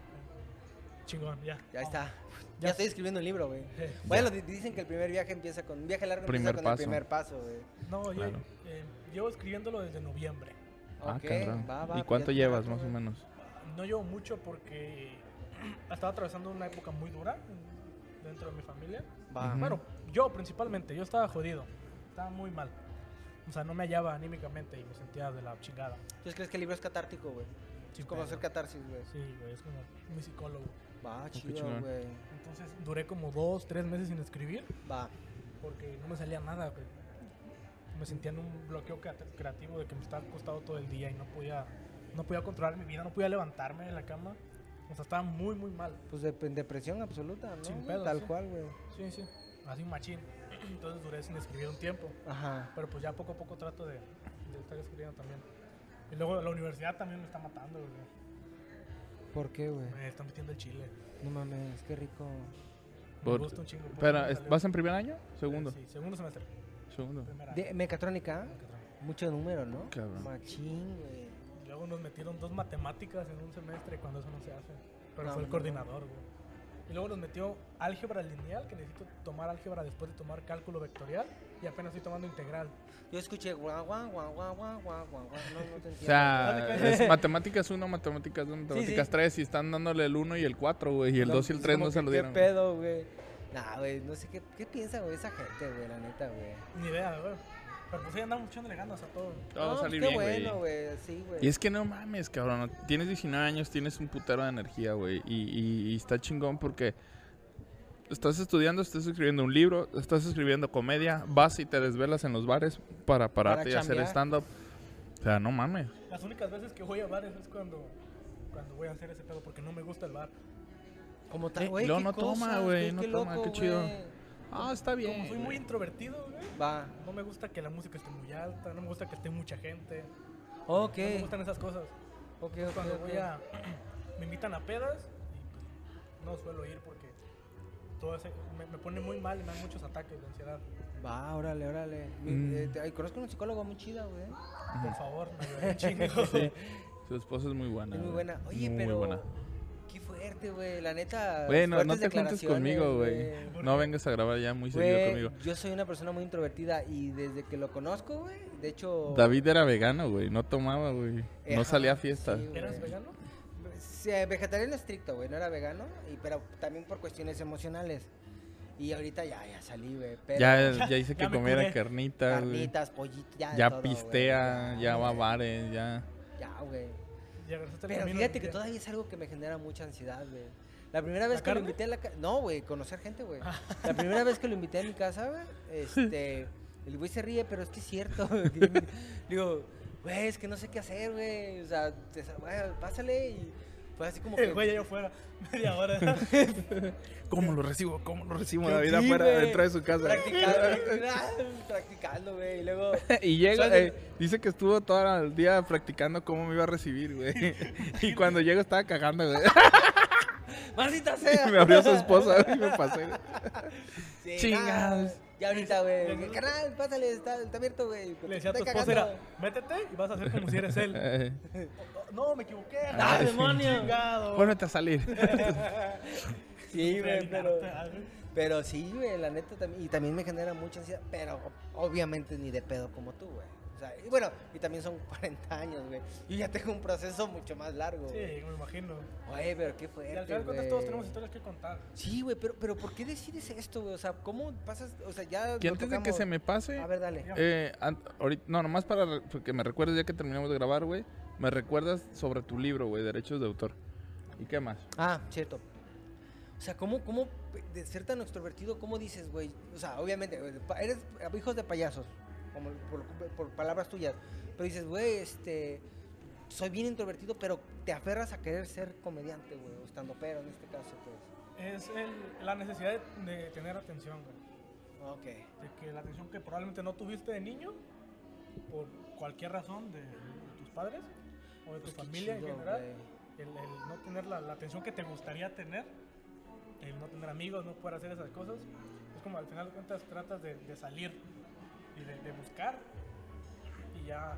Speaker 6: Chingón, ya.
Speaker 7: Ya está.
Speaker 6: Ya.
Speaker 7: Ya estoy escribiendo un libro, güey.
Speaker 6: Eh,
Speaker 7: Bueno, di- dicen que el primer viaje empieza con. Un viaje largo
Speaker 4: Primer
Speaker 7: empieza con
Speaker 4: paso.
Speaker 7: el primer paso, güey.
Speaker 6: No, yo
Speaker 4: Claro.
Speaker 6: eh, llevo escribiéndolo desde noviembre.
Speaker 4: Ah,
Speaker 7: Ok,
Speaker 4: cabrón.
Speaker 7: va, va,
Speaker 4: ¿Y cuánto
Speaker 7: ya-
Speaker 4: llevas más o menos?
Speaker 6: No llevo mucho porque estaba atravesando una época muy dura dentro de mi familia.
Speaker 7: Va.
Speaker 6: Bueno, yo principalmente, yo estaba jodido, estaba muy mal. O sea, no me hallaba anímicamente y me sentía de la chingada.
Speaker 7: ¿Entonces crees que el libro es catártico, güey?
Speaker 6: Sin
Speaker 7: es como
Speaker 6: pedo.
Speaker 7: hacer catarsis, güey.
Speaker 6: Sí, güey, es como mi psicólogo.
Speaker 7: Va, chido,
Speaker 4: Ah, chingón.
Speaker 7: güey.
Speaker 6: Entonces duré como dos, tres meses sin escribir
Speaker 7: Va.
Speaker 6: porque no me salía nada. güey. Me sentía en un bloqueo creat- creativo de que me estaba acostado todo el día y no podía, no podía controlar mi vida, no podía levantarme de la cama. O sea, estaba muy, muy mal.
Speaker 7: Pues de- en depresión absoluta, ¿no?
Speaker 6: Sin
Speaker 7: güey?
Speaker 6: pedos,
Speaker 7: Tal
Speaker 6: sí.
Speaker 7: cual, güey.
Speaker 6: Sí, sí. Así machín. Entonces duré sin escribir un tiempo.
Speaker 7: Ajá.
Speaker 6: Pero pues ya poco a poco trato de, de estar escribiendo también. Y luego la universidad también me está matando, güey.
Speaker 7: ¿Por qué, güey?
Speaker 6: Me está metiendo el chile.
Speaker 7: No mames, qué rico.
Speaker 6: Me
Speaker 4: Por-
Speaker 6: gusta un chingo. Por eso
Speaker 4: Espera,
Speaker 6: me
Speaker 7: pues,
Speaker 4: ¿es-
Speaker 6: salió-
Speaker 4: ¿vas en primer año? Segundo.
Speaker 6: Sí, segundo semestre.
Speaker 4: Segundo.
Speaker 6: Primer año.
Speaker 7: De mecatrónica, mucho número, ¿no?
Speaker 4: Cabrón.
Speaker 7: Machín, güey.
Speaker 6: Y Luego nos metieron dos matemáticas en un semestre cuando eso no se hace. Pero
Speaker 7: No,
Speaker 6: fue el
Speaker 7: no.
Speaker 6: coordinador, güey. Y luego nos metió álgebra lineal, que necesito tomar álgebra después de tomar cálculo vectorial. Y apenas estoy tomando integral.
Speaker 7: Yo escuché guau, guau, guau, guau, guau, guau, guau, guau. No, no te entiendo.
Speaker 4: O sea, es matemáticas 1, matemáticas 2, matemáticas
Speaker 7: sí.
Speaker 4: 3 y están dándole el 1 y el 4, güey. Y el
Speaker 7: No,
Speaker 4: 2 y el
Speaker 7: es
Speaker 4: 3
Speaker 7: como
Speaker 4: no se
Speaker 7: que,
Speaker 4: lo dieron.
Speaker 7: ¿Qué pedo, güey? Nah, güey, no sé qué, qué piensa, güey, esa gente, güey, la neta, güey.
Speaker 6: Ni idea, güey. Pero pues ahí andamos echándole ganas a todo.
Speaker 4: Todo va a
Speaker 7: No,
Speaker 4: salir
Speaker 7: qué
Speaker 4: bien, güey.
Speaker 7: bueno, güey, sí, güey.
Speaker 4: Y es que no mames, cabrón. Tienes 19 años, tienes un putero de energía, güey. Y, y- y está chingón porque estás estudiando, estás escribiendo un libro, estás escribiendo comedia, vas y te desvelas en los bares para pararte y hacer
Speaker 7: chambear.
Speaker 4: stand-up. O sea, no mames.
Speaker 6: Las únicas veces que voy a bares es cuando, cuando voy a hacer ese pedo porque no me gusta el bar.
Speaker 7: Como tal,
Speaker 4: Eh,
Speaker 7: güey.
Speaker 4: luego
Speaker 7: qué
Speaker 4: no toma,
Speaker 7: cosas,
Speaker 4: güey, no
Speaker 7: qué
Speaker 4: toma,
Speaker 7: loco,
Speaker 4: qué chido.
Speaker 7: güey.
Speaker 4: Ah, está bien.
Speaker 6: Como soy muy introvertido, güey,
Speaker 7: Va.
Speaker 6: no me gusta que la música esté muy alta, no me gusta que esté mucha gente.
Speaker 7: Ok.
Speaker 6: No me gustan esas cosas.
Speaker 7: Ok,
Speaker 6: Entonces,
Speaker 7: ok,
Speaker 6: cuando
Speaker 7: ok.
Speaker 6: voy a. me invitan a pedas y pues, no suelo ir porque todo ese, me, me pone muy mal y me dan muchos ataques de ansiedad.
Speaker 7: Va, órale, órale. Mi-
Speaker 4: Mm.
Speaker 7: eh, te- ay, conozco un psicólogo muy chida, güey.
Speaker 6: Por favor, me ayudan un chingo.
Speaker 4: Su esposa es muy buena.
Speaker 7: Es muy
Speaker 4: güey.
Speaker 7: buena. Oye,
Speaker 4: Muy
Speaker 7: pero.
Speaker 4: buena.
Speaker 7: Qué fuerte, güey. La neta.
Speaker 4: Bueno, no
Speaker 7: fuertes
Speaker 4: te juntes
Speaker 7: declaraciones,
Speaker 4: conmigo, güey. No vengas a grabar ya muy seguido
Speaker 7: Güey,
Speaker 4: conmigo.
Speaker 7: Yo soy una persona muy introvertida y desde que lo conozco, güey. De hecho.
Speaker 4: David era vegano, güey. No tomaba, güey. No
Speaker 7: Ajá,
Speaker 4: salía a fiestas.
Speaker 7: sí, güey.
Speaker 6: ¿Eras vegano?
Speaker 7: Sí, eh, vegetariano estricto, güey, no era vegano, y, pero también por cuestiones emocionales. Y ahorita ya, ya salí, güey. Pero
Speaker 4: ya, ya hice
Speaker 6: Ya
Speaker 4: que
Speaker 6: me
Speaker 4: comiera
Speaker 6: curé.
Speaker 4: carnitas, güey.
Speaker 7: carnitas, pollitos, ya. de
Speaker 4: Ya
Speaker 7: todo, güey,
Speaker 4: pistea, ya va a
Speaker 7: güey,
Speaker 4: bares, ya.
Speaker 7: Ya, güey.
Speaker 6: Ya regresaste al
Speaker 7: Pero
Speaker 6: camino
Speaker 7: fíjate
Speaker 6: del
Speaker 7: que
Speaker 6: día.
Speaker 7: todavía es algo que me genera mucha ansiedad, güey. La primera vez
Speaker 6: ¿La
Speaker 7: que lo
Speaker 6: carne? Ah.
Speaker 7: invité a la casa. No, güey, conocer gente, güey. La primera vez que lo invité a mi casa, güey, este. El güey se ríe, pero es que es cierto. güey. Digo, güey, es que no sé qué hacer, güey. O sea, te sa- güey, pásale y. Fue así como que.
Speaker 6: El güey allá afuera, media hora.
Speaker 4: ¿Cómo lo recibo? ¿Cómo lo recibo
Speaker 7: Yo
Speaker 4: David
Speaker 7: sí,
Speaker 4: afuera
Speaker 7: güey.
Speaker 4: dentro de su casa?
Speaker 7: Practicando, practicando, güey. Y luego,
Speaker 4: y llega,
Speaker 7: Soy-
Speaker 4: eh, dice que estuvo todo el día practicando cómo me iba a recibir, güey. y cuando llego estaba cagando, güey.
Speaker 7: maldita sea.
Speaker 4: me abrió su esposa güey, y me pasé.
Speaker 7: Sí,
Speaker 4: Chingados.
Speaker 7: nada, Ya ahorita, güey. Carnal, pásale, está, está abierto, güey.
Speaker 6: Le decía a tu
Speaker 7: Está
Speaker 6: esposa,
Speaker 7: cagando.
Speaker 6: era, métete y vas a hacer como si eres él.
Speaker 4: Eh,
Speaker 6: No, me equivoqué.
Speaker 7: ¡Ah, demonio!
Speaker 6: Chingado.
Speaker 4: Pónete a salir.
Speaker 7: Sí, güey, pero.
Speaker 6: Ay,
Speaker 7: Pero sí, güey, la neta también. Y también me genera mucha ansiedad, pero obviamente ni de pedo como tú, güey. O sea, y bueno, y también son 40 años, güey. Yo ya tengo un proceso mucho más largo.
Speaker 6: Sí,
Speaker 7: güey.
Speaker 6: me imagino.
Speaker 7: Güey, pero qué fuerte.
Speaker 6: Y al final de cuentas
Speaker 7: güey.
Speaker 6: todos tenemos historias que contar.
Speaker 7: Sí, güey, pero, pero ¿por qué decides esto, güey? O sea, ¿cómo pasas? O sea, ya.
Speaker 4: Que
Speaker 7: lo
Speaker 4: antes de que
Speaker 7: tocamos.
Speaker 4: se me pase,
Speaker 7: A ver, dale.
Speaker 4: Eh, an- ahorita- no, nomás para re- que me recuerdes ya que terminamos de grabar, güey. Me recuerdas sobre tu libro, güey, Derechos de Autor. ¿Y qué más?
Speaker 7: Ah, cierto. O sea, ¿cómo, cómo de ser tan extrovertido, cómo dices, güey? O sea, obviamente, güey, pa- eres eh, hijos de payasos, como por, por palabras tuyas. Pero dices, güey, este, soy bien introvertido, pero te aferras a querer ser comediante, güey, o estando pero en este caso, pues.
Speaker 6: Es el- la necesidad de, de tener atención, güey.
Speaker 7: Ok.
Speaker 6: De que la atención que probablemente no tuviste de niño, por cualquier razón de, de tus padres o de tu
Speaker 7: Pues qué
Speaker 6: familia
Speaker 7: chido,
Speaker 6: en general, el,
Speaker 7: güey.
Speaker 6: el no tener la, la atención que te gustaría tener, el no tener amigos, no poder hacer esas cosas, es como al final de cuentas tratas de, de salir y de, de buscar. Y ya,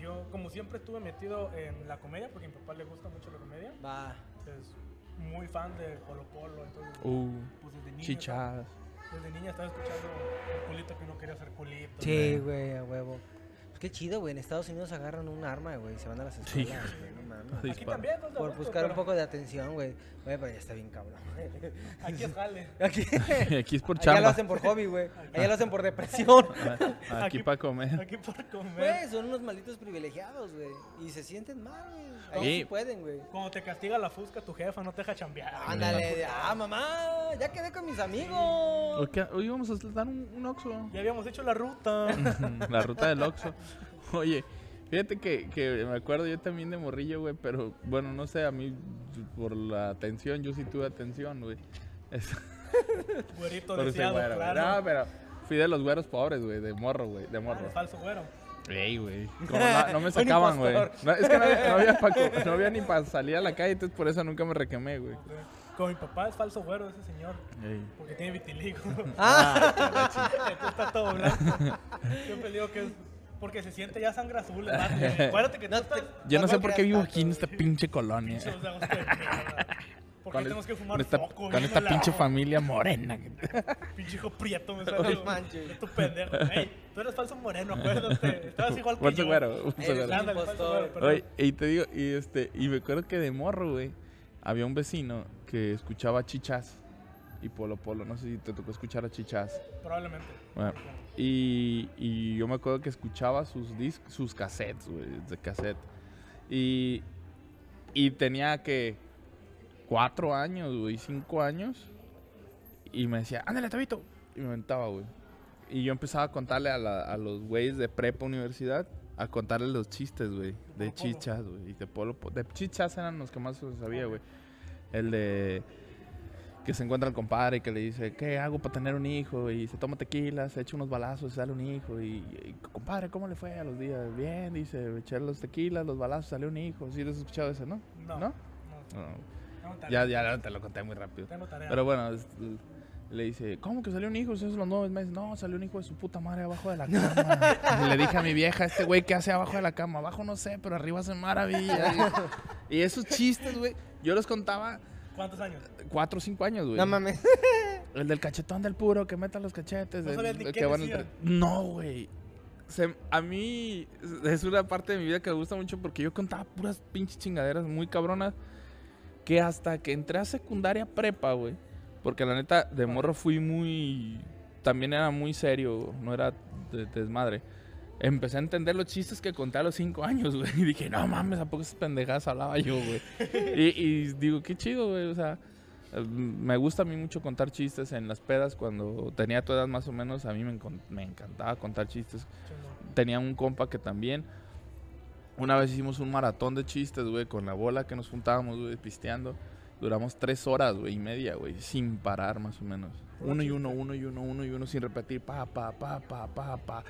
Speaker 6: yo como siempre estuve metido en la comedia, porque a mi papá le gusta mucho la comedia.
Speaker 7: Va.
Speaker 6: es muy fan de Polo Polo, entonces
Speaker 4: Uh,
Speaker 6: pues desde niña
Speaker 4: chichadas.
Speaker 6: estaba- desde niña estaba escuchando el culito que uno quería hacer culito.
Speaker 7: Sí, güey, a huevo. Pues Qué chido, güey. En Estados Unidos agarran un arma, güey, y se van a las
Speaker 4: Sí.
Speaker 7: escuelas. güey, no mames.
Speaker 4: Sí.
Speaker 6: Aquí también, ¿no?
Speaker 7: Por buscar un poco de atención, güey. Güey, pero ya está bien cabrón. güey.
Speaker 6: Aquí es jale.
Speaker 7: Aquí,
Speaker 4: Aquí es por
Speaker 7: allá lo
Speaker 4: chamba.
Speaker 7: hacen por hobby, güey. Allá lo hacen por depresión.
Speaker 4: Ah, Aquí para comer.
Speaker 6: Aquí por comer.
Speaker 7: Güey, son unos malditos privilegiados, güey. Y se sienten mal, güey. Ahí
Speaker 4: Sí.
Speaker 7: sí pueden, güey.
Speaker 6: Cuando te castiga la fusca, tu jefa no te deja chambear.
Speaker 7: Ándale, de, ah, mamá, ya quedé con mis amigos.
Speaker 4: Ok, Hoy vamos a dar un, un Oxxo.
Speaker 6: Ya habíamos hecho la ruta.
Speaker 4: La ruta del Oxxo. Oye, fíjate que, que me acuerdo yo también de morrillo, güey, pero bueno, no sé, a mí por la atención, yo sí tuve atención, güey. Es-
Speaker 6: Güerito
Speaker 4: por ese
Speaker 6: deseado,
Speaker 4: güero, güey. No,
Speaker 6: claro.
Speaker 4: pero fui de los güeros pobres, güey, de morro, güey, de morro.
Speaker 6: Ah, falso güero.
Speaker 4: Ey, güey. Como no, no me sacaban, güey.
Speaker 7: impostor.
Speaker 4: No, es que no había, no había pa' co- no había ni para salir a la calle, entonces por eso nunca me requemé, güey.
Speaker 6: Como mi papá es falso güero ese señor.
Speaker 4: Ey.
Speaker 6: Porque tiene vitiligo.
Speaker 7: Ah,
Speaker 6: Entonces está todo blanco. Siempre digo que es porque se siente ya sangre azul. el vato, güey. Acuérdate que tú
Speaker 7: no
Speaker 6: estás...
Speaker 7: te-
Speaker 4: Yo no sé
Speaker 7: creas
Speaker 4: por qué vivo
Speaker 7: tanto,
Speaker 4: aquí en esta
Speaker 7: güey.
Speaker 4: pinche colonia.
Speaker 6: Se los hago de mierda. ¿Por qué
Speaker 4: Con,
Speaker 6: tenemos
Speaker 4: es-
Speaker 6: que
Speaker 4: con
Speaker 6: fumar
Speaker 4: esta,
Speaker 6: foco?
Speaker 4: con esta pinche familia morena.
Speaker 6: Pinche hijo prieto me
Speaker 7: Oye,
Speaker 6: sale.
Speaker 7: manches.
Speaker 6: Tu pendejo. Ey, tú eres falso moreno, acuérdate. Estabas igual que
Speaker 4: Falso
Speaker 6: yo.
Speaker 4: güero, falso
Speaker 6: Eres
Speaker 4: güero.
Speaker 6: ándale, falso
Speaker 7: Impostor.
Speaker 6: güero, perdón.
Speaker 4: Oye, y te digo, y este, y me acuerdo que de morro, güey, había un vecino que escuchaba chichas y polo polo. No sé si te tocó escuchar a chichas.
Speaker 6: Probablemente.
Speaker 4: Bueno, y, y yo me acuerdo que escuchaba sus dis- sus cassettes, güey, de cassette. Y, y tenía que cuatro años, güey, cinco años. Y me decía, ándale, Tabito. Y me aventaba, güey. Y yo empezaba a contarle a, la- a los güeyes de prepa universidad, a contarles los chistes, güey. De
Speaker 6: Polo Polo.
Speaker 4: chichas, güey. Y de polo, po- De chichas eran los que más se sabía, güey. El de que se encuentra el compadre y que le dice, ¿qué hago para tener un hijo? Y se toma tequila, se echa unos balazos, sale un hijo. Y, y, compadre, ¿cómo le fue a los días? Bien, dice, me eché los tequilas, los balazos, salió un hijo. ¿Sí lo has escuchado ese, no?
Speaker 6: No.
Speaker 4: ¿No?
Speaker 6: No,
Speaker 4: No.
Speaker 6: no, tarea.
Speaker 4: Ya, ya te lo conté muy rápido.
Speaker 6: Tengo tarea.
Speaker 4: Pero bueno, es- le dice, ¿cómo que salió un hijo? Eso es los nueve meses. No, salió un hijo de su puta madre abajo de la cama. Y le dije a mi vieja, este güey, ¿qué hace abajo de la cama? Abajo no sé, pero arriba hace maravilla. Y esos chistes, güey, yo los contaba
Speaker 6: ¿Cuántos años?
Speaker 4: cuatro o cinco años, güey.
Speaker 7: No mames.
Speaker 4: El del cachetón del puro, que meta los cachetes.
Speaker 6: No
Speaker 4: el-
Speaker 6: sabías ni
Speaker 4: el
Speaker 6: qué
Speaker 4: que va en el
Speaker 6: decían.
Speaker 4: tren. No, güey. Se- a mí es una parte de mi vida que me gusta mucho porque yo contaba puras pinches chingaderas muy cabronas. Que hasta que entré a secundaria prepa, güey. Porque la neta, de morro fui muy. También era muy serio, no era de- desmadre. Empecé a entender los chistes que conté a los cinco años, güey. Y dije, no mames, ¿a poco esas pendejadas hablaba yo, güey? y, y digo, qué chido, güey. O sea, eh, me gusta a mí mucho contar chistes en las pedas. Cuando tenía tu edad más o menos, a mí me, encon- me encantaba contar chistes.
Speaker 6: Chingón.
Speaker 4: Tenía un compa que también. Una vez hicimos un maratón de chistes, güey, con la bola que nos juntábamos, güey, pisteando. Duramos tres horas, güey, y media, güey, sin parar, más o menos. Uno y uno, uno y uno, uno y uno, sin repetir. Pa, pa, pa, pa, pa, pa.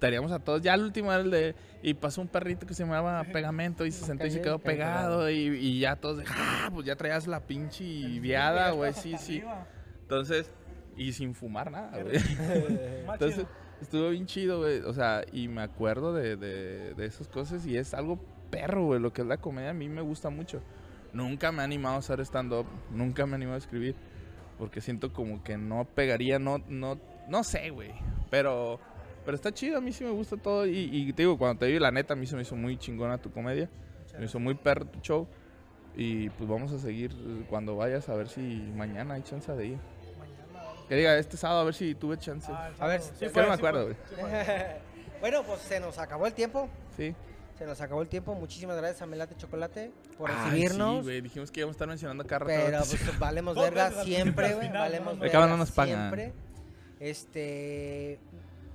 Speaker 4: Teníamos a todos. Ya el último era el de. Y pasó un perrito que se llamaba Pegamento y se sentó y se
Speaker 7: Cayó,
Speaker 4: quedó
Speaker 7: cayó
Speaker 4: pegado. Y, y ya todos de. "Ah", Pues ya traías la pinche viada, güey, sí, sí.
Speaker 6: Arriba.
Speaker 4: Entonces. Y sin fumar nada,
Speaker 6: Era
Speaker 4: güey.
Speaker 6: Más Ah, chido.
Speaker 4: Eh, Entonces, estuvo bien chido, güey. O sea, y me acuerdo de, de, de esas cosas y es algo perro, güey. Lo que es la comedia a mí me gusta mucho. Nunca me ha animado a hacer stand-up. Nunca me ha animado a escribir. Porque siento como que no pegaría, no, no, no sé, güey. Pero, pero está chido, a mí sí me gusta todo. Y, y te digo, cuando te vi, la neta, a mí se me hizo muy chingona tu comedia.
Speaker 6: Muchas
Speaker 4: Me hizo muy perro tu show. Y pues vamos a seguir eh, cuando vayas a ver si mañana hay chance de ir.
Speaker 6: gracias. Mañana,
Speaker 4: Que diga, este sábado a ver si tuve chance.
Speaker 6: ah, el
Speaker 7: A ver,
Speaker 6: sábado.
Speaker 7: es que
Speaker 4: no me acuerdo,
Speaker 6: fue,
Speaker 4: güey.
Speaker 6: sí fue.
Speaker 7: bueno, pues se nos acabó el tiempo.
Speaker 4: Sí.
Speaker 7: Se nos acabó el tiempo. Muchísimas gracias a Melate Chocolate por
Speaker 4: Ay,
Speaker 7: recibirnos.
Speaker 4: sí, güey, dijimos que íbamos a estar mencionando cada rato.
Speaker 7: Pero pues, valemos
Speaker 6: Dos
Speaker 7: verga
Speaker 6: veces al
Speaker 7: siempre,
Speaker 6: final,
Speaker 7: güey.
Speaker 6: no
Speaker 7: Valemos
Speaker 6: mames.
Speaker 7: verga
Speaker 4: Acaba, no nos pagan.
Speaker 7: siempre. Este.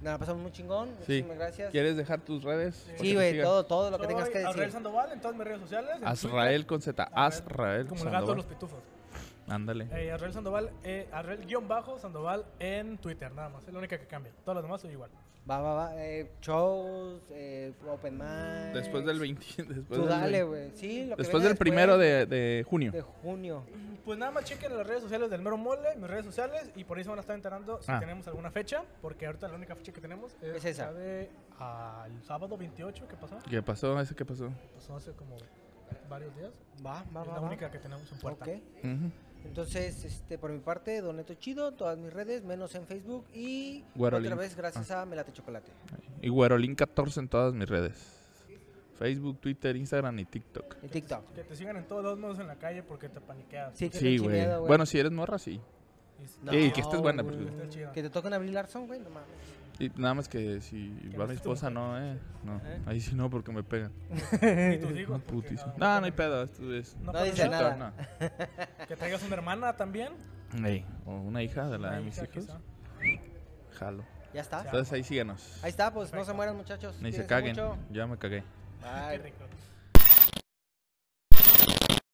Speaker 7: Nada, pasamos muy chingón.
Speaker 4: Sí.
Speaker 7: Muchísimas gracias.
Speaker 4: ¿Quieres dejar tus redes? Porque
Speaker 7: Sí,
Speaker 4: te
Speaker 7: güey,
Speaker 4: sigan.
Speaker 7: todo, todo lo que tengas
Speaker 6: Soy
Speaker 7: que
Speaker 6: Azrael
Speaker 7: decir.
Speaker 6: Sandoval en todas mis redes sociales. en
Speaker 4: Azrael con Z.
Speaker 6: Twitter,
Speaker 4: Azrael.
Speaker 6: Como el gato de
Speaker 4: Sandoval.
Speaker 6: los pitufos.
Speaker 4: Ándale.
Speaker 6: Eh, Arrel Sandoval, eh, Arrel guión bajo Sandoval en Twitter, nada más. Es la única que cambia. Todas las demás son igual.
Speaker 7: Va, va, va. eh, shows, eh, open mic.
Speaker 4: Después del 20. Después
Speaker 7: Tú
Speaker 4: del,
Speaker 7: dale, güey. Sí, lo que
Speaker 4: después
Speaker 7: venga
Speaker 4: del primero de, de junio.
Speaker 7: De junio.
Speaker 6: Pues nada más chequen las redes sociales del Mero Mole, mis redes sociales, y por ahí se van a estar enterando si
Speaker 4: Ah.
Speaker 6: tenemos alguna fecha, porque ahorita la única fecha que tenemos es,
Speaker 7: Es esa.
Speaker 6: la de ah, el sábado 28, que pasó?
Speaker 4: ¿Qué pasó? ¿Ese qué pasó?
Speaker 6: Pasó hace como varios días.
Speaker 7: Va, va,
Speaker 6: es
Speaker 7: va.
Speaker 6: la
Speaker 7: va.
Speaker 6: única que tenemos en puerta.
Speaker 7: Ok.
Speaker 4: Ujú.
Speaker 7: Entonces, este, por mi parte, Doneto Chido, todas mis redes, menos en Facebook. Y
Speaker 4: Güero
Speaker 7: otra
Speaker 4: Link. Ah.
Speaker 7: vez, gracias a Melate Chocolate.
Speaker 4: Y Güerolín14 en todas mis redes. Facebook, Twitter, Instagram y TikTok.
Speaker 7: En TikTok.
Speaker 6: Que te sigan en todos los modos en la calle porque te paniqueas.
Speaker 7: Sí, que
Speaker 4: Sí,
Speaker 7: pinche
Speaker 4: güey.
Speaker 7: miedo, güey.
Speaker 4: Bueno, si eres morra, sí.
Speaker 6: Y-
Speaker 4: No. Sí, que estés buena,
Speaker 7: güey.
Speaker 4: porque-
Speaker 6: Está chida.
Speaker 7: Que te toquen a Brie Larson, güey, no mames.
Speaker 4: Y nada más que si
Speaker 6: no
Speaker 4: va mi
Speaker 6: estés tu
Speaker 4: esposa, no, eh. No, ahí sí no, porque me pegan.
Speaker 6: Y tus hijos.
Speaker 4: No,
Speaker 6: porque,
Speaker 4: putiza.
Speaker 6: ah,
Speaker 4: No, no hay pedo. Esto es.
Speaker 6: no
Speaker 7: No
Speaker 6: pasa
Speaker 7: dice
Speaker 6: nada.
Speaker 7: nada.
Speaker 6: Que traigas una hermana también.
Speaker 4: no. Ey, O una hija de la
Speaker 6: Una
Speaker 4: de mis
Speaker 6: hija,
Speaker 4: hijos.
Speaker 6: quizá.
Speaker 4: Jalo.
Speaker 7: Ya está.
Speaker 4: Entonces ahí síganos.
Speaker 7: Ahí está, pues no se mueran, muchachos.
Speaker 4: Ni se
Speaker 7: Cuídense
Speaker 4: caguen.
Speaker 7: mucho.
Speaker 4: Ya me cagué.
Speaker 6: Qué
Speaker 7: Bye.
Speaker 6: rico.